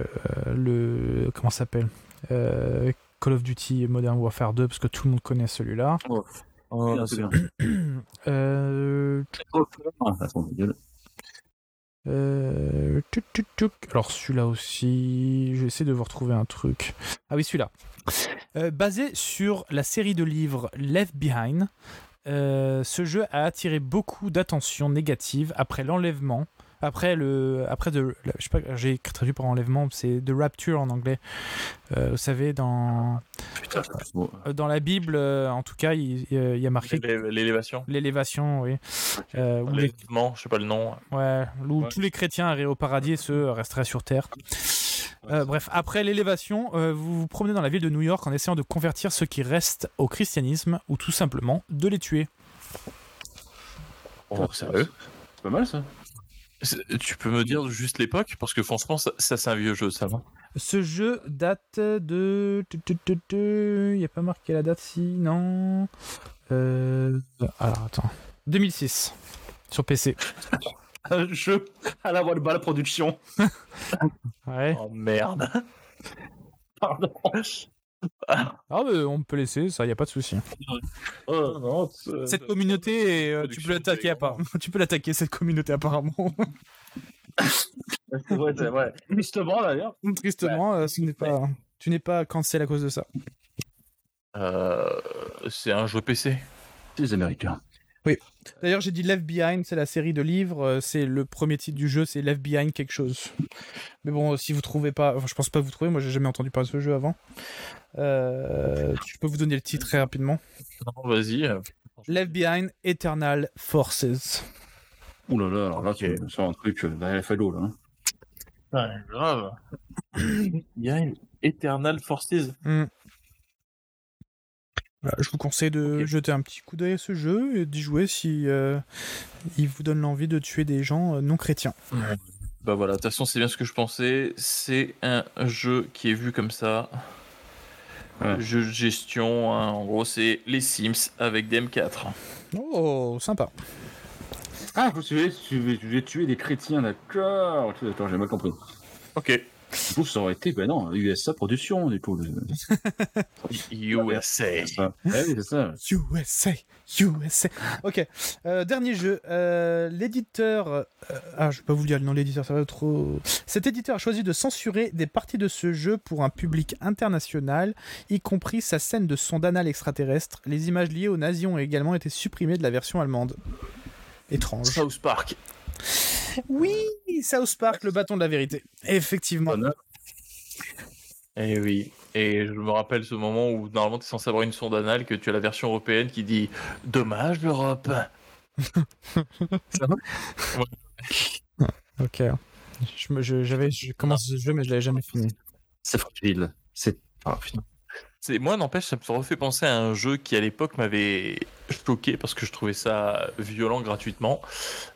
euh, le. Comment ça s'appelle Euh, Call of Duty Modern Warfare 2, parce que tout le monde connaît celui-là. Oh, c'est bien. Euh, Ah, ça sent dégueulasse. euh, tuc, tuc, tuc. Alors celui-là aussi, j'essaie de vous retrouver un truc. Ah oui, celui-là. Euh, basé sur la série de livres Left Behind, euh, ce jeu a attiré beaucoup d'attention négative après l'enlèvement. Après le, après de, la- je sais pas, j'ai traduit par enlèvement, c'est The Rapture en anglais. Euh, vous savez, dans, Putain, c'est plus beau. dans la Bible, euh, en tout cas, il, il y a marqué L'élé- L'élévation. l'élévation, oui. Euh, où les- L'élèvement, je sais pas le nom. Ouais, où Ouais. tous les chrétiens arrivent au paradis et ceux resteraient sur terre. Euh, bref, après l'élévation, euh, vous vous promenez dans la ville de New York en essayant de convertir ceux qui restent au christianisme ou tout simplement de les tuer. Oh, sérieux C'est pas mal ça C'est- Tu peux me dire juste l'époque Parce que franchement, ça, ça, c'est un vieux jeu, ça va. Ce jeu date de. tu, tu, tu, tu, Il n'y a pas marqué la date si, non. Euh, Alors attends. 2006 sur PC. Un jeu à la voix de balle production. Ouais. Oh merde. Pardon. Ah, mais on peut laisser ça, il n'y a pas de souci. Oh, non, c'est- Cette communauté, est, euh, tu peux l'attaquer apparemment. *laughs* Tu peux l'attaquer, cette communauté apparemment. c'est vrai, c'est *laughs* vrai. Justement, d'ailleurs. *laughs* Tristement, euh, ce n'est pas. Tu n'es pas cancel à cause de ça. Euh, c'est un jeu PC. C'est les Américains. D'ailleurs, j'ai dit Left Behind, c'est la série de livres. euh, C'est le premier titre du jeu, c'est Left Behind quelque chose. Mais bon, euh, si vous trouvez pas, enfin, je pense pas vous trouver. Moi, j'ai jamais entendu parler de ce jeu avant. Euh, je peux vous donner le titre très rapidement. Non, vas-y. Left Behind, Eternal Forces. Ouh là là, alors là, c'est c'est un truc euh, derrière les fagots là. hein. Ouais, grave. Il y a une Eternal Forces. Hmm. Voilà, je vous conseille de jeter un petit coup d'œil à ce jeu et d'y jouer si euh, il vous donne l'envie de tuer des gens euh, non chrétiens. Bah voilà, de toute façon, c'est bien ce que je pensais. C'est un jeu qui est vu comme ça. Ouais. Jeu de gestion, hein. en gros, c'est les Sims avec des M4. Oh, sympa. Ah, vous suivez, tu veux, tu veux tuer des chrétiens, d'accord. Ok, D'accord, j'ai mal compris. Ok. Du coup, ça aurait été, ben non, USA Production, du coup. le- USA. *laughs* ça. Ah oui, c'est ça. USA, USA. Ok, euh, dernier jeu. Euh, l'éditeur. euh, ah, je vais pas vous lire le nom de l'éditeur, ça va être trop. Cet éditeur a choisi de censurer des parties de ce jeu pour un public international, y compris sa scène de son anal extraterrestre. Les images liées aux nazis ont également été supprimées de la version allemande. Étrange. South Park. Oui, South Park, le bâton de la vérité. Effectivement. Bonne Eh oui. Et je me rappelle ce moment où normalement tu es censé avoir une sonde anale que tu as la version européenne qui dit Dommage l'Europe. Ok. Je, me- je- j'avais, je commence ce jeu, mais je l'avais jamais fini. C'est fragile. C'est. Ah, putain. C'est moi n'empêche ça me refait penser à un jeu qui à l'époque m'avait choqué parce que je trouvais ça violent gratuitement.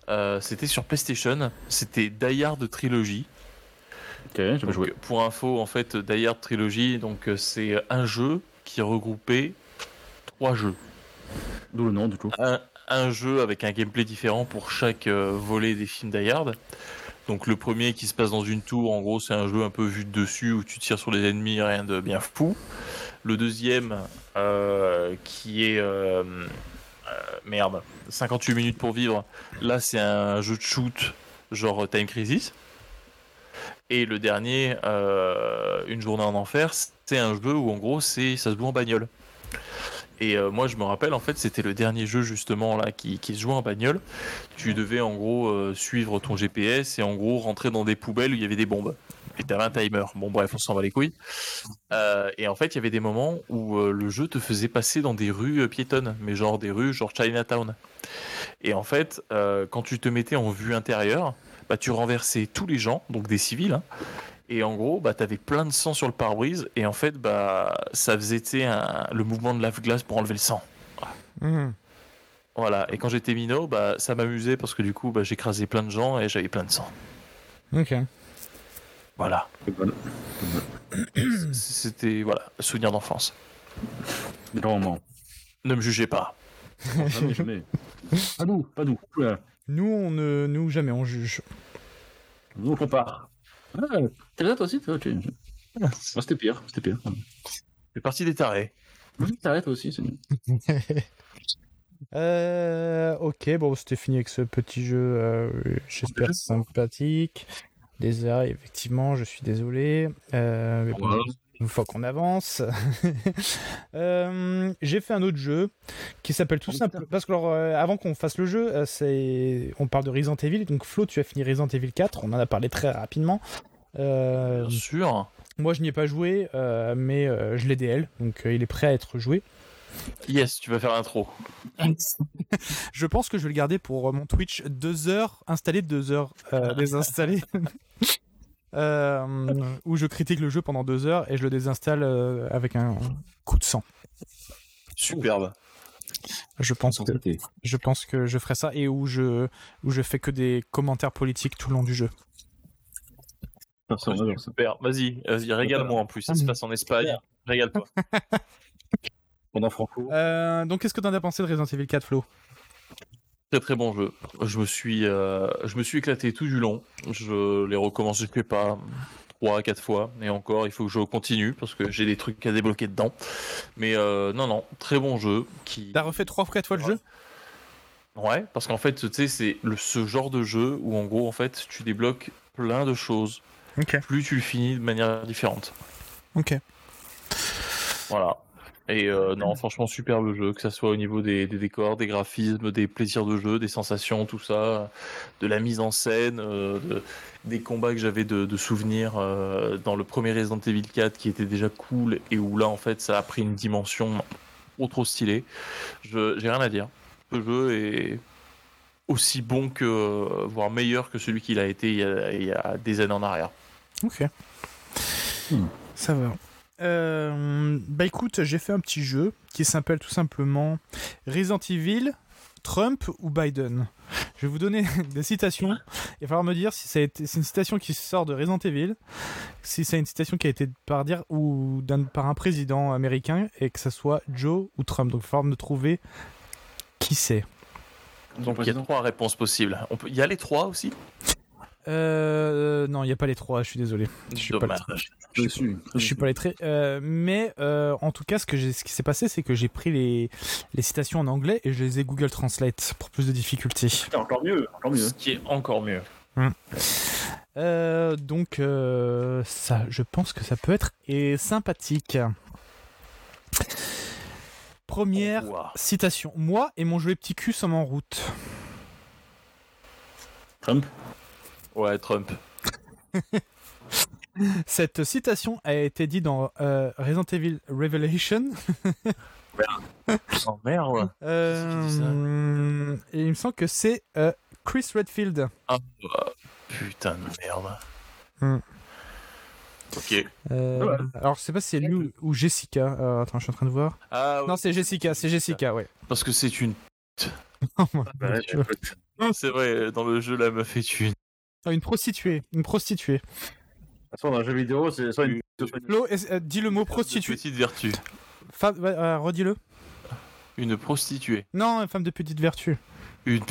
Euh, c'était sur PlayStation, c'était Die Hard Trilogy. Ok, j'ai pas Donc, joué. Pour info, en fait, Die Hard Trilogy, donc euh, c'est un jeu qui regroupait trois jeux. D'où le nom, du coup. un, un jeu avec un gameplay différent pour chaque euh, volet des films Die Hard. Donc le premier qui se passe dans une tour, en gros, c'est un jeu un peu vu de dessus où tu tires sur les ennemis, rien de bien fou. Le deuxième euh, qui est euh, euh, merde, 58 minutes pour vivre. Là, c'est un jeu de shoot genre Time Crisis. Et le dernier, euh, une journée en enfer, c'est un jeu où en gros, c'est ça se joue en bagnole. Et euh, moi, je me rappelle, en fait, c'était le dernier jeu justement là qui, qui se jouait en bagnole. Tu devais en gros euh, suivre ton GPS et en gros rentrer dans des poubelles où il y avait des bombes. Et t'avais un timer. Bon, bref, on s'en va les couilles. Euh, et en fait, il y avait des moments où euh, le jeu te faisait passer dans des rues euh, piétonnes, mais genre des rues genre Chinatown. Et en fait, euh, quand tu te mettais en vue intérieure, bah, tu renversais tous les gens, donc des civils, hein, et en gros, bah, t'avais plein de sang sur le pare-brise, et en fait, bah, ça faisait tu sais, un- le mouvement de lave-glace pour enlever le sang. Mhm. Voilà. Et quand j'étais minot, bah, ça m'amusait parce que du coup, bah, j'écrasais plein de gens et j'avais plein de sang. Ok. Voilà. Voilà. C'était, voilà, souvenir d'enfance. Grand *laughs* moment. Ne me jugez pas. Jamais, jamais. Pas nous, pas nous. Oula. Nous, on ne, nous jamais on juge. Nous, on compare. Ah, t'es là, toi aussi toi, Ok. Moi, c'était pire. C'était pire. C'est parti des tarés. Oui, T'arrêtes toi aussi, c'est nul. Euh, ok, bon, c'était fini avec ce petit jeu, euh, j'espère sympathique. Désolé, effectivement, je suis désolé. Euh, mais bon, Voilà. Une fois qu'on avance, *laughs* Euh, j'ai fait un autre jeu qui s'appelle tout Ah, Oh, simple. Parce que alors, euh, avant qu'on fasse le jeu, euh, c'est on parle de Resident Evil. Donc Flo, tu as fini Resident Evil 4. On en a parlé très rapidement. Euh, Bien sûr. moi, je n'y ai pas joué, euh, mais euh, je l'ai DL, donc euh, il est prêt à être joué. Yes, tu vas faire l'intro. Je pense que je vais le garder pour euh, mon Twitch. Deux heures installées, deux heures euh, désinstallées. Euh, où je critique le jeu pendant deux heures et je le désinstalle euh, avec un coup de sang. Superbe. Je pense, Sans que, traiter. je pense que je ferai ça et où je, où je fais que des commentaires politiques tout le long du jeu. Personne, on adore ça. Super. Vas-y, vas-y, régale-moi en plus. Ça se passe en Espagne. Régale-toi. Pendant Franco. Euh, donc, qu'est-ce que t'en as pensé de Resident Evil 4, Flo Très très bon jeu. Je me suis, euh, je me suis éclaté tout du long. Je l'ai recommencé, je sais pas, trois quatre fois. Et encore, il faut que je continue parce que j'ai des trucs à débloquer dedans. Mais euh, non non, très bon jeu. Qui... T'as refait trois ou quatre fois le jeu Ouais, parce qu'en fait, tu sais, c'est le- ce genre de jeu où en gros, en fait, tu débloques plein de choses. Ok. Plus tu le finis de manière différente. Ok. Voilà. Et euh, non, franchement, superbe jeu, que ça soit au niveau des, des décors, des graphismes, des plaisirs de jeu, des sensations, tout ça, de la mise en scène, euh, de- des combats que j'avais de, de souvenirs euh, dans le premier Resident Evil 4 qui était déjà cool et où là, en fait, ça a pris une dimension trop trop stylée. Je- J'ai rien à dire. Ce jeu est aussi bon que, euh, voire meilleur que celui qu'il a été il y a- il y a des années en arrière. Ok. Hmm. Ça va. Euh, bah écoute, j'ai fait un petit jeu qui s'appelle tout simplement Resident Evil, Trump ou Biden. Je vais vous donner *laughs* des citations. Il va falloir me dire si ça a été- c'est une citation qui sort de Resident Evil, si c'est une citation qui a été par dire ou d'un- par un président américain et que ça soit Joe ou Trump. Donc il va falloir me trouver qui c'est. Donc il y a trois réponses possibles. On peut... Il y a les trois aussi Euh, non, il n'y a pas les trois, je suis désolé. Je suis pas les trois. Dommage. Je suis. Je suis pas lettré, euh, mais euh, en tout cas, ce, que j'ai- ce qui s'est passé, c'est que j'ai pris les, les citations en anglais et je les ai Google Translate pour plus de difficultés. Encore mieux, encore mieux. Ce qui est encore mieux. Euh, donc, euh, ça, je pense que ça peut être et sympathique. Première Ouah. citation. Moi et mon joli petit cul sommes en route. Trump. Ouais, Trump. Cette citation a été dite dans euh, Resident Evil Revelation. Oh merde. Euh, Qu'est-ce qu'il dit, ça hum, et il me semble que c'est euh, Chris Redfield. Putain de merde. Hmm. Ok. Euh, Alors, je sais pas si c'est lui ou, ou Jessica. Euh, attends, je suis en train de voir. Ah, Non, ouais, c'est Jessica, c'est Jessica, ouais. parce que c'est une. Oh, mon Dieu. C'est vrai, dans le jeu, la meuf est une. Ah, une prostituée, une prostituée. façon, dans un jeu vidéo, c'est soit une. Flo, est-ce- euh, dis le mot prostituée. Une petite vertu. Femme, ouais, euh, redis-le. Une prostituée. Non, une femme de petite vertu. Une.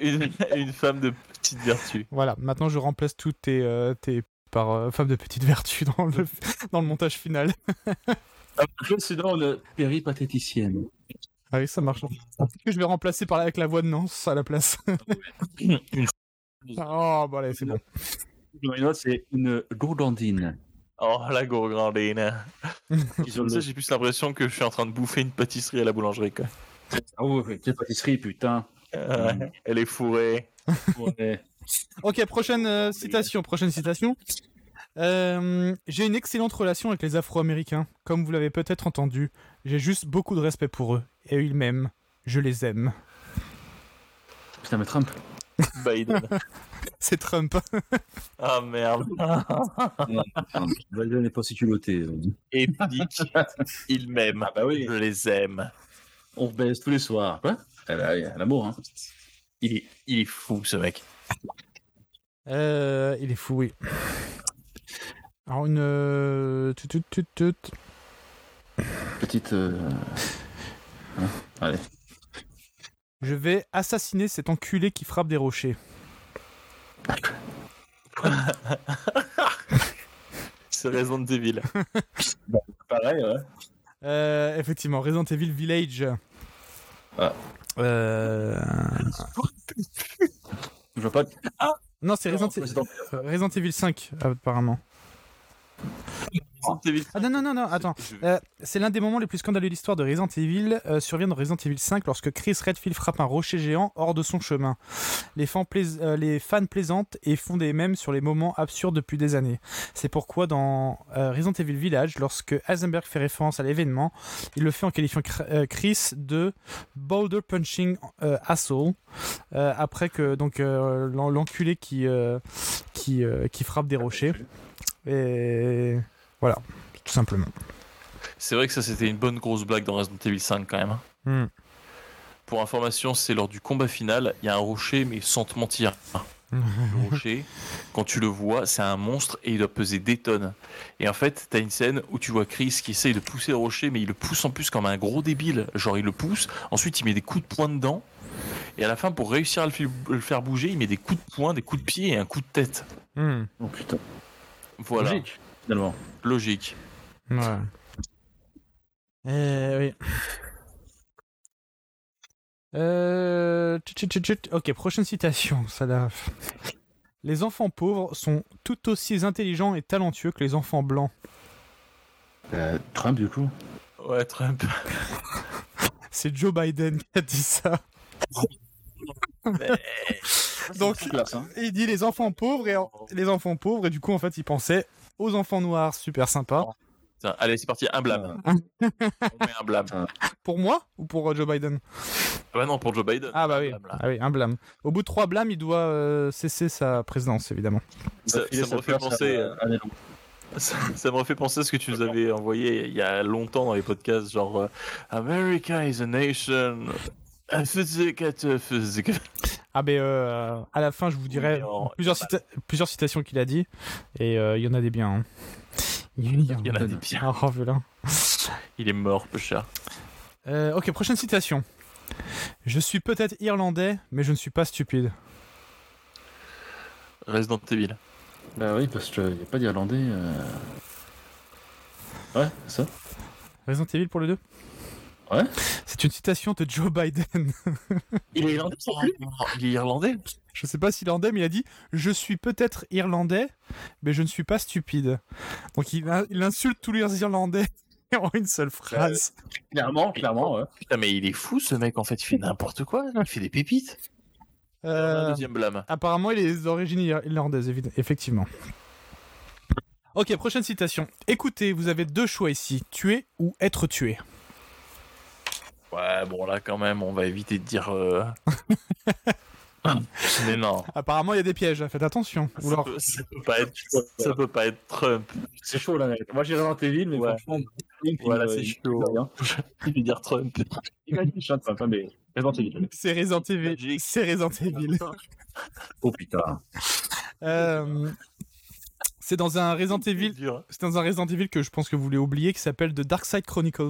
Une, une femme de petite vertu. Voilà, maintenant je remplace tout tes, euh, tes par euh, femme de petite vertu dans le, *laughs* dans le montage final. Je suis dans le péripatéticienne. Ah oui, ça marche. Est-ce que je vais remplacer par avec la voix de Nance à la place *laughs* Oh, bon, allez, c'est bon. Une autre, c'est une gourgandine. Oh, la *laughs* gourgandine. Ils ont Comme ça, j'ai plus l'impression que je suis en train de bouffer une pâtisserie à la boulangerie. Quoi. Ah ouais, quelle pâtisserie, putain. Euh, Mm. Elle est fourrée. Ouais. Ok, prochaine euh, citation. Prochaine citation. Euh, J'ai une excellente relation avec les Afro-Américains, comme vous l'avez peut-être entendu. J'ai juste beaucoup de respect pour eux et ils m'aiment. Je les aime. *laughs* *laughs* Putain, mais Trump. *laughs* Biden. C'est Trump. Ah merde. Biden n'est pas si culotté. *laughs* Épique. Ils m'aiment. Ah bah oui. Je les aime. On baisse tous les soirs. Quoi Elle a elle a l'amour, hein. Il est, il est fou, ce mec. Euh, il est fou, oui. Alors une... euh, tut, tut, tut, tut. Petite. euh, Je vais assassiner cet enculé qui frappe des rochers. C'est Raison de villes. Pareil, ouais. Euh, effectivement, Resident Evil Village. Ah. Euh, Je vois pas. Non, c'est Resident... Resident- Resident Evil 5, apparemment. Raison de Ah non, non, non, non, attends. Euh, c'est l'un des moments les plus scandaleux de l'histoire de Resident Evil. euh, survient dans Resident Evil 5 lorsque Chris Redfield frappe un rocher géant hors de son chemin. Les fans, plais- euh, les fans plaisantent et font des mèmes sur les moments absurdes depuis des années. C'est pourquoi dans euh, Resident Evil Village, lorsque Heisenberg fait référence à l'événement, il le fait en qualifiant Cr- euh, Chris de Boulder Punching euh, Asshole. euh, après que donc euh, l'en- l'enculé qui, euh, qui, euh, qui frappe des rochers. Et voilà, tout simplement. C'est vrai que ça, c'était une bonne grosse blague dans Resident Evil 5 quand même. Hmm. hein. Pour information, c'est lors du combat final, il y a un rocher, mais sans te mentir. hein. Le rocher, quand tu le vois, c'est un monstre et il doit peser des tonnes. Et en fait, t'as une scène où tu vois Chris qui essaye de pousser le rocher, mais il le pousse en plus comme un gros débile. Genre, il le pousse, ensuite il met des coups de poing dedans. Et à la fin, pour réussir à le, fi- le faire bouger, il met des coups de poing, des coups de pied et un coup de tête. Hmm. Oh putain. Voilà, logique. Logique, finalement. Ouais. Euh, oui. Euh, tchut, tchut, tchut, tchut. Ok, prochaine citation. *laughs* Ça là. Les enfants pauvres sont tout aussi intelligents et talentueux que les enfants blancs. Euh, Trump, du coup. Ouais, Trump. C'est Joe Biden qui a dit ça. Donc, C'est classe, hein. il dit les enfants pauvres et en- les enfants pauvres et du coup en fait il pensait aux enfants noirs, super sympa. Putain, Allez, c'est parti, un blâme. On met un blâme. Pour moi ou pour euh, Joe Biden Ah Bah non, pour Joe Biden. Ah bah oui. blâme, là. Ah oui, un blâme. Au bout de trois blâmes, il doit euh, cesser sa présidence évidemment. Ça, Il a ça sa me refait place à- penser. euh, à Nello. Ça, ça me refait penser à ce que tu nous avais envoyé il y a longtemps dans les podcasts, genre euh, America is a nation. Ah, physique, ah, physique. Ah ben euh, à la fin je vous dirai mais en- plusieurs, cita- plusieurs citations qu'il a dit et euh, il y en a des biens. hein. Il y en a, *laughs* Il y en a des pires. Oh, vilain. Il est mort, peu cher. Euh, ok prochaine citation. Je suis peut-être irlandais mais je ne suis pas stupide. Resident Evil. Bah oui, parce qu'il n'y a pas d'Irlandais. euh. Ouais, c'est ça. Resident Evil pour le 2 Ouais. C'est une citation de Joe Biden. *laughs* Il est irlandais sans plus Il est irlandais Je sais pas s'il en est, mais il a dit Je suis peut-être irlandais, mais je ne suis pas stupide. Donc il, a- il insulte tous les Irlandais *laughs* en une seule phrase. Clairement, clairement, ouais. Putain, Ah, mais il est fou ce mec en fait, il fait n'importe quoi, là. il fait des pépites. Euh, Deuxième blâme. Apparemment, il est d'origine ir- irlandaise, évi- effectivement. Ok, prochaine citation. Écoutez, vous avez deux choix ici tuer ou être tué. Ouais, bon là quand même, on va éviter de *laughs* dire. euh, mais non. Apparemment, il y a des pièges, faites attention. Ou Ça alors- peut, ça peut pas être, ça peut pas être Trump. C'est chaud là. mec. Moi j'ai Resident Evil, mais Ouais. franchement, Trump, Voilà, il, euh, c'est il- chaud. il- rien. Je vais dire Trump. Il a dit chat, enfin, mais Resident Evil. C'est Resident Evil. Magic. C'est Resident Evil. Oh putain. Euh, C'est dans un Resident Evil. Dur. C'est dans un Resident Evil que je pense que vous voulez oublier qui s'appelle The Dark Side Chronicles.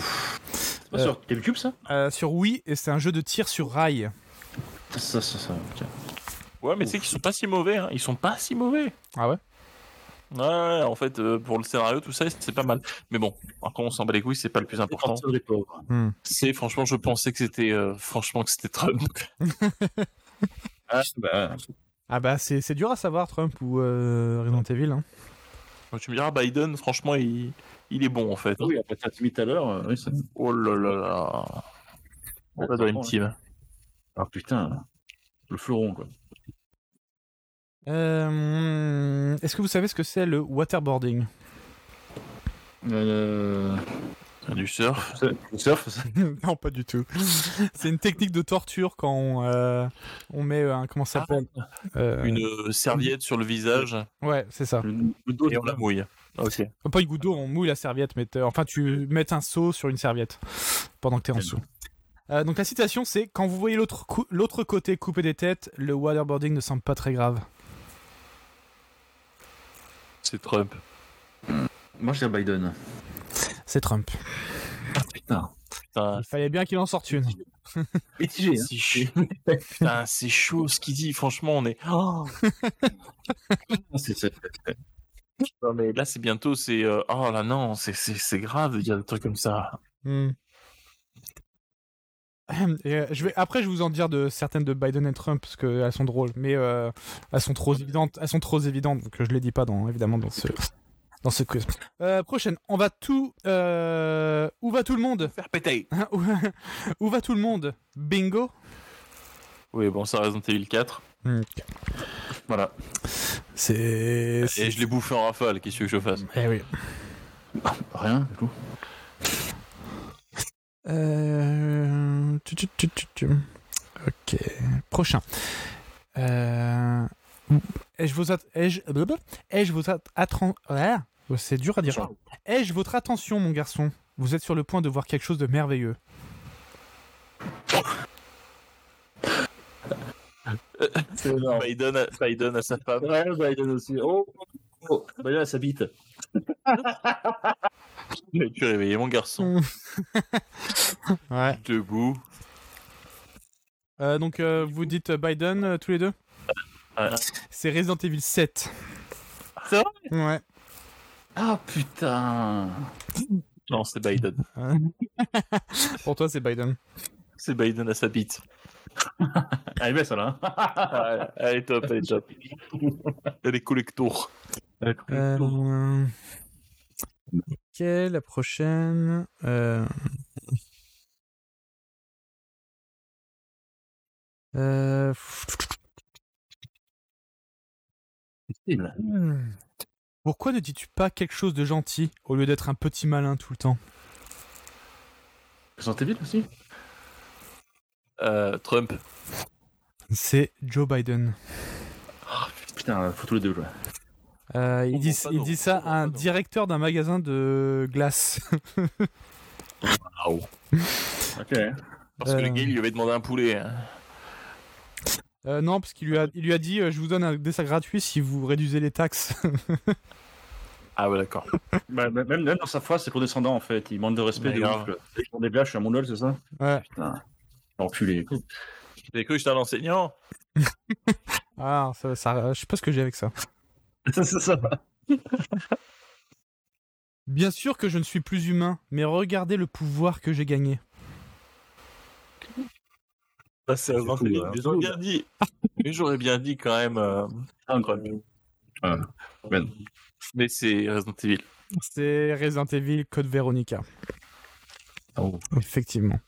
C'est pas sur GameCube ça Euh, sur Wii, et c'est un jeu de tir sur rail. Ça, ça, ça. ok. Ouais, mais c'est qu'ils sont pas si mauvais, hein. ils sont pas si mauvais. Ah ouais Ouais, ouais, en fait, euh, pour le scénario, tout ça, c'est pas mal. Mais bon, encore on s'en bat les couilles, c'est pas le plus important. Partir des pauvres. C'est franchement, je pensais que c'était, euh, franchement, que c'était Trump. *laughs* Ah, bah, Ah bah c'est c'est dur à savoir Trump ou euh, Resident Evil. hein. Tu me diras, Biden, franchement, il, il est bon en fait. hein. oui, après t'as mis tout à l'heure. euh, Oui, ça... Oh là là là. On va dans une team. Ah putain. Le fleuron quoi. Euh, Est-ce que vous savez ce que c'est le waterboarding Euh... Du surf. Le surf, ça. *laughs* Non, pas du tout. c'est une technique de torture quand on, euh, on met un comment ça s'appelle Euh, Une euh, serviette sur le visage Ouais, c'est ça. Le, le dos et on la mouille. Ok. Pas une goutte d'eau, on mouille la serviette, mais t'es- enfin tu mets un seau sur une serviette pendant que t'es en dessous. Euh, donc la citation c'est quand vous voyez l'autre cou- l'autre côté couper des têtes, le waterboarding ne semble pas très grave. C'est Trump. Moi je dirais Biden. C'est Trump. Putain. Putain, Il fallait bien qu'il en sorte une. Mitigé. hein. c'est chaud. Putain, c'est chaud ce qu'il dit. Franchement, on est. Oh C'est- c'est- Non, mais là, c'est bientôt, c'est. euh, Oh là, non, c'est- c'est c'est grave, il y a des trucs comme ça. Hmm. Et, euh, je vais, après, je vais vous en dire de certaines de Biden et Trump parce qu'elles sont drôles, mais euh, elles sont trop évidentes. Elles sont trop évidentes, donc je les dis pas dans évidemment dans ce dans ce quiz. Euh, prochaine, on va tout. euh, où va tout le monde Faire péter. Hein, où, *laughs* où va tout le monde Bingo. Oui, bon, ça, Resident Evil 4. Voilà. Hmm. C'est. Et je l'ai bouffé en rafale, qu'est-ce que je fasse Eh oui. Rien du coup. Euh, tu, tu, tu, tu, tu. Ok. Prochain. Euh, Ai-je vos at- ai-je blablabla. Ai-je vos at- attran- Ah, c'est dur à dire. Ai-je votre attention, mon garçon Vous êtes sur le point de voir quelque chose de merveilleux. C'est énorme. Biden à, Biden à sa femme. Ouais, Biden aussi. Oh, oh. Biden, elle s'habite. Tu réveillé mon garçon. Ouais. Debout. donc euh, vous dites Biden euh, tous les deux Ouais. C'est Resident Evil 7. Euh, C'est vrai Ouais. Ah putain. Non, c'est Biden. Pour toi, c'est Biden. C'est Biden à sa *laughs* bite. Elle est belle, ça là. Ah, elle est top, elle est *laughs* top. Elle est collector. Euh... Ok, la prochaine. Euh... Euh... hmm. Pourquoi ne dis-tu pas quelque chose de gentil au lieu d'être un petit malin tout le temps Sentez vite aussi. Euh, Trump. C'est Joe Biden. Putain, faut tous les deux. Quoi. Euh, il comprend dit, pas il nos- dit ça on comprend à un pas nos- directeur d'un magasin de glace. *laughs* Ok. Parce que Euh. le gars, il lui avait demandé un poulet. hein. Euh, non, parce qu'il lui a, il lui a dit euh, Je vous donne un dessert gratuit si vous réduisez les taxes. *laughs* Ah ouais, d'accord. Bah, bah, même, même dans sa foi, c'est condescendant en fait. Il manque de respect. Mais de grave. ouf, quoi. Je demande des blagues, je suis un mongol, c'est ça Ouais. Enculé. J'ai cru que j'étais un enseignant. Ah, ça, ça- je sais pas ce que j'ai avec ça. *laughs* C'est ça. Bien sûr que je ne suis plus humain, mais regardez le pouvoir que j'ai gagné. Bah, c'est C'est avant tout, lui. hein. Mais j'aurais bien dit. Mais j'aurais bien dit quand même. euh, Incroyable. Ah, ben. Mais c'est Resident Evil. C'est Resident Evil Code Veronica. Oh. Effectivement.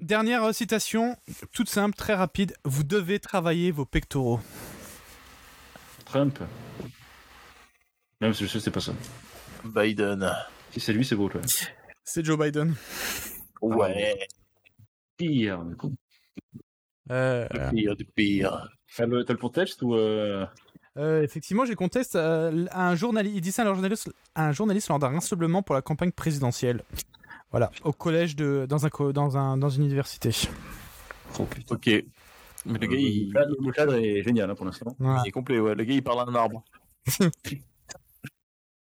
Dernière euh, citation, toute simple, très rapide. Vous devez travailler vos pectoraux. Trump. Même si je sais, c'est pas ça. Biden. Si c'est lui, c'est beau, quoi. C'est Joe Biden. Ouais. Pire. du coup. Euh, Le pire du pire. T'as le, t'as le contexte ou. Euh... Euh, effectivement, j'ai conteste euh, à un journaliste. Il dit ça à, leur journaliste- à un journaliste lors d'un rassemblement pour la campagne présidentielle. Voilà, au collège de dans un co- dans un dans une université. Oh putain. Ok. Mais le Euh, gars, il... cadre- le cadre est génial hein, pour l'instant. Voilà. il est complet, ouais. Le gars, il parle à un arbre.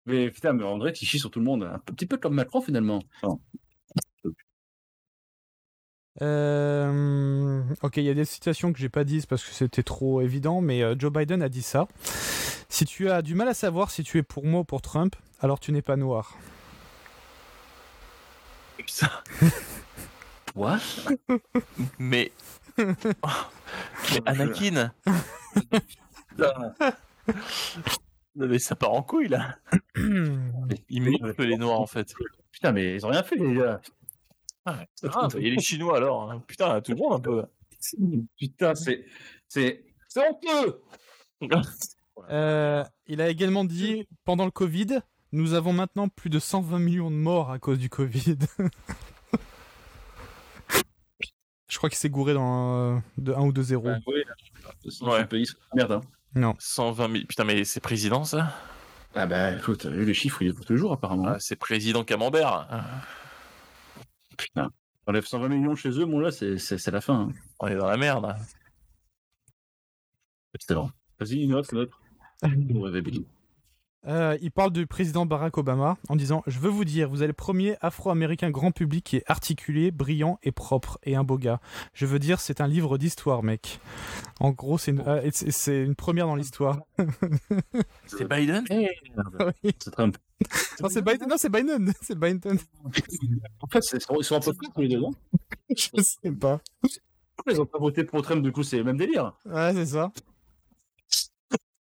Mais putain, mais André, tu chies sur tout le monde. hein. Un peu- petit peu comme Macron finalement. Euh, ok, il y a des citations que j'ai pas dites parce que c'était trop évident, mais euh, Joe Biden a dit ça. Si tu as du mal à savoir si tu es pour moi ou pour Trump, alors tu n'es pas noir. Putain. What *laughs* Mais. mais Anakin Putain. Non, mais ça part en couille là Ils mutent les noirs en fait. Putain, mais ils ont rien fait les gars. Ah, c'est grave, il y a les Chinois alors. hein. Putain, tout le monde un peu. Putain, c'est. C'est. C'est honteux Euh, il a également dit pendant le Covid, nous avons maintenant plus de 120 millions de morts à cause du Covid. *laughs* Je crois qu'il s'est gouré dans, euh, de 1 ou de 0. Ouais, oui, Ouais. ouais. pays, c'est la merde. Hein. 120 000. Putain, mais c'est président ça Ah bah écoute, euh, les chiffres, ils sont toujours apparemment. Ah, C'est président Camembert. Ah, T'enlèves 120 millions de chez eux, bon là, c'est- c'est c'est la fin. hein. On est dans la merde. C'était bon. Vas-y, une autre, une autre. Ouais, *laughs* baby. Euh, il parle du président Barack Obama en disant Je veux vous dire, vous êtes le premier afro-américain grand public qui est articulé, brillant et propre et un beau gars. Je veux dire, c'est un livre d'histoire, mec. En gros, c'est une, euh, c'est- c'est une première dans l'histoire. C'est Biden Merde. Oui. C'est Trump. Non, c'est Biden. Non, c'est Biden. C'est Biden. *laughs* En fait, c'est- ils sont un peu fous tous les deux. non Je sais pas. Pourquoi ils ont pas voté pour Trump, du coup, c'est le même délire. Ouais, c'est ça.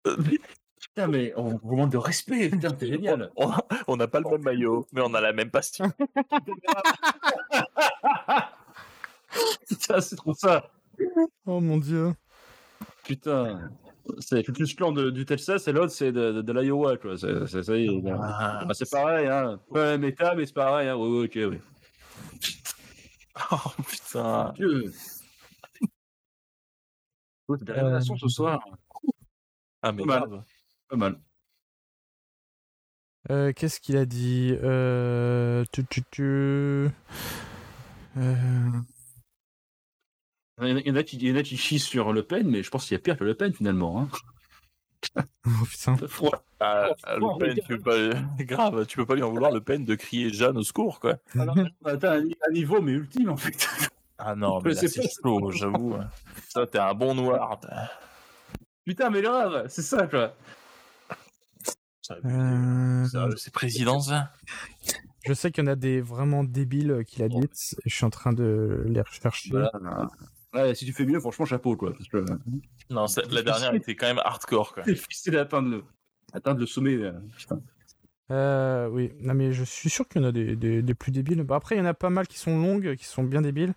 Putain, mais on vous manque de respect, putain, c'est génial. On on n'a pas le même maillot, mais on a la même *laughs* pastille. *laughs* Putain, c'est trop ça. Oh mon dieu. Putain. C'est le plus clan de- du Texas et l'autre, c'est de, de, de l'Iowa, quoi. C'est- c'est- ça y est, il a- Ah. Ah, c'est pareil, hein. Pas la même état, mais c'est pareil, hein. Ouais, ouais, ok, oui. Oh putain. Dieu. Écoute, de la révélation ce soir. Ah, mais Mal. grave. Pas mal. Euh, Qu'est-ce qu'il a dit euh... Tu, tu, tu... Euh... Il y en a- il y en a qui, il y en a qui chient sur Le Pen, mais je pense qu'il y a pire que Le Pen, finalement. Hein. Oh putain. *laughs* Froid. Ah, Oh, le Pen, regarde. tu peux pas... grave, tu peux pas lui *laughs* en vouloir le Pen de crier Jeanne au secours, quoi. Alors, on atteint un, un niveau, mais ultime, en fait. Ah non, mais mais là, c'est c'est pas- chaud, j'avoue. hein. *laughs* Ah, bah, Ça, t'es un bon noir. t'as- *laughs* Putain, mais grave, c'est ça, quoi. Euh... Sérieux, C'est président, ça Je sais qu'il y en a des vraiment débiles euh, qui la dites. Je suis en train de les rechercher. Voilà. Ouais, si tu fais mieux, franchement, chapeau, quoi. Parce que Non, ça- la dernière était quand même hardcore, quoi. *laughs* c'est difficile d'atteindre le, atteindre le sommet. euh, putain. Euh, oui, non, mais je suis sûr qu'il y en a des, des- des plus débiles. Bah, après, il y en a pas mal qui sont longues, qui sont bien débiles.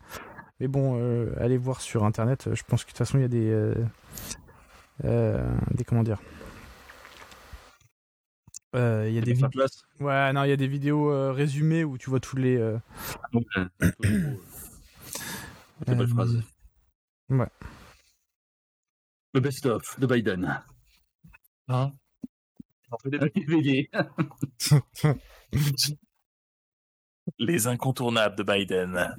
Mais bon, euh, allez voir sur internet. Je pense que de toute façon, il y a des. euh, euh, des comment dire Euh, Il y a des Enfin, vidéos. là, c'est- Ouais, non, il y a des vidéos euh, résumées où tu vois tous les. euh, Donc, euh, C'est pas Euh, une phrase. ouais. Le best-of de Biden. Hein Un DVD. *laughs* Les incontournables de Biden.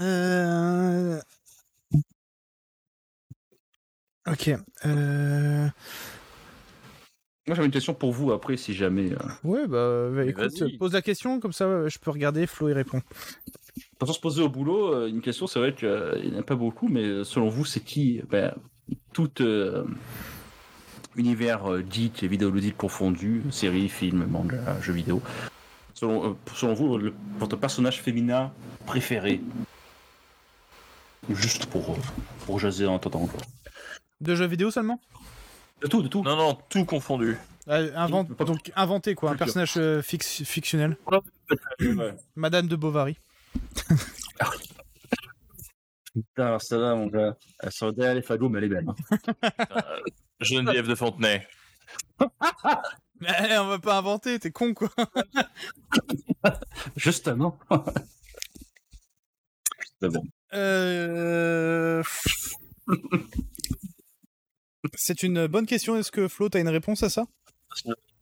Euh... Ok. Euh... Moi, j'avais une question pour vous après, si jamais. euh. Ouais, bah, bah, écoute, vas-y. pose la question, comme ça euh, je peux regarder, Flo y répond. Quand on se posait au boulot, euh, une question, c'est vrai qu'il n'y en a pas beaucoup, mais euh, selon vous, c'est qui ben, Tout euh, univers euh, geek et vidéoludique confondu, séries, films, manga, jeux vidéo. Selon, euh, selon vous, le- votre personnage féminin préféré Juste pour, euh, pour jaser en temps encore. De jeux vidéo seulement De tout, de tout. Non, non, tout confondu. Euh, invent- Pas- Donc inventé quoi, un Culture. personnage euh, fix- fictionnel. Ouais. Madame de Bovary. Putain, alors ça va, mon gars. Elle s'en va les fagots, mais elle est belle. hein. Geneviève de Fontenay. Mais Eh, on va pas inventer, t'es con quoi. Justement. C'est bon. Euh... C'est une bonne question. Est-ce que Flo, t'as une réponse à ça *laughs*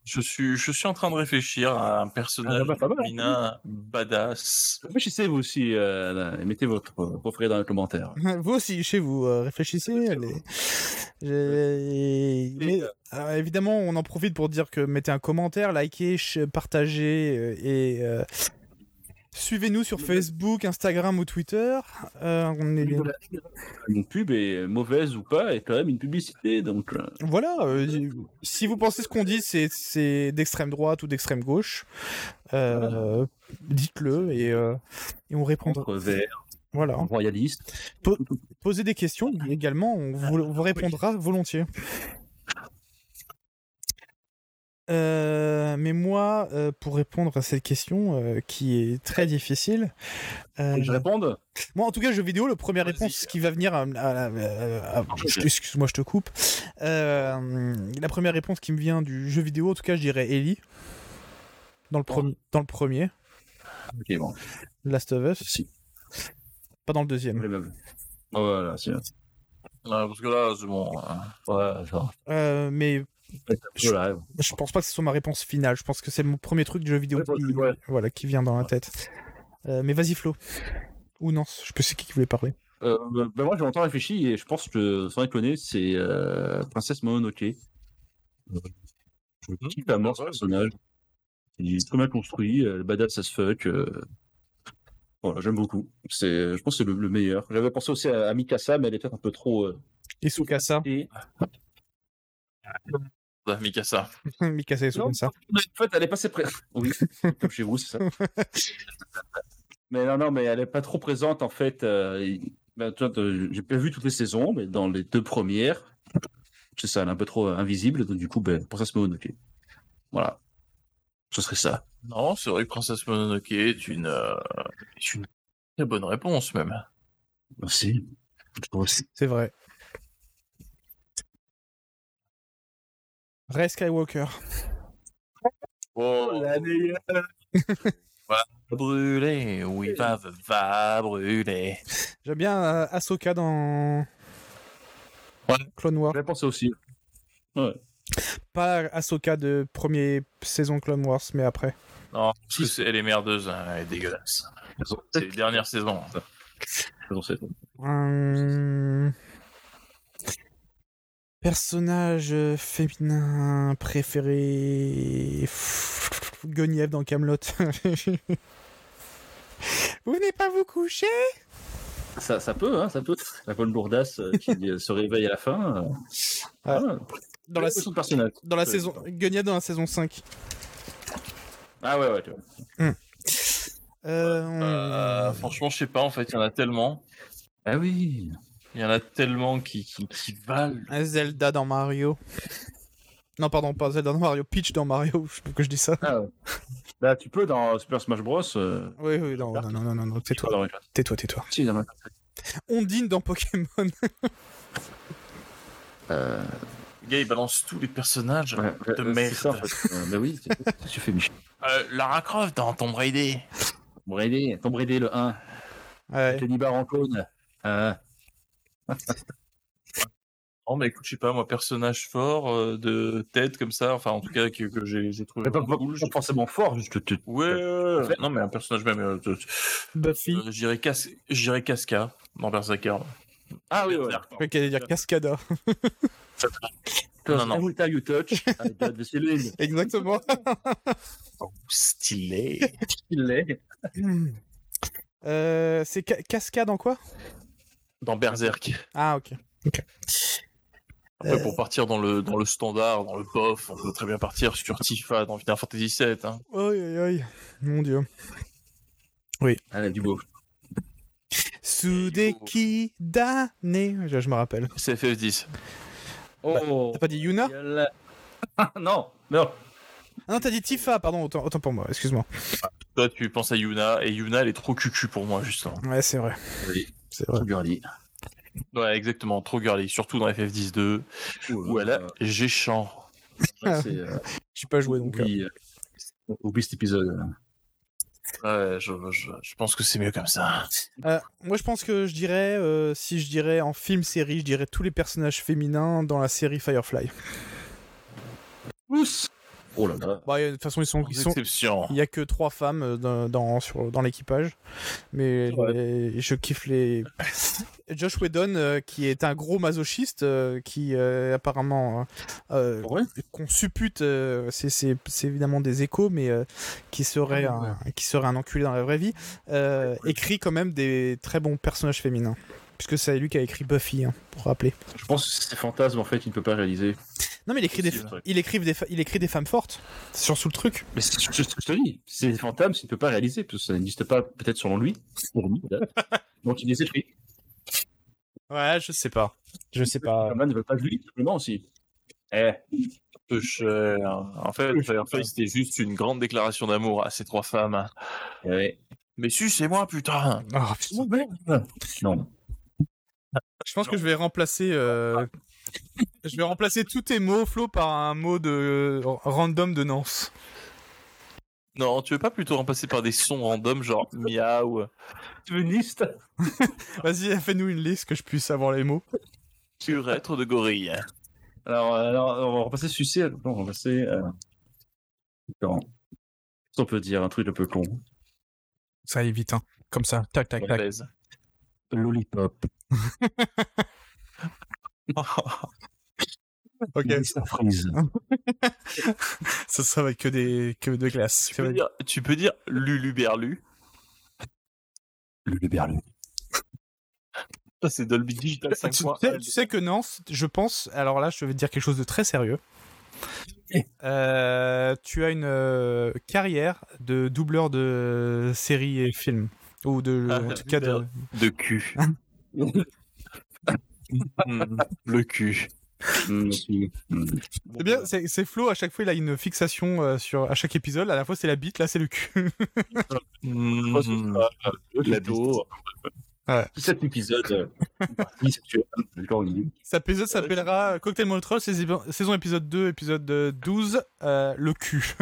Je suis, je suis en train de réfléchir à un personnage Ah bah, pas mal. féminin badass. Réfléchissez vous aussi, euh, là, et mettez votre euh, préféré dans les commentaires. Vous aussi, chez vous, euh, réfléchissez. allez. J'ai- Mais, euh, évidemment, on en profite pour dire que mettez un commentaire, likez, ch- partagez euh, et euh, suivez-nous sur Facebook, Instagram ou Twitter. Euh, on est... Une pub est mauvaise ou pas, est quand même une publicité, donc euh, Voilà. euh, si vous pensez ce qu'on dit, c'est- c'est d'extrême droite ou d'extrême gauche, euh, dites-le et, euh, et on répondra. contre vert, Voilà. royaliste. Posez des questions également, on vous, on vous répondra volontiers. Euh, mais moi, euh, pour répondre à cette question euh, qui est très difficile, euh, Je réponds moi en tout cas, jeu vidéo, le première Vas-y. réponse hein. qui va venir à, à- à- à- je- excuse-moi, je te coupe. Euh, la première réponse qui me vient du jeu vidéo, en tout cas, je dirais Ellie dans le, premi- dans le premier, Ok, bon, Last of Us, si. pas dans le deuxième. Les meubles. Voilà, c'est Ah, parce que là, c'est bon. hein. ouais, ça. Euh, mais Voilà, ouais. Je pense pas que ce soit ma réponse finale. Je pense que c'est mon premier truc de jeu vidéo Ouais, pour le qui, coup, ouais. voilà, qui vient dans la tête. Euh, mais vas-y, Flo. Ou non, je sais qui qui voulait parler. Euh, ben moi, j'ai longtemps réfléchi et je pense que, sans déconner, c'est euh, Princesse Mononoke. Euh, Je kiffe à mort ce personnage. Il est très bien construit, euh, badass as fuck. euh, Voilà, j'aime beaucoup. C'est, je pense que c'est le, le meilleur. J'avais pensé aussi à, à Mikasa, mais elle est peut-être un peu trop. euh, Et *laughs* Sukasa. et- Ah, Mikasa. Mikasa et Non, Sukasa. Bah, En fait, elle est pas assez pré- *laughs* Oui, comme chez vous, c'est ça. mais non, non, mais elle est pas trop présente, en fait. euh, il- ben, tu vois, t'as- J'ai pas vu toutes les saisons, mais dans les deux premières, c'est ça, elle est un peu trop euh, invisible. Donc, du coup, ben, pour ça, c'est Mononoke. Voilà. Ce serait ça. Non, c'est vrai que Princesse Mononoke est une, euh, est une très bonne réponse, même. Merci. Je pense. C'est vrai. Ray Skywalker. Oh, la meilleure *laughs* Va brûler, oui, va, va brûler. J'aime bien euh, Ahsoka dans Ouais. Clone Wars. J'avais pensé aussi. Pas Ahsoka de première saison Clone Wars, mais après. Non, parce que c'est- elle est merdeuse, hein, elle est dégueulasse. C'est les dernières saisons. Saison sept. Hum. Personnage euh, féminin préféré. Pff, Guenièvre dans Camelot. *laughs* vous venez pas vous coucher Ça, ça peut, hein, ça peut. La bonne bourdasse euh, qui euh, se réveille à la fin. euh, Ah. voilà. Dans la, Son personnage. dans la Ouais, saison. attends. Guenièvre dans la saison 5. Ah ouais, ouais. tu vois. Euh, on- Euh, franchement, je sais pas, en fait, il y en a tellement. Ah oui. Il y en a tellement qui, qui, qui valent. un Ah, Zelda dans Mario. Non, pardon, pas Zelda dans Mario. Peach dans Mario. Je sais pas pourquoi je dis ça. Ah ouais. *laughs* Bah, tu peux dans Super Smash Bros. euh, Oui, oui, non, non, non, non, non, non, tais-toi, dans les classes. tais-toi, tais-toi. Si, dans ma- Ondine dans Pokémon. Euh, Le gars, il balance tous les personnages. ouais, de ouais, merde. c'est ça, en fait. Euh, bah oui, c'est- qu'est-ce que *laughs* tu fais, Michel. Euh, Lara Croft dans Tomb Raider. Tomb Raider, Tomb Raider, le 1. Ouais. Tony Barr en clone. Euh, Non, mais écoute, je sais pas, moi, personnage fort, euh, de tête comme ça, enfin, en tout cas, que, que j'ai j'ai trouvé. mais pas, pas- vraiment cool, pas j'ai- forcément fort, juste tu. Ouais, ouais, ouais. non, mais un personnage même. euh, de- Buffy. euh, J'irais Cas- j'irais Casca dans Berserker. Ah oui, ouais. *laughs* Berserk, pardon. Je croyais qu'elle allait dire Cascada. Cause Non, non. every time you *laughs* touch, I got the feeling. *laughs* Exactement. Stylé. Il l'est. Euh, c'est ca- cascade en quoi Dans Berserk. Ah, ok. Après, pour partir dans le, dans le standard, dans le POF, on peut très bien partir sur Tifa dans Final Fantasy VII. Hein. Aïe, aïe, aïe. Mon dieu. Ah, du beau. Sudeki Dane. Je, je me rappelle. C'est FF10. Oh. T'as pas dit Yuna gueule. Ah, *laughs* non, non. Ah non, t'as dit Tifa, pardon, autant, autant pour moi, excuse-moi. Toi, tu penses à Yuna, et Yuna, elle est trop cucu pour moi, justement. Ouais, c'est vrai. Oui. C'est vrai. Trop bien dit. Ouais, exactement, trop girly, surtout dans FF10 2, où elle a Euh, Géchant. ouais, c'est, euh, J'ai pas joué donc. euh. oublie, euh, oublie cet épisode. Ouais, je, je, je pense que c'est mieux comme ça. Euh, moi, je pense que je dirais, euh, si je dirais en film-série, je dirais tous les personnages féminins dans la série Firefly. Oups. Oh là là. Bah, y a- de toute façon, ils sont, ils Sans sont, exception. Il n'y a que trois femmes euh, dans, dans, sur- dans l'équipage. Mais les- je kiffe les. Josh Whedon, euh, qui est un gros masochiste, euh, qui euh, apparemment. euh, euh, Ouais. qu'on suppute, euh, c'est- c'est c'est évidemment des échos, mais euh, qui, serait Ah, un, qui serait un enculé dans la vraie vie, euh, écrit quand même des très bons personnages féminins. Puisque c'est lui qui a écrit Buffy, hein, pour rappeler. Je pense que c'est ses fantasmes en fait qu'il ne peut pas réaliser. Non, mais il écrit, des, Possible, ouais. il écrit, des, fa- il écrit des femmes fortes. C'est sur sous le truc. Mais c'est ce que je te dis, c'est des fantasmes qu'il ne peut pas réaliser, parce que ça n'existe pas peut-être selon lui. Pour *laughs* lui, peut-être. Donc il les écrit. Ouais, je sais pas. Je sais pas. Superman ne veut pas de lui, simplement aussi. Eh, Peu cher. En fait, Firefly, c'était juste une grande déclaration d'amour à ces trois femmes. ouais. Mais si, c'est moi, putain Oh, putain. Non. Je pense que je vais remplacer. euh, Ah. *laughs* Je vais remplacer tous tes mots, Flo, par un mot de euh, random de Nance. Non, tu veux pas plutôt remplacer par des sons random, genre miaou Féministe Ah. Vas-y, fais-nous une liste que je puisse avoir les mots. Surêtre de gorille. alors, alors, on va repasser suicide. Non, on va repasser. Euh... Attends. Qu'est-ce qu'on peut dire Un truc un peu con. Ça y est vite, hein. Comme ça, tac, tac, tac. Anglaise. Lollipop. Ok, Ministre Freeze. ça sera avec que des que de glace. Tu peux dire, tu peux dire Lulu Berlu. Lulu Berlu. Ça, C'est Dolby Digital Ah, Tu 5 points. sais, tu sais que Nance, je pense. Alors là, je vais te dire quelque chose de très sérieux. Euh, tu as une euh, carrière de doubleur de séries et films, ou de Ah, en tout cas de. merde. *laughs* De cul. Mm, Le cul. C'est Eh bien, c'est c'est Flo, à chaque fois, il a une fixation euh, sur, à chaque épisode. À la fois, c'est la bite, là, c'est le cul. *laughs* Mm, La tour. Ouais. Cet épisode. *laughs* euh, partie sexuelle. D'accord, on y est. Cet épisode s'appellera euh, Cocktail Molotov, saison saison épisode 2, épisode euh, 12, euh, le cul.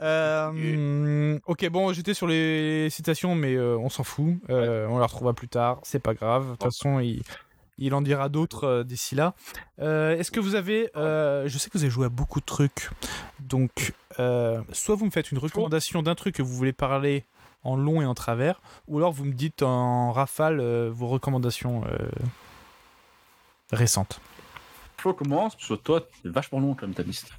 Euh, hum, ok, bon, j'étais sur les citations, mais euh, on s'en fout. Euh, On la retrouvera plus tard, c'est pas grave. De toute façon, il, il en dira d'autres euh, d'ici là. Euh, Est-ce que vous avez. euh, je sais que vous avez joué à beaucoup de trucs. Donc, euh, soit vous me faites une recommandation d'un truc que vous voulez parler en long et en travers, ou alors vous me dites en rafale euh, vos recommandations euh, récentes. Flo commence, parce que toi, t'es vachement long quand même ta liste.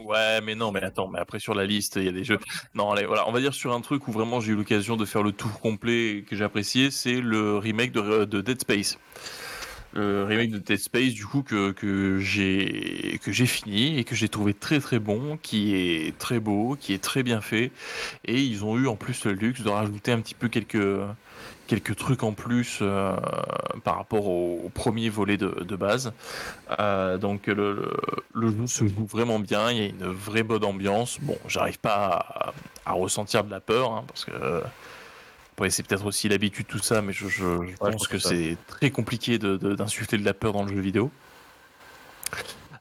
Ouais, mais non, mais attends, mais après sur la liste, il y a des jeux. Non, allez, voilà, on va dire sur un truc où vraiment j'ai eu l'occasion de faire le tour complet et que j'ai apprécié, c'est le remake de, de Dead Space. Le remake de Dead Space, du coup, que, que j'ai que j'ai fini et que j'ai trouvé très très bon, qui est très beau, qui est très bien fait. Et ils ont eu en plus le luxe de rajouter un petit peu quelques, quelques trucs en plus euh, par rapport au, au premier volet de, de base. Euh, donc le, le- le jeu se joue vraiment bien, il y a une vraie bonne ambiance. Bon, j'arrive pas à, à ressentir de la peur, hein, parce que... Après, c'est peut-être aussi l'habitude, tout ça, mais je, je- je je pense pense que que ça. c'est très compliqué de- de- d'insuffler de, la peur dans le jeu vidéo.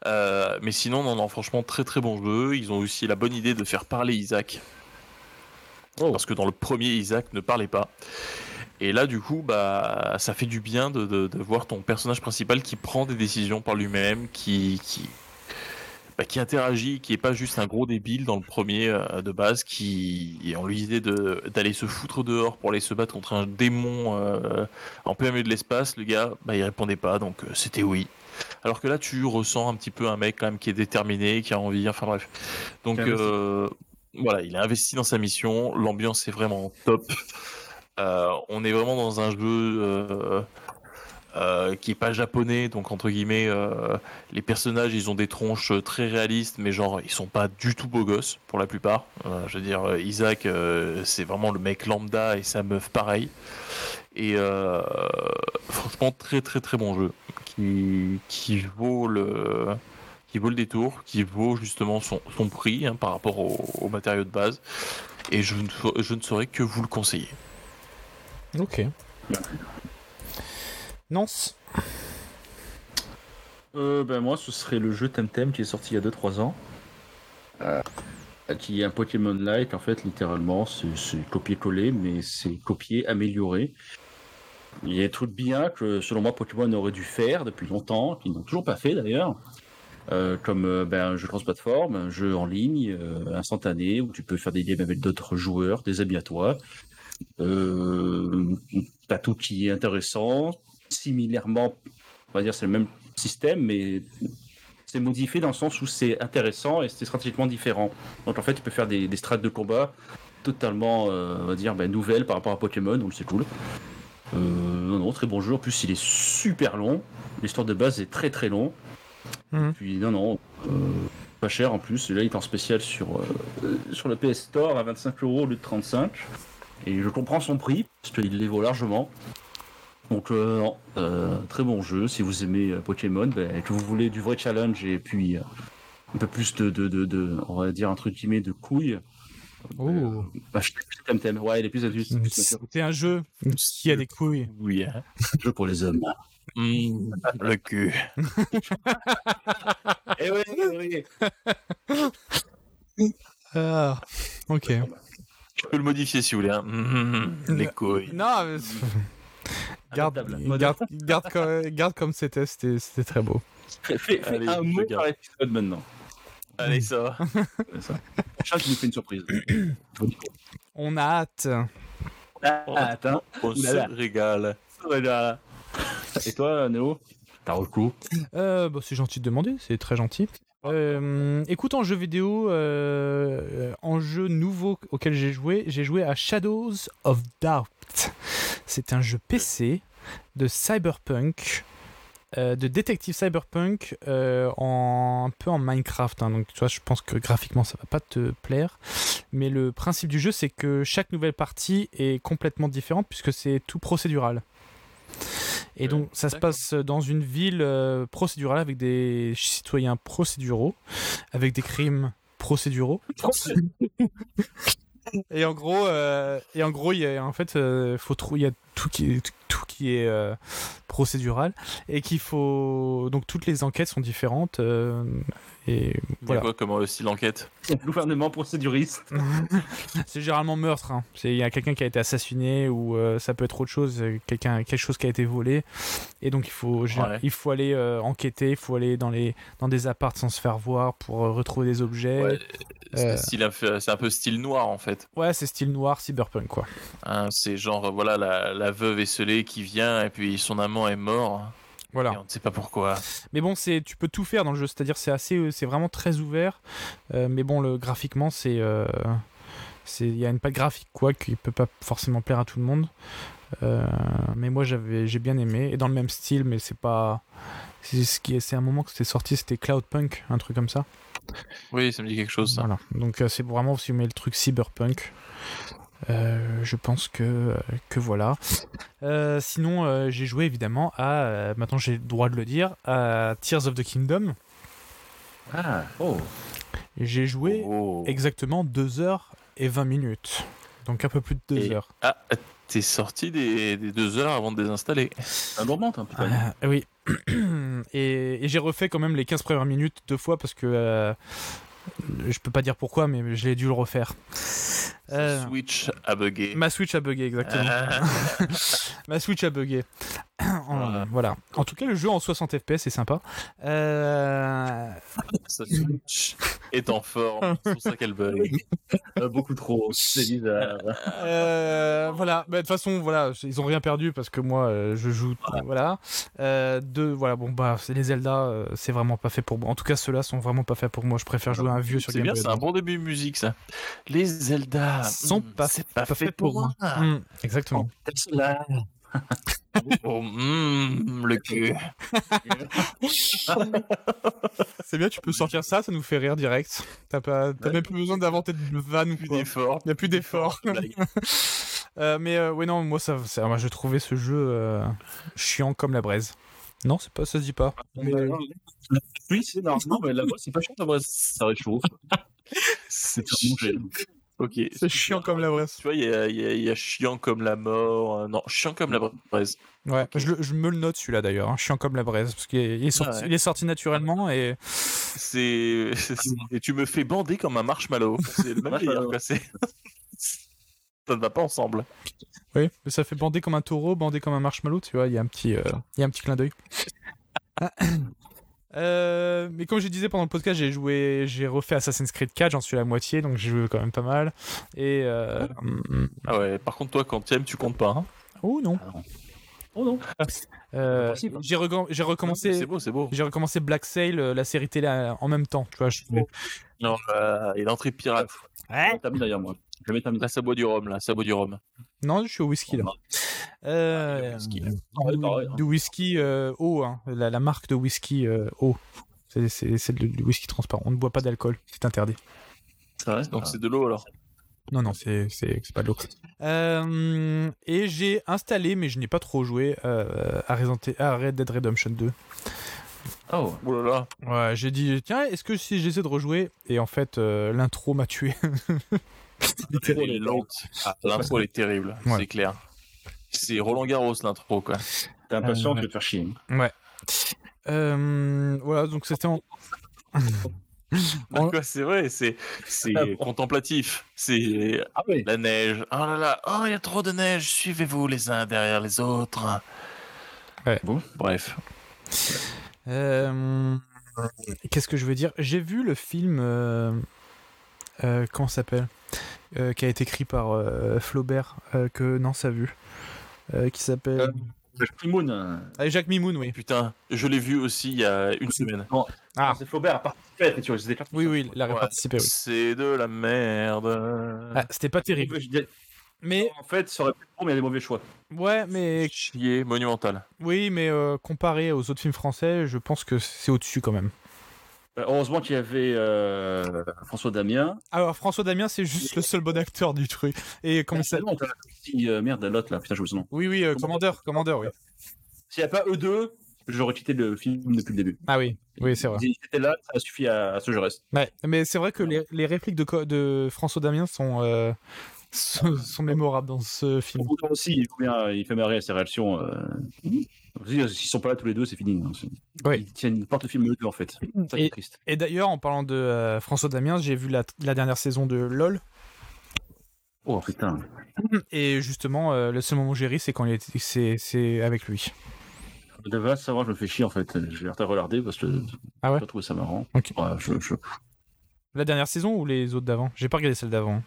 Euh, mais sinon, non, non, franchement, très très bon jeu. Ils ont aussi la bonne idée de faire parler Isaac. Oh. Parce que dans le premier, Isaac ne parlait pas. Et là, du coup, bah, ça fait du bien de, de- de voir ton personnage principal qui prend des décisions par lui-même, qui, qui, bah, qui interagit, qui est pas juste un gros débile dans le premier euh, de base, qui et on lui disait de- d'aller se foutre dehors pour aller se battre contre un démon euh, en plein milieu de l'espace, le gars, bah, il répondait pas, donc euh, c'était oui. Alors que là, tu ressens un petit peu un mec quand même qui est déterminé, qui a envie, enfin bref. Donc Qui est investi. euh, voilà, il est investi dans sa mission, l'ambiance est vraiment top. Euh, on est vraiment dans un jeu euh, euh, qui est pas japonais, donc entre guillemets, euh, les personnages ils ont des tronches euh, très réalistes, mais genre ils sont pas du tout beaux gosses pour la plupart. Euh, je veux dire, euh, Isaac euh, c'est vraiment le mec lambda et sa meuf pareil. Et euh, franchement, très très très bon jeu qui, qui vaut le qui vaut le détour, qui vaut justement son, son prix hein, par rapport au, matériaux matériau de base. Et je ne, sa- je ne saurais que vous le conseiller. Ok. Nance. Euh, ben moi, ce serait le jeu Temtem qui est sorti il y a 2-3 ans. Euh, qui est un Pokémon Light, en fait, littéralement. C'est c'est copier-coller, mais c'est copier, améliorer. Il y a des trucs bien que, selon moi, Pokémon aurait dû faire depuis longtemps, qu'ils n'ont toujours pas fait d'ailleurs. Euh, comme euh, ben, un jeu cross-plateforme, un jeu en ligne, euh, instantané, où tu peux faire des games avec d'autres joueurs, des amis à toi. Euh, T'as tout qui est intéressant. Similairement, on va dire, c'est le même système, mais c'est modifié dans le sens où c'est intéressant et c'est stratégiquement différent. Donc en fait, tu peux faire des, des strates de combat totalement, euh, on va dire, ben, nouvelles par rapport à Pokémon, donc c'est cool. Euh, non, non, très bon jeu. En plus, il est super long. L'histoire de base est très très long. Mhm. Puis non, non, euh, pas cher en plus. Et là, il est en spécial sur, euh, sur le PS Store à 25 euros au lieu de 35. Et je comprends son prix, parce qu'il les vaut largement. Donc, euh, non, euh, très bon jeu. Si vous aimez euh, Pokémon, ben, et que vous voulez du vrai challenge et puis euh, un peu plus de, de, de, de- on va dire, entre guillemets, de couilles. euh, Oh. Bah, je t'aime, t'aime. Ouais, il est plus adulte. c'est plus mature. C'est un jeu qui a des couilles. Oui. hein. Jeu pour les hommes. *laughs* le cul. Eh oui, eh oui. Ah. Ok. Je peux le modifier si vous voulez. hein. Mm, les couilles. Non. mais c'est- Garde, Adaptable. garde, garde, co- garde comme c'était, c'était c'était très beau. Fais, fais Allez, un je mot garde. par épisode maintenant. Allez, ça va. C'est ça. Prochain, je vous fais *laughs* une surprise. On a hâte. Ah, attends. On Là, là. se régale. Voilà. Et toi, Néo T'as recours. Euh, bah, c'est gentil de demander, c'est très gentil. Euh, écoute, en jeu vidéo, euh, en jeu nouveau auquel j'ai joué, j'ai joué à Shadows of Doubt. C'est un jeu PC de cyberpunk, euh, de détective cyberpunk, euh, en, un peu en Minecraft. hein. donc, tu vois, je pense que graphiquement, ça va pas te plaire. Mais le principe du jeu, c'est que chaque nouvelle partie est complètement différente puisque c'est tout procédural. Et donc, ça se passe dans une ville euh, procédurale avec des citoyens procéduraux, avec des crimes *laughs* procéduraux. Et en gros, euh, et en gros, il y a en fait, euh, faut trou- il y a tout qui est, tout qui est euh, procédural et qu'il faut donc toutes les enquêtes sont différentes euh, et Il y a Voilà. quoi comme euh, style enquête Gouvernement procéduriste. c'est généralement meurtre. hein. C'est- Il y a quelqu'un qui a été assassiné ou euh, ça peut être autre chose, euh, quelqu'un, quelque chose qui a été volé. Et donc il faut, gé- Ouais. il faut aller euh, enquêter, il faut aller dans les dans des appartes sans se faire voir pour euh, retrouver des objets. Ouais, Ouais, c'est euh. style un peu- c'est un peu style noir en fait. c'est style noir cyberpunk quoi. Hein, c'est genre euh, voilà la, la veuve esselée qui vient et puis son amant est mort Voilà. et on ne sait pas pourquoi. Mais bon, c'est tu peux tout faire dans le jeu, c'est-à-dire c'est assez, euh, c'est vraiment très ouvert. Euh, mais bon, le graphiquement c'est euh, c'est- il y a une patte graphique quoi qui peut pas forcément plaire à tout le monde Euh, mais moi j'avais j'ai bien aimé et dans le même style mais c'est pas c'est ce qui est- c'est un moment que c'était sorti c'était Cloudpunk un truc comme ça Oui, ça me dit quelque chose. Ça. voilà donc euh, c'est vraiment si vous mettez le truc cyberpunk euh, je pense que euh, que voilà Euh, sinon euh, j'ai joué évidemment à euh, maintenant j'ai le droit de le dire à Tears of the Kingdom Ah, oh. Et j'ai joué Oh. exactement 2 heures et 20 minutes. Donc un peu plus de 2 Et- heures. Ah, t'es sorti des, des deux heures avant de désinstaller. Ça gourmande un peu. quand même. Ah, oui. *clears throat* et et j'ai refait quand même les 15 premières minutes deux fois parce que euh, je peux pas dire pourquoi, mais je l'ai dû le refaire. Euh, Switch a bugué. Ah, Ma Switch a bugué, exactement. *laughs* Ma Switch a bugué. *clears throat* En- Voilà. Voilà. En tout cas, le jeu en 60 FPS c'est sympa. Euh, Sa Switch est en forme. C'est pour ça qu'elle bug. Euh, beaucoup trop, c'est bizarre. euh, voilà. Bah, De toute façon, voilà, ils ont rien perdu parce que moi, euh, je joue. Voilà. Euh, deux. Voilà. Bon, bah, c'est les Zelda, euh, c'est vraiment pas fait pour moi. En tout cas, ceux-là sont vraiment pas faits pour moi. Je préfère jouer à un vieux sur C'est Game bien, Boy c'est un bon début de musique ça. Les Zelda Sont hmm, pas- c'est pas fait pour moi. Advance. Mm, exactement. Tesla. Oh, hmm, le cul. C'est bien, tu peux sortir ça, ça nous fait rire direct. T'as pas, t'as Ouais. même plus besoin d'inventer de vannes. Plus quoi. d'effort. Il n'y a plus d'effort. Blague. *laughs* Euh, mais euh, ouais, non, moi, ça, ça- moi, je trouvais ce jeu euh, chiant comme la braise. Non, c'est pas, ça se dit pas. Mais, euh, Oui, c'est normal. Non, mais là-bas, c'est pas chiant, là-bas, ça réchauffe. C'est C'est manger. Ok. C'est chiant comme la braise. Tu vois, il y, a- il y a- il y a chiant comme la mort. euh, non, chiant comme la braise. Ouais, je, le- je me le note celui-là d'ailleurs, hein, chiant comme la braise, parce qu'il est, il est sorti, Ah ouais. il est sorti naturellement et. C'est. *laughs* c'est- Et tu me fais bander comme un marshmallow. C'est le même délire, quoi. c'est- *laughs* Ça ne va pas ensemble. Oui, mais ça fait bander comme un taureau, bander comme un marshmallow, tu vois, il y a un petit, euh, il y a un petit clin d'œil. Ah. *coughs* Euh, mais comme je disais pendant le podcast, j'ai joué, j'ai refait Assassin's Creed 4, j'en suis à la moitié, donc j'ai joué quand même pas mal. Et euh, mm, mm. Ah ouais, par contre, toi, quand t'aimes, tu comptes pas. hein. oh non, Oh non. Ah. Euh, possible, hein. j'ai regan- j'ai recommencé, C'est beau, c'est beau. j'ai recommencé Black Sail, euh, la série télé euh, en même temps, tu vois. je- Oh. Non, euh, il est entré pirate. Hein J'ai T'as mis derrière moi. J'ai mis ta Là, ça boit du rhum, là, ça boit du rhum. Non, je suis au whisky Ah, là. Euh, Ouais, du- pareil, hein. du whisky euh, eau, hein, la, la marque de whisky euh, eau. C'est- C'est c'est du du whisky transparent. On ne boit pas d'alcool, c'est interdit. Donc c'est de l'eau alors. Non, non, c'est c'est- c'est pas de l'eau. Euh, et j'ai installé, mais je n'ai pas trop joué, euh, à, Resident- à Red Dead Redemption 2. Oh. Oh là là. Ouais, j'ai dit, tiens, est-ce que si j'essaie de rejouer Et en fait, euh, l'intro m'a tué. *laughs* L'intro, elle est lente. Ah, l'intro, elle est terrible, Ouais. c'est clair. C'est Roland Garros, l'intro, quoi. T'es impatient, Euh, tu vas te faire chier. Euh, voilà, donc c'était en. Ah, quoi, c'est vrai, c'est c'est Ah bon. contemplatif. C'est Ah oui. la neige. Oh là là, oh, il y a trop de neige. Suivez-vous les uns derrière les autres. Ouais. Bon, bref. Euh, Qu'est-ce que je veux dire J'ai vu le film. Euh, euh, comment ça s'appelle Euh, Qui a été écrit par euh, Flaubert, euh, que Nance a vu. Euh, qui s'appelle. Euh, Full Moon. euh, Ah, Jacques Mimoun, oui. Putain, je l'ai vu aussi il y a une semaine. Ah. C'est Flaubert à participé à l'écriture. Ils étaient pas tous Oui, seuls. oui, il a Ouais. participé, Eh oui. C'est de la merde. Ah, c'était pas terrible. Je dis- Mais, En fait, ça aurait pu être bon, mais il y a des mauvais choix. ouais, mais. Chier monumental. Oui, mais euh, comparé aux autres films français, je pense que c'est au-dessus quand même. Euh, Heureusement qu'il y avait euh, François Damien. Alors, François Damien, c'est juste le seul bon acteur du truc. Et comment ça. Non, t'as la petite, euh, Merde, l'autre là. Putain, je vous son nom. Oui, oui, euh, commandeur, commandeur, oui. S'il n'y a pas eux deux, j'aurais quitté le film depuis le début. Ah oui, oui, c'est vrai. Ils étaient là, ça suffit à, à ce que je reste. Ouais, mais c'est vrai que les, les répliques de, co- de François Damien sont, euh, sont, sont mémorables dans ce film. Pour aussi, il, faut bien- il fait marrer à ses réactions. euh. S'ils sont pas là tous les deux, c'est fini. hein. C'est- Oui. Ils, tiennent, ils portent le film eux deux *clears throat* en fait. Ça qui est triste. Et d'ailleurs, en parlant de euh, François Damien, j'ai vu la, la dernière saison de LOL. Oh putain. Et justement, euh, le seul moment où j'ai ri, c'est quand il est- c'est c'est avec lui. De va savoir, je me fais chier en fait. Euh, Je vais te regarder parce que Ah ouais j'ai pas trouvé ça marrant. Ok. Ouais, je, je... La dernière saison ou les autres d'avant J'ai pas regardé celle d'avant.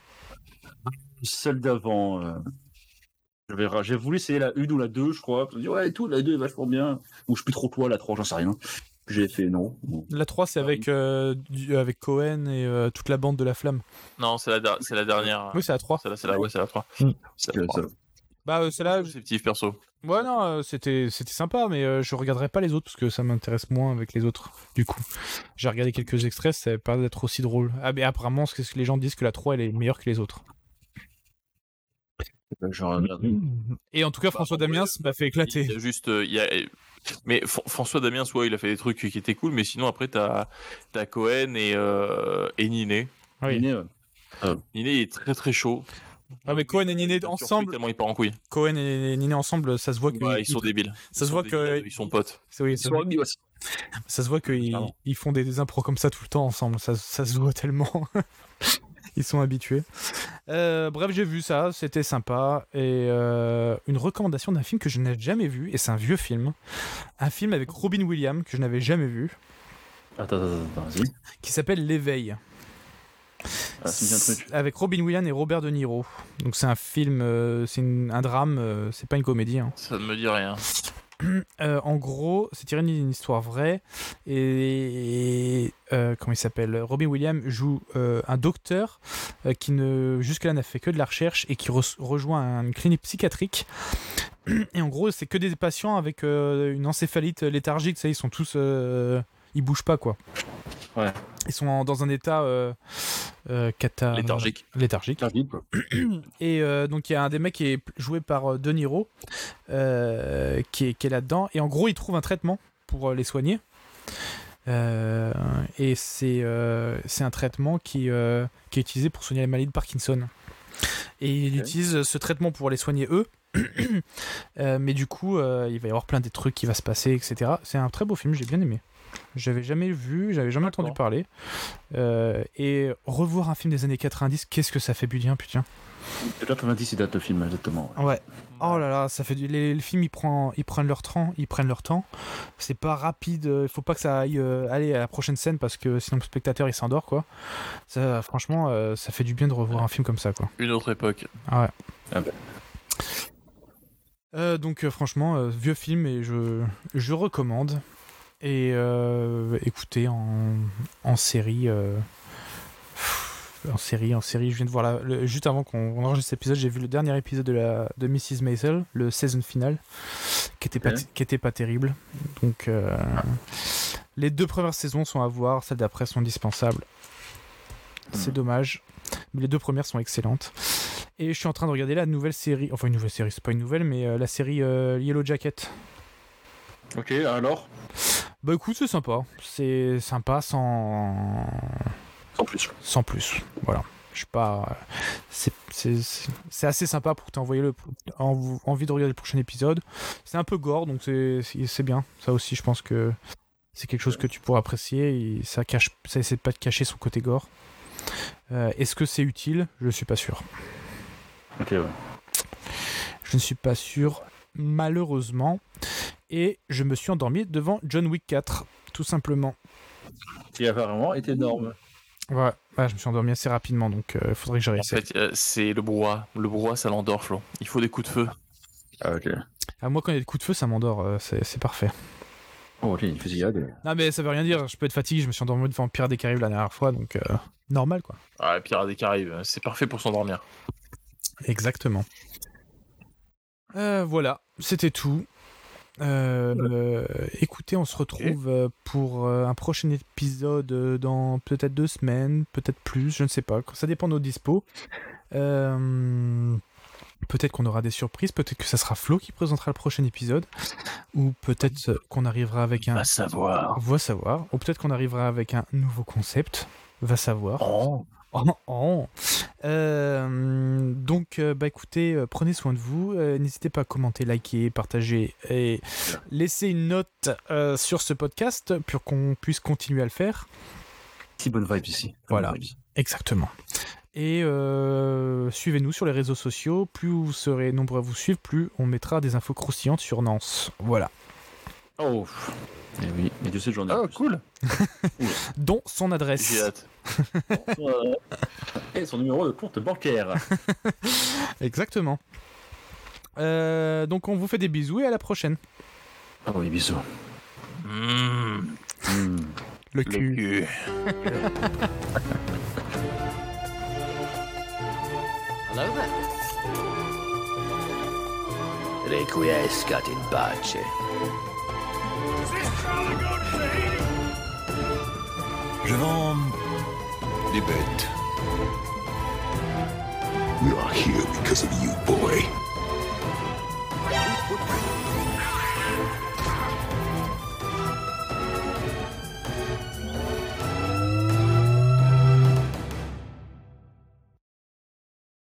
Celle d'avant. euh, Je verrai. J'ai voulu essayer la une ou la deux, je crois. Je me dis, ouais, et tout, la deux est vachement bien. Ou je sais plus trop quoi, la 3, j'en sais rien. Puis J'ai fait non. Bon. La 3, c'est avec, euh, du- avec Cohen et euh, toute la bande de la flamme. Non, c'est la, der- c'est la dernière. Oui, c'est la 3. C'est la, c'est la, ouais, c'est la 3. Mm. C'est Que la Ah, 3. ça- Bah, euh, celle-là, je- Conceptif, perso. ouais, non, euh, c'était c'était sympa, mais euh, je regarderai pas les autres parce que ça m'intéresse moins avec les autres, du coup. J'ai regardé quelques extraits, ça avait pas d'être aussi drôle. Ah, mais apparemment, c'est ce que les gens disent que la 3, elle est meilleure que les autres. Je regarde. Et en tout cas, François Damiens m'a fait Bah, Il y éclater. a juste. euh, il y a... Mais Fr- François Damien, soit il a fait des trucs qui étaient cool, mais sinon après, t'as as Cohen et, euh, et Niné. Ah oui. Dîner, ouais. Niné il est très très chaud. Ah, mais Cohen et Niné Sur Twitter, ensemble, Tellement il part en couille. Cohen et Niné ensemble, ça se voit que. Ouais, ils sont débiles. Ça Ils se sont voit débiles, que- Ils sont potes. C'est- oui, ça, Sur Omni, ouais, c'est- ça se voit qu'ils Pardon. ils font des, des impros comme ça tout le temps ensemble, ça, ça se voit tellement. *laughs* Ils sont habitués. Euh, bref, j'ai vu ça, c'était sympa. Et euh, une recommandation d'un film que je n'ai jamais vu, et c'est un vieux film. Un film avec Robin Williams que je n'avais jamais vu, Attends, attends, attends, vas-y. qui s'appelle L'éveil. Ah, ça me dit un truc. Avec Robin Williams et Robert De Niro. Donc c'est un film, euh, c'est une- un drame, euh, c'est pas une comédie. hein. Ça ne me dit rien. Euh, en gros, c'est tiré d'une histoire vraie. Et, euh, comment il s'appelle Robin Williams joue euh, un docteur euh, qui ne jusque-là n'a fait que de la recherche et qui re- rejoint une clinique psychiatrique. Et en gros, c'est que des patients avec euh, une encéphalite léthargique. Ça, ils sont tous, euh, ils bougent pas quoi. Ouais. Ils sont en- dans un état euh, euh, cata- Léthargique. léthargique. Putain, vite, quoi. Et euh, donc il y a un des mecs qui est joué par euh, De Niro euh, qui est, qui est là-dedans. Et en gros, il trouve un traitement pour euh, les soigner. Euh, et c'est euh, c'est un traitement qui, euh, qui est utilisé pour soigner les maladies de Parkinson. Et il Ok. utilise ce traitement pour les soigner eux. *coughs* Euh, mais du coup, euh, il va y avoir plein des trucs qui va se passer, etc. C'est un très beau film, j'ai bien aimé. J'avais jamais vu, j'avais jamais entendu D'accord. parler. Euh, et revoir un film des années 90, qu'est-ce que ça fait du bien, putain. De 90, il date le film, exactement. ouais. Ouais. Mm, Oh là là, ça fait du... les, les films ils prennent ils prennent leur temps, ils prennent leur temps. C'est pas rapide, il faut pas que ça aille euh, aller à la prochaine scène parce que sinon le spectateur il s'endort quoi. Ça franchement euh, ça fait du bien de revoir un film comme ça quoi. Une autre époque. Euh, donc euh, franchement euh, vieux film et je je recommande et euh, écoutez en en série euh, pff, en série, en série, je viens de voir la, le- juste avant qu'on on enregistre cet épisode, j'ai vu le dernier épisode de la de Mrs. Maisel, le saison finale, qui était pas, Ouais. qui était pas terrible. Donc euh, les deux premières saisons sont à voir, celles d'après sont dispensables. C'est Mhm. dommage, mais les deux premières sont excellentes. Et je suis en train de regarder la nouvelle série, enfin une nouvelle série, c'est pas une nouvelle, mais euh, la série euh, Yellow Jacket. Ok, alors Bah écoute, c'est sympa, c'est sympa sans En plus. sans plus. Voilà. Je sais pas. euh, c'est- C'est c'est- c'est assez sympa pour t'envoyer le en- envie de regarder le prochain épisode. C'est un peu gore, donc c'est- c'est c'est bien. Ça aussi, je pense que c'est quelque chose que tu pourras apprécier. Et ça cache, ça essaie pas de cacher son côté gore. Euh, Est-ce que c'est utile Je suis pas sûr. Ok, ouais. Je ne suis pas sûr, malheureusement. Et je me suis endormi devant John Wick 4, tout simplement. Qui apparemment est énorme. Ouais, ouais, je me suis endormi assez rapidement, donc il faudrait que je En réessaye. fait, euh, c'est le brouhaha. Le brouhaha, ça l'endort, Flo. Il faut des coups de feu. Ah, ok. Ah, moi, quand il y a des coups de feu, ça m'endort. euh, c'est c'est parfait. Oh, ok, il fusillade. Non mais ça veut rien dire, je peux être fatigué, je me suis endormi devant Pierre des Caraïbes la dernière fois, donc euh, normal quoi. Ah, Pirates des Caraïbes, c'est parfait pour s'endormir. Exactement. Euh, voilà, c'était tout. Euh, euh, écoutez, on se retrouve euh, pour euh, un prochain épisode euh, dans peut-être deux semaines, peut-être plus, je ne sais pas. Ça dépend de nos dispos. Euh, peut-être qu'on aura des surprises, peut-être que ça sera Flo qui présentera le prochain épisode, ou peut-être euh, qu'on arrivera avec un, À savoir. Va savoir. Ou peut-être qu'on arrivera avec un nouveau concept. Va savoir. Oh. Oh, oh. Euh, donc, euh, bah écoutez, euh, prenez soin de vous. Euh, N'hésitez pas à commenter, liker, partager et laisser une note euh, sur ce podcast pour qu'on puisse continuer à le faire. Si bonne vibe ici. Voilà. Bonne vibe. Exactement. Et euh, suivez-nous sur les réseaux sociaux. Plus vous serez nombreux à vous suivre, plus on mettra des infos croustillantes sur Nance. Voilà. Oh. pff. Eh oui, et de cette journée. Ah, cool. Dont son J'ai adresse. hâte. Euh, Et son numéro de compte bancaire. Exactement. Euh, donc, on vous fait des bisous et à la prochaine. Ah oui, bisous. Mmh, Hmm. Le le cul. cul. Hello there. Requiescat in pace. Je vends des bêtes. We are here because of you, boy.